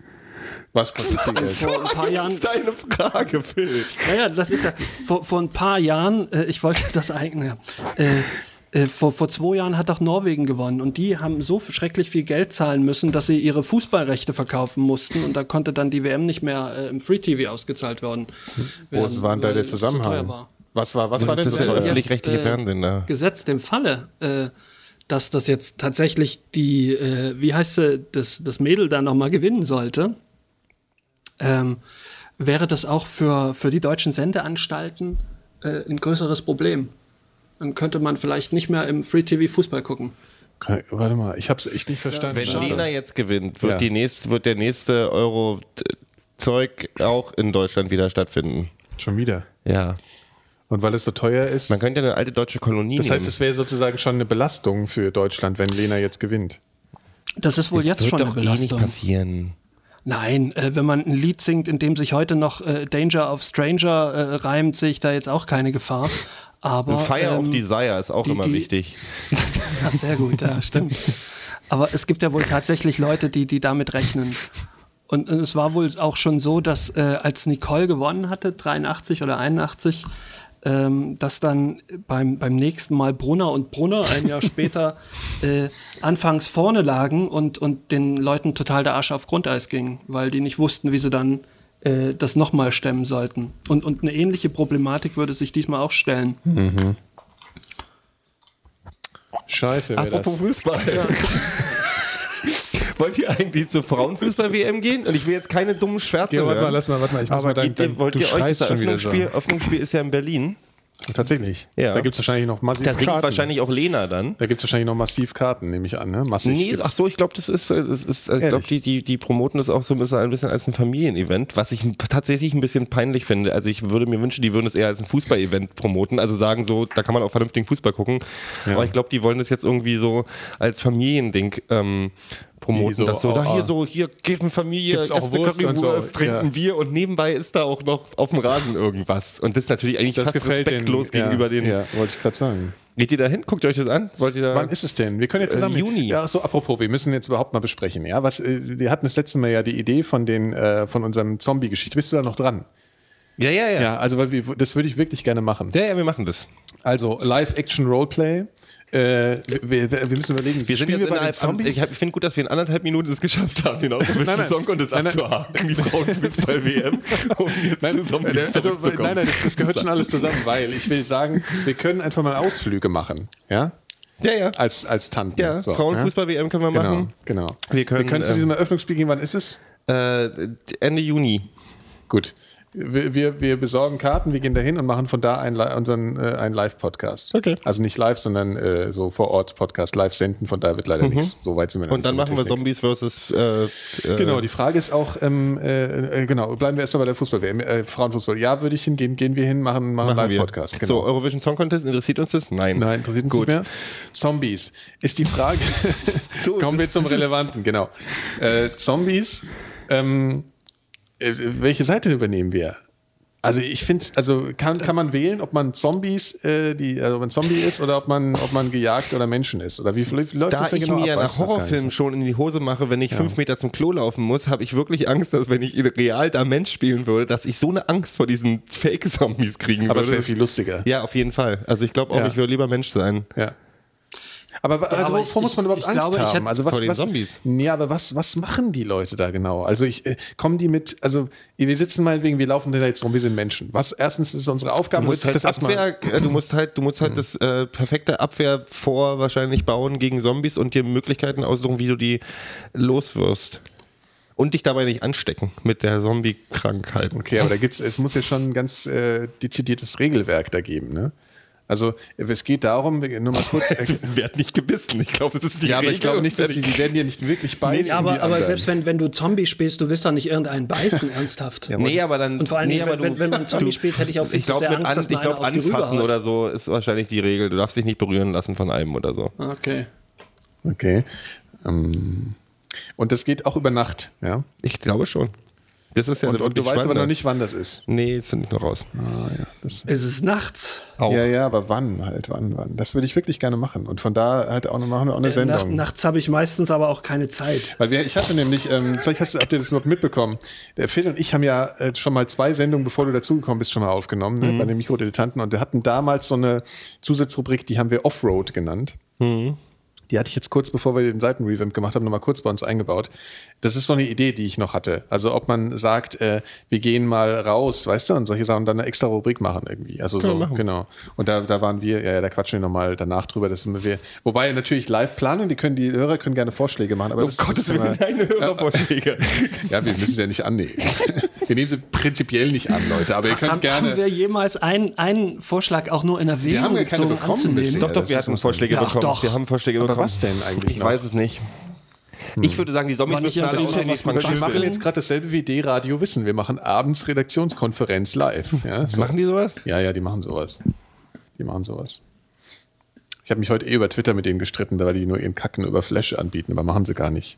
Was kostet viel Geld? Vor ein paar Jahren deine Frage, Phil. Naja, das ist ja vor, vor ein paar Jahren, äh, ich wollte das eigentlich. Äh, äh, vor, vor zwei Jahren hat auch Norwegen gewonnen und die haben so schrecklich viel Geld zahlen müssen, dass sie ihre Fußballrechte verkaufen mussten und da konnte dann die WM nicht mehr äh, im Free TV ausgezahlt werden. Was war denn da weil der es zu teuer Zusammenhang? war. Was war, was war denn Das so ist der teuer? öffentlich-rechtliche Jetzt, äh, Fernsehen da. Gesetzt dem Falle, äh, dass das jetzt tatsächlich die, äh, wie heißt sie, das, das Mädel da nochmal gewinnen sollte, ähm, wäre das auch für, für die deutschen Sendeanstalten äh, ein größeres Problem. Dann könnte man vielleicht nicht mehr im Free TV Fußball gucken. Okay, Warte mal, ich hab's echt nicht verstanden. Also, Wenn Schade. Lena jetzt gewinnt, wird, Ja. die nächste, wird der nächste Euro-Zeug auch in Deutschland wieder stattfinden. Schon wieder. Ja. Und weil es so teuer ist. Man könnte eine alte deutsche Kolonie das heißt, nehmen. es wäre sozusagen schon eine Belastung für Deutschland, wenn Lena jetzt gewinnt. Das ist wohl jetzt wird schon eine doch eh nicht Belastung. passieren. Nein, äh, wenn man ein Lied singt, in dem sich heute noch äh, Danger auf Stranger äh, reimt, sehe ich da jetzt auch keine Gefahr. Aber Fire of ähm, Desire ist auch die- immer die- wichtig. Das, das sehr gut, ja, stimmt. Aber es gibt ja wohl tatsächlich Leute, die, die damit rechnen. Und äh, es war wohl auch schon so, dass äh, als Nicole gewonnen hatte, 83 oder 81, ähm, dass dann beim, beim nächsten Mal Brunner und Brunner ein Jahr später äh, anfangs vorne lagen und, und den Leuten total der Arsch auf Grundeis ging, weil die nicht wussten, wie sie dann äh, das nochmal stemmen sollten. Und, und eine ähnliche Problematik würde sich diesmal auch stellen. Scheiße, wäre das. Apropos Fußball. wollt ihr eigentlich zur Frauenfußball-WM gehen? Und ich will jetzt keine dummen Schwärze Ja, hören. warte mal, lass mal, warte mal. Ich muss Aber mal dein- geht ihr- dein- wollt du ihr euch schreist das schon wieder Eröffnungsspiel, Eröffnungsspiel ist ja in Berlin. Tatsächlich. Ja. Da gibt es wahrscheinlich noch massiv Da singt Karten. wahrscheinlich auch Lena dann. Da gibt es wahrscheinlich noch massiv Karten, nehme ich an. Ne? Massig Nee, gibt's. ach so, ich glaube, das ist, äh, das ist also ich glaube, Ehrlich? die, die, die promoten das auch so ein bisschen, ein bisschen als ein Familienevent, was ich tatsächlich ein bisschen peinlich finde. Also ich würde mir wünschen, die würden es eher als ein Fußball-Event promoten, also sagen so, da kann man auch vernünftigen Fußball gucken. Aber ich glaube, die wollen das jetzt irgendwie so als Familiending ähm, promoten. Die so, dass so, oh, da oh. hier so, hier geht mit Familie, Gibt's auch esst eine Wurst und so, Currywurst, trinken ja. Bier und nebenbei ist da auch noch auf dem Rasen irgendwas. Und das ist natürlich eigentlich das fast gefällt respektlos denen. gegenüber ja, den. Ja, wollte ich gerade sagen. Geht ihr da hin? Guckt ihr euch das an? Wollt ihr da Wann ist es denn? Wir können jetzt Äh, zusammen. Juni. Ja, so apropos, wir müssen jetzt überhaupt mal besprechen. Ja, was? äh, Wir hatten das letzte Mal ja die Idee von den äh, von unserem Zombie-Geschichte. Bist du da noch dran? ja, ja, ja. Ja, also weil wir, das würde ich wirklich gerne machen. Ja, ja, wir machen das. Also Live-Action-Roleplay. Äh, wir, wir, wir müssen überlegen. Wir sind spielen jetzt wir bei den innerhalb, Zombies. ich, hab- ich finde gut, dass wir in anderthalb Minuten es geschafft haben, den Nein, ausgewünschten nein. Song und das Nein, nein. abzuhaken, die Frauenfußball-WM, um jetzt Nein, zu Zombies äh, also, zurückzukommen. nein, nein, das, das gehört schon alles zusammen, weil ich will sagen, wir können einfach mal Ausflüge machen, ja, Ja, ja. als als Tanten. Also, ja So, Frauenfußball-WM können wir ja? Genau, machen. genau. Wir können, zu ähm, diesem Eröffnungsspiel gehen. Wann ist es? Äh, Ende Juni. Gut. Wir, wir, wir besorgen Karten, wir gehen dahin und machen von da einen, Li- unseren, äh, einen Live-Podcast. Okay. Also nicht live, sondern äh, so vor Ort Podcast. Live senden, von da wird leider nichts. So weit sind wir noch Mhm. Und dann nicht machen in wir der Technik. Zombies versus. Äh, äh, Genau, die Frage ist auch, ähm, äh, äh, genau, bleiben wir erstmal bei der Fußball, WM, äh, Frauenfußball. Ja, würde ich hingehen, gehen wir hin, machen, machen, Machen einen wir. Live-Podcast. Genau. So, Eurovision Song Contest, interessiert uns das? genau. Nein. Nein, interessiert uns Gut. nicht mehr. Zombies ist die Frage. Kommen wir zum Relevanten, genau. Äh, Zombies, ähm, äh, welche Seite übernehmen wir? Also ich finde, also kann, kann man wählen, ob man Zombies, äh, die, also ob man Zombie ist oder ob man, ob man gejagt oder Menschen ist oder wie viel- läuft Da das denn ich genau mir ja ab? Weiß das nach gar Horrorfilmen nicht. schon in die Hose mache, wenn ich fünf Meter zum Klo laufen muss, habe ich wirklich Angst, dass wenn ich real da Mensch spielen würde, dass ich so eine Angst vor diesen Fake-Zombies kriegen Aber es würde. wäre viel lustiger. Ja, auf jeden Fall. Also ich glaube auch, Ja. ich würde lieber Mensch sein. Ja. Aber, wa- also, aber wovor ich- muss man überhaupt ich Angst glaube, ich haben? hätte- Also was, Vor den was, Zombies. Nee, aber was, was machen die Leute da genau? Also ich äh, kommen die mit, also wir sitzen meinetwegen, wir laufen da jetzt rum, wir sind Menschen. Was erstens ist es unsere Aufgabe, Du musst, sich halt Abwehr, äh, du musst halt, du musst halt das äh, perfekte Abwehr vor wahrscheinlich bauen gegen Zombies und dir Möglichkeiten aussuchen, wie du die loswirst. Und dich dabei nicht anstecken mit der Zombie-Krankheit. Okay, aber da gibt's, es muss ja schon ein ganz äh, dezidiertes Regelwerk da geben, ne? Also es geht darum, wir- nur mal kurz. Äh, Werd nicht gebissen. Ich glaube, das ist die ja, aber ich Regel glaube und nicht, dass die, fertig. die werden ja nicht wirklich beißen. Ja, aber, die aber anderen. selbst wenn, wenn du Zombie spielst, du wirst doch nicht irgendeinen beißen, ernsthaft. Nee, aber dann. Und vor allen nee, Dingen, aber wenn, du- wenn man Zombie spielt, hätte ich auch Ich glaube, sehr Angst, dass an, mir ich einer glaub, auf die Rübe anfassen haut. oder so ist wahrscheinlich die Regel. Du darfst dich nicht berühren lassen von einem oder so. Okay. Okay. Ähm, und das geht auch über Nacht, ja. Ich glaube schon. Das ist ja Und, und du wirklich weißt aber spannend. noch nicht, wann das ist. Nee, jetzt sind ich noch raus. Ah, ja, das Es ist nachts. Auch. Ja, ja, aber wann halt, wann, wann? Das würde ich wirklich gerne machen. Und von da halt auch noch machen wir auch eine Äh, Nach, Sendung. nachts habe ich meistens aber auch keine Zeit. Weil wir, ich hatte nämlich, ähm, vielleicht hast du, habt ihr das noch mitbekommen, der Phil und ich haben ja äh, schon mal zwei Sendungen, bevor du dazugekommen bist, schon mal aufgenommen, Mhm. ne, bei den Mikrodilettanten. Und wir hatten damals so eine Zusatzrubrik, die haben wir Offroad genannt. Die hatte ich jetzt kurz, bevor wir den Seitenrevamp gemacht haben, nochmal kurz bei uns eingebaut. Das ist so eine Idee, die ich noch hatte. Also ob man sagt, äh, wir gehen mal raus, weißt du, und solche Sachen dann eine extra Rubrik machen irgendwie. Also so, genau. Und da, da waren wir, ja, ja, da quatschen wir nochmal danach drüber. Das sind wir, wobei natürlich live planen, die können, die Hörer können gerne Vorschläge machen, Oh aber das ist das Thema- Um keine Hörervorschläge. ja, wir müssen sie ja nicht annehmen. Wir nehmen sie prinzipiell nicht an, Leute, aber ihr könnt Haben, haben gerne. wir jemals einen, einen Vorschlag auch nur in Erwägung Wir haben ja keine gezogen, bekommen bisher. anzunehmen? Doch, doch, das wir muss hatten man- Vorschläge Ja, bekommen. doch. Wir haben Vorschläge Aber bekommen. was denn eigentlich Ich noch? weiß es nicht. Ich würde sagen, die Zombies War nicht müssen halt irgendwie auch so noch was was mit Wir Schüssel. machen jetzt gerade dasselbe wie D-Radio Wissen. Wir machen abends Redaktionskonferenz live. Ja, so. Machen die sowas? ja, ja, die machen sowas. Die machen sowas. Ich habe mich heute eh über Twitter mit denen gestritten, weil die nur ihren Kacken über Flash anbieten, aber machen sie gar nicht.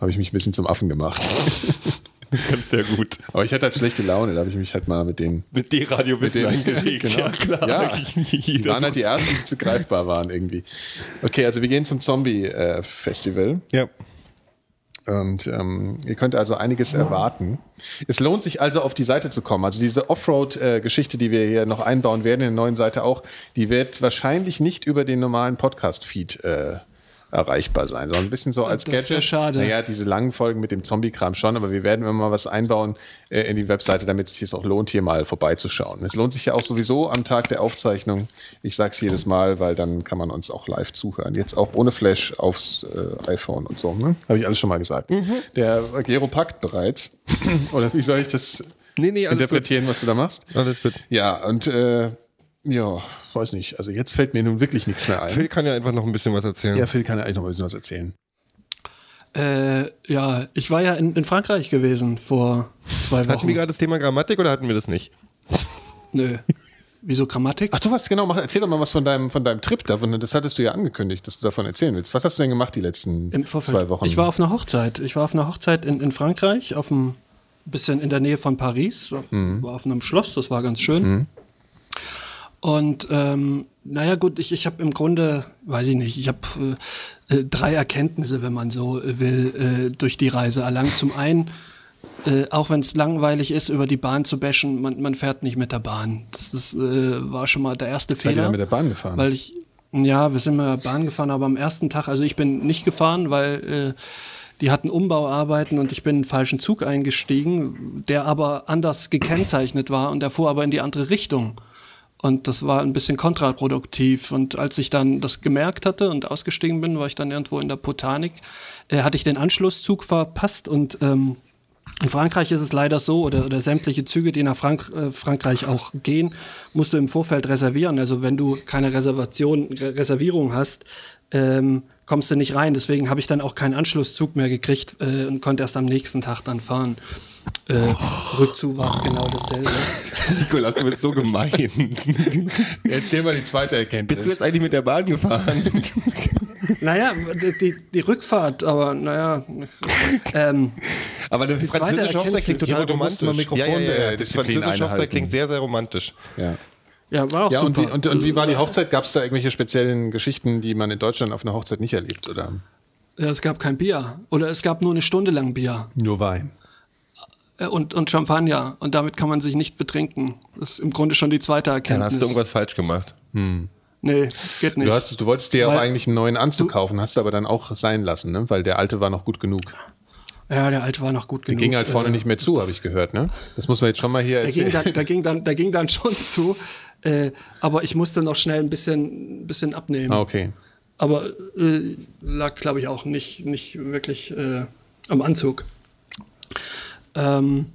Habe ich mich ein bisschen zum Affen gemacht. Ganz sehr gut. Aber ich hatte halt schlechte Laune, da habe ich mich halt mal mit denen Mit D-Radio Mit wissen denen- angelegt. genau. Ja, klar. Ja. Die Die waren halt die ersten, die zu greifbar waren irgendwie. Okay, also wir gehen zum äh, Zombie-Festival Ja. und ähm, ihr könnt also einiges erwarten. Es lohnt sich also auf die Seite zu kommen. Also diese Offroad-Geschichte, die wir hier noch einbauen werden in der neuen Seite auch, die wird wahrscheinlich nicht über den normalen Podcast-Feed äh, erreichbar sein. So ein bisschen so als Das ist Gadget. ja schade. Naja, diese langen Folgen mit dem Zombie-Kram schon, aber wir werden immer mal was einbauen äh, in die Webseite, damit es sich auch lohnt, hier mal vorbeizuschauen. Es lohnt sich ja auch sowieso am Tag der Aufzeichnung. Ich sag's jedes Mal, weil dann kann man uns auch live zuhören. Jetzt auch ohne Flash aufs äh, iPhone und so. Ne? Habe ich alles schon mal gesagt. Der Gero packt bereits. Oder wie soll ich das Nee, nee, alles gut. interpretieren, was du da machst? Alles gut. Ja, und äh, ja, weiß nicht. Also jetzt fällt mir nun wirklich nichts mehr ein. Phil kann ja einfach noch ein bisschen was erzählen. ja, Phil kann ja eigentlich noch ein bisschen was erzählen. Äh, ja, ich war ja in, in Frankreich gewesen vor zwei Hatten wir Wochen. gerade das Thema Grammatik oder hatten wir das nicht? Nö. Wieso Grammatik? Ach, du was genau mach, Erzähl doch mal was von deinem, von deinem Trip davon. Das hattest du ja angekündigt, dass du davon erzählen willst. Was hast du denn gemacht die letzten Im Vorfeld. zwei Wochen? Ich war auf einer Hochzeit. Ich war auf einer Hochzeit in, in Frankreich, auf einem bisschen in der Nähe von Paris. So, Mhm. War auf einem Schloss, das war ganz schön. Und ähm, naja, gut, ich, ich habe im Grunde, weiß ich nicht, ich habe äh, äh, drei Erkenntnisse, wenn man so äh, will, äh, durch die Reise erlangt. Zum einen, äh, auch wenn es langweilig ist, über die Bahn zu bashen, man, man fährt nicht mit der Bahn. Das ist, äh, war schon mal der erste Seid ihr Fehler. dann mit der Bahn gefahren? Weil ich, ja, wir sind mal Bahn gefahren, aber am ersten Tag, also ich bin nicht gefahren, weil äh, die hatten Umbauarbeiten und ich bin in den falschen Zug eingestiegen, der aber anders gekennzeichnet war und der fuhr aber in die andere Richtung. Und das war ein bisschen kontraproduktiv. Und als ich dann das gemerkt hatte und ausgestiegen bin, war ich dann irgendwo in der Botanik, äh, hatte ich den Anschlusszug verpasst und ähm, in Frankreich ist es leider so, oder, oder sämtliche Züge, die nach Frank äh, Frankreich auch gehen, musst du im Vorfeld reservieren. Also wenn du keine Reservation, Re Reservierung hast, ähm, kommst du nicht rein. Deswegen habe ich dann auch keinen Anschlusszug mehr gekriegt äh, und konnte erst am nächsten Tag dann fahren. Äh, Rückzug war genau dasselbe. Nikolas, du bist so gemein. Erzähl mal die zweite Erkenntnis. Bist du jetzt eigentlich mit der Bahn gefahren? Naja, die, die, die Rückfahrt, aber naja. Ähm, Aber eine zweite französische Hochzeit klingt Erkenntnis. total Ja, du musst romantisch. mal Mikrofon- ja, ja, ja. äh, Die Disziplin französische Hochzeit einhalten. klingt sehr, sehr romantisch. ja. ja, war auch Ja, und super. wie, und, und wie war die Hochzeit? Gab es da irgendwelche speziellen Geschichten, die man in Deutschland auf einer Hochzeit nicht erlebt? Oder? ja, es gab kein Bier. Oder es gab nur eine Stunde lang Bier. Nur Wein. Äh, und, und Champagner. Und damit kann man sich nicht betrinken. Das ist im Grunde schon die zweite Dann Erkenntnis. hast du irgendwas falsch gemacht. nee, geht nicht. Du, hast, du wolltest dir ja auch Weil- eigentlich einen neuen Anzug kaufen, hast du aber dann auch sein lassen, ne? weil der alte war noch gut genug. ja, der alte war noch gut genug. Ging halt vorne Äh, nicht mehr zu, habe ich gehört. Ne? Das muss man jetzt schon mal hier Der ging, erzählen. dann, der, ging dann, der ging dann schon zu. Äh, aber ich musste noch schnell ein bisschen, bisschen abnehmen. Ah, okay. Aber äh, lag, glaube ich, auch nicht, nicht wirklich äh, am Anzug. Ähm,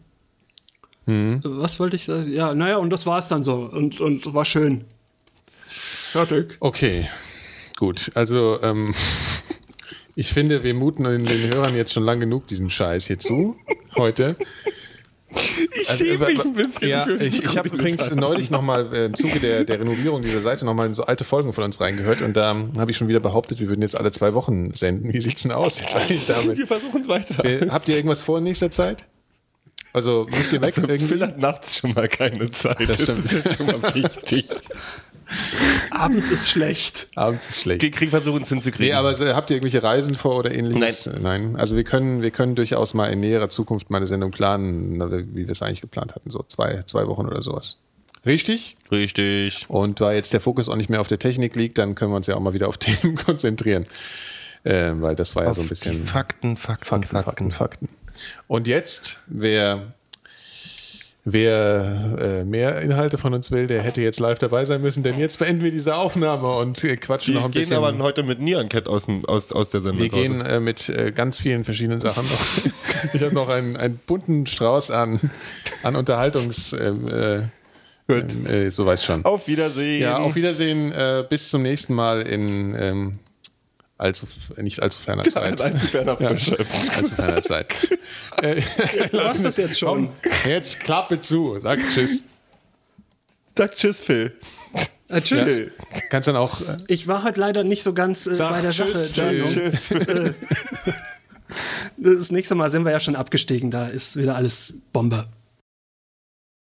Mhm. Was wollte ich sagen? Ja, naja, und das war es dann so. Und, und war schön. Fertig. Okay, gut. Also ähm, ich finde, wir muten den, den Hörern jetzt schon lang genug diesen Scheiß hier zu heute. Ich schäme mich ein bisschen Ja, für die ich ich habe übrigens neulich nochmal äh, im Zuge der, der Renovierung dieser Seite nochmal in so alte Folgen von uns reingehört und da habe ich schon wieder behauptet, wir würden jetzt alle zwei Wochen senden. Wie sieht's denn aus jetzt eigentlich damit? versuchen es weiter. Äh, Habt ihr irgendwas vor in nächster Zeit? Also müsst ihr weg Phil irgendwie? hat nachts schon mal keine Zeit. Das stimmt. ist jetzt schon mal wichtig. Abends ist schlecht. Abends ist schlecht. Wir kriegen versuchen, es hinzukriegen. Nee, aber so, habt ihr irgendwelche Reisen vor oder ähnliches? Nein. Also wir können, wir können durchaus mal in näherer Zukunft mal eine Sendung planen, na, wie wir es eigentlich geplant hatten, so zwei, zwei Wochen oder sowas. Richtig? Richtig. Und da jetzt der Fokus auch nicht mehr auf der Technik liegt, dann können wir uns ja auch mal wieder auf Themen konzentrieren. Ähm, weil das war ja so ein bisschen Fakten, Fakten, Fakten. Fakten, Fakten. Und jetzt, wer, wer äh, mehr Inhalte von uns will, der hätte jetzt live dabei sein müssen, denn jetzt beenden wir diese Aufnahme und äh, quatschen Die noch ein gehen bisschen. aber heute mit Nierencat aus, dem- aus, aus der Sendung Wir gehen äh, mit äh, ganz vielen verschiedenen Sachen noch. ich habe noch einen, einen bunten Strauß an, an Unterhaltungs. Ähm, äh, ähm, äh, so weiß schon. raus. Auf Wiedersehen. Ja, auf Wiedersehen. Äh, bis zum nächsten Mal in ähm, allzu, nicht allzu ferner Zeit. Allzu ferner ja, Frische. allzu ferner Zeit. Äh, Du hast das jetzt schon. Jetzt klappe zu. Sag Tschüss. Sag Tschüss, Phil. Äh, tschüss. Phil. Kannst dann auch. Äh, Ich war heute leider nicht so ganz äh, bei der tschüss, Sache. Genau. Äh, tschüss. Entschuldigung. Tschüss. Das nächste Mal sind wir ja schon abgestiegen. Da ist wieder alles Bombe.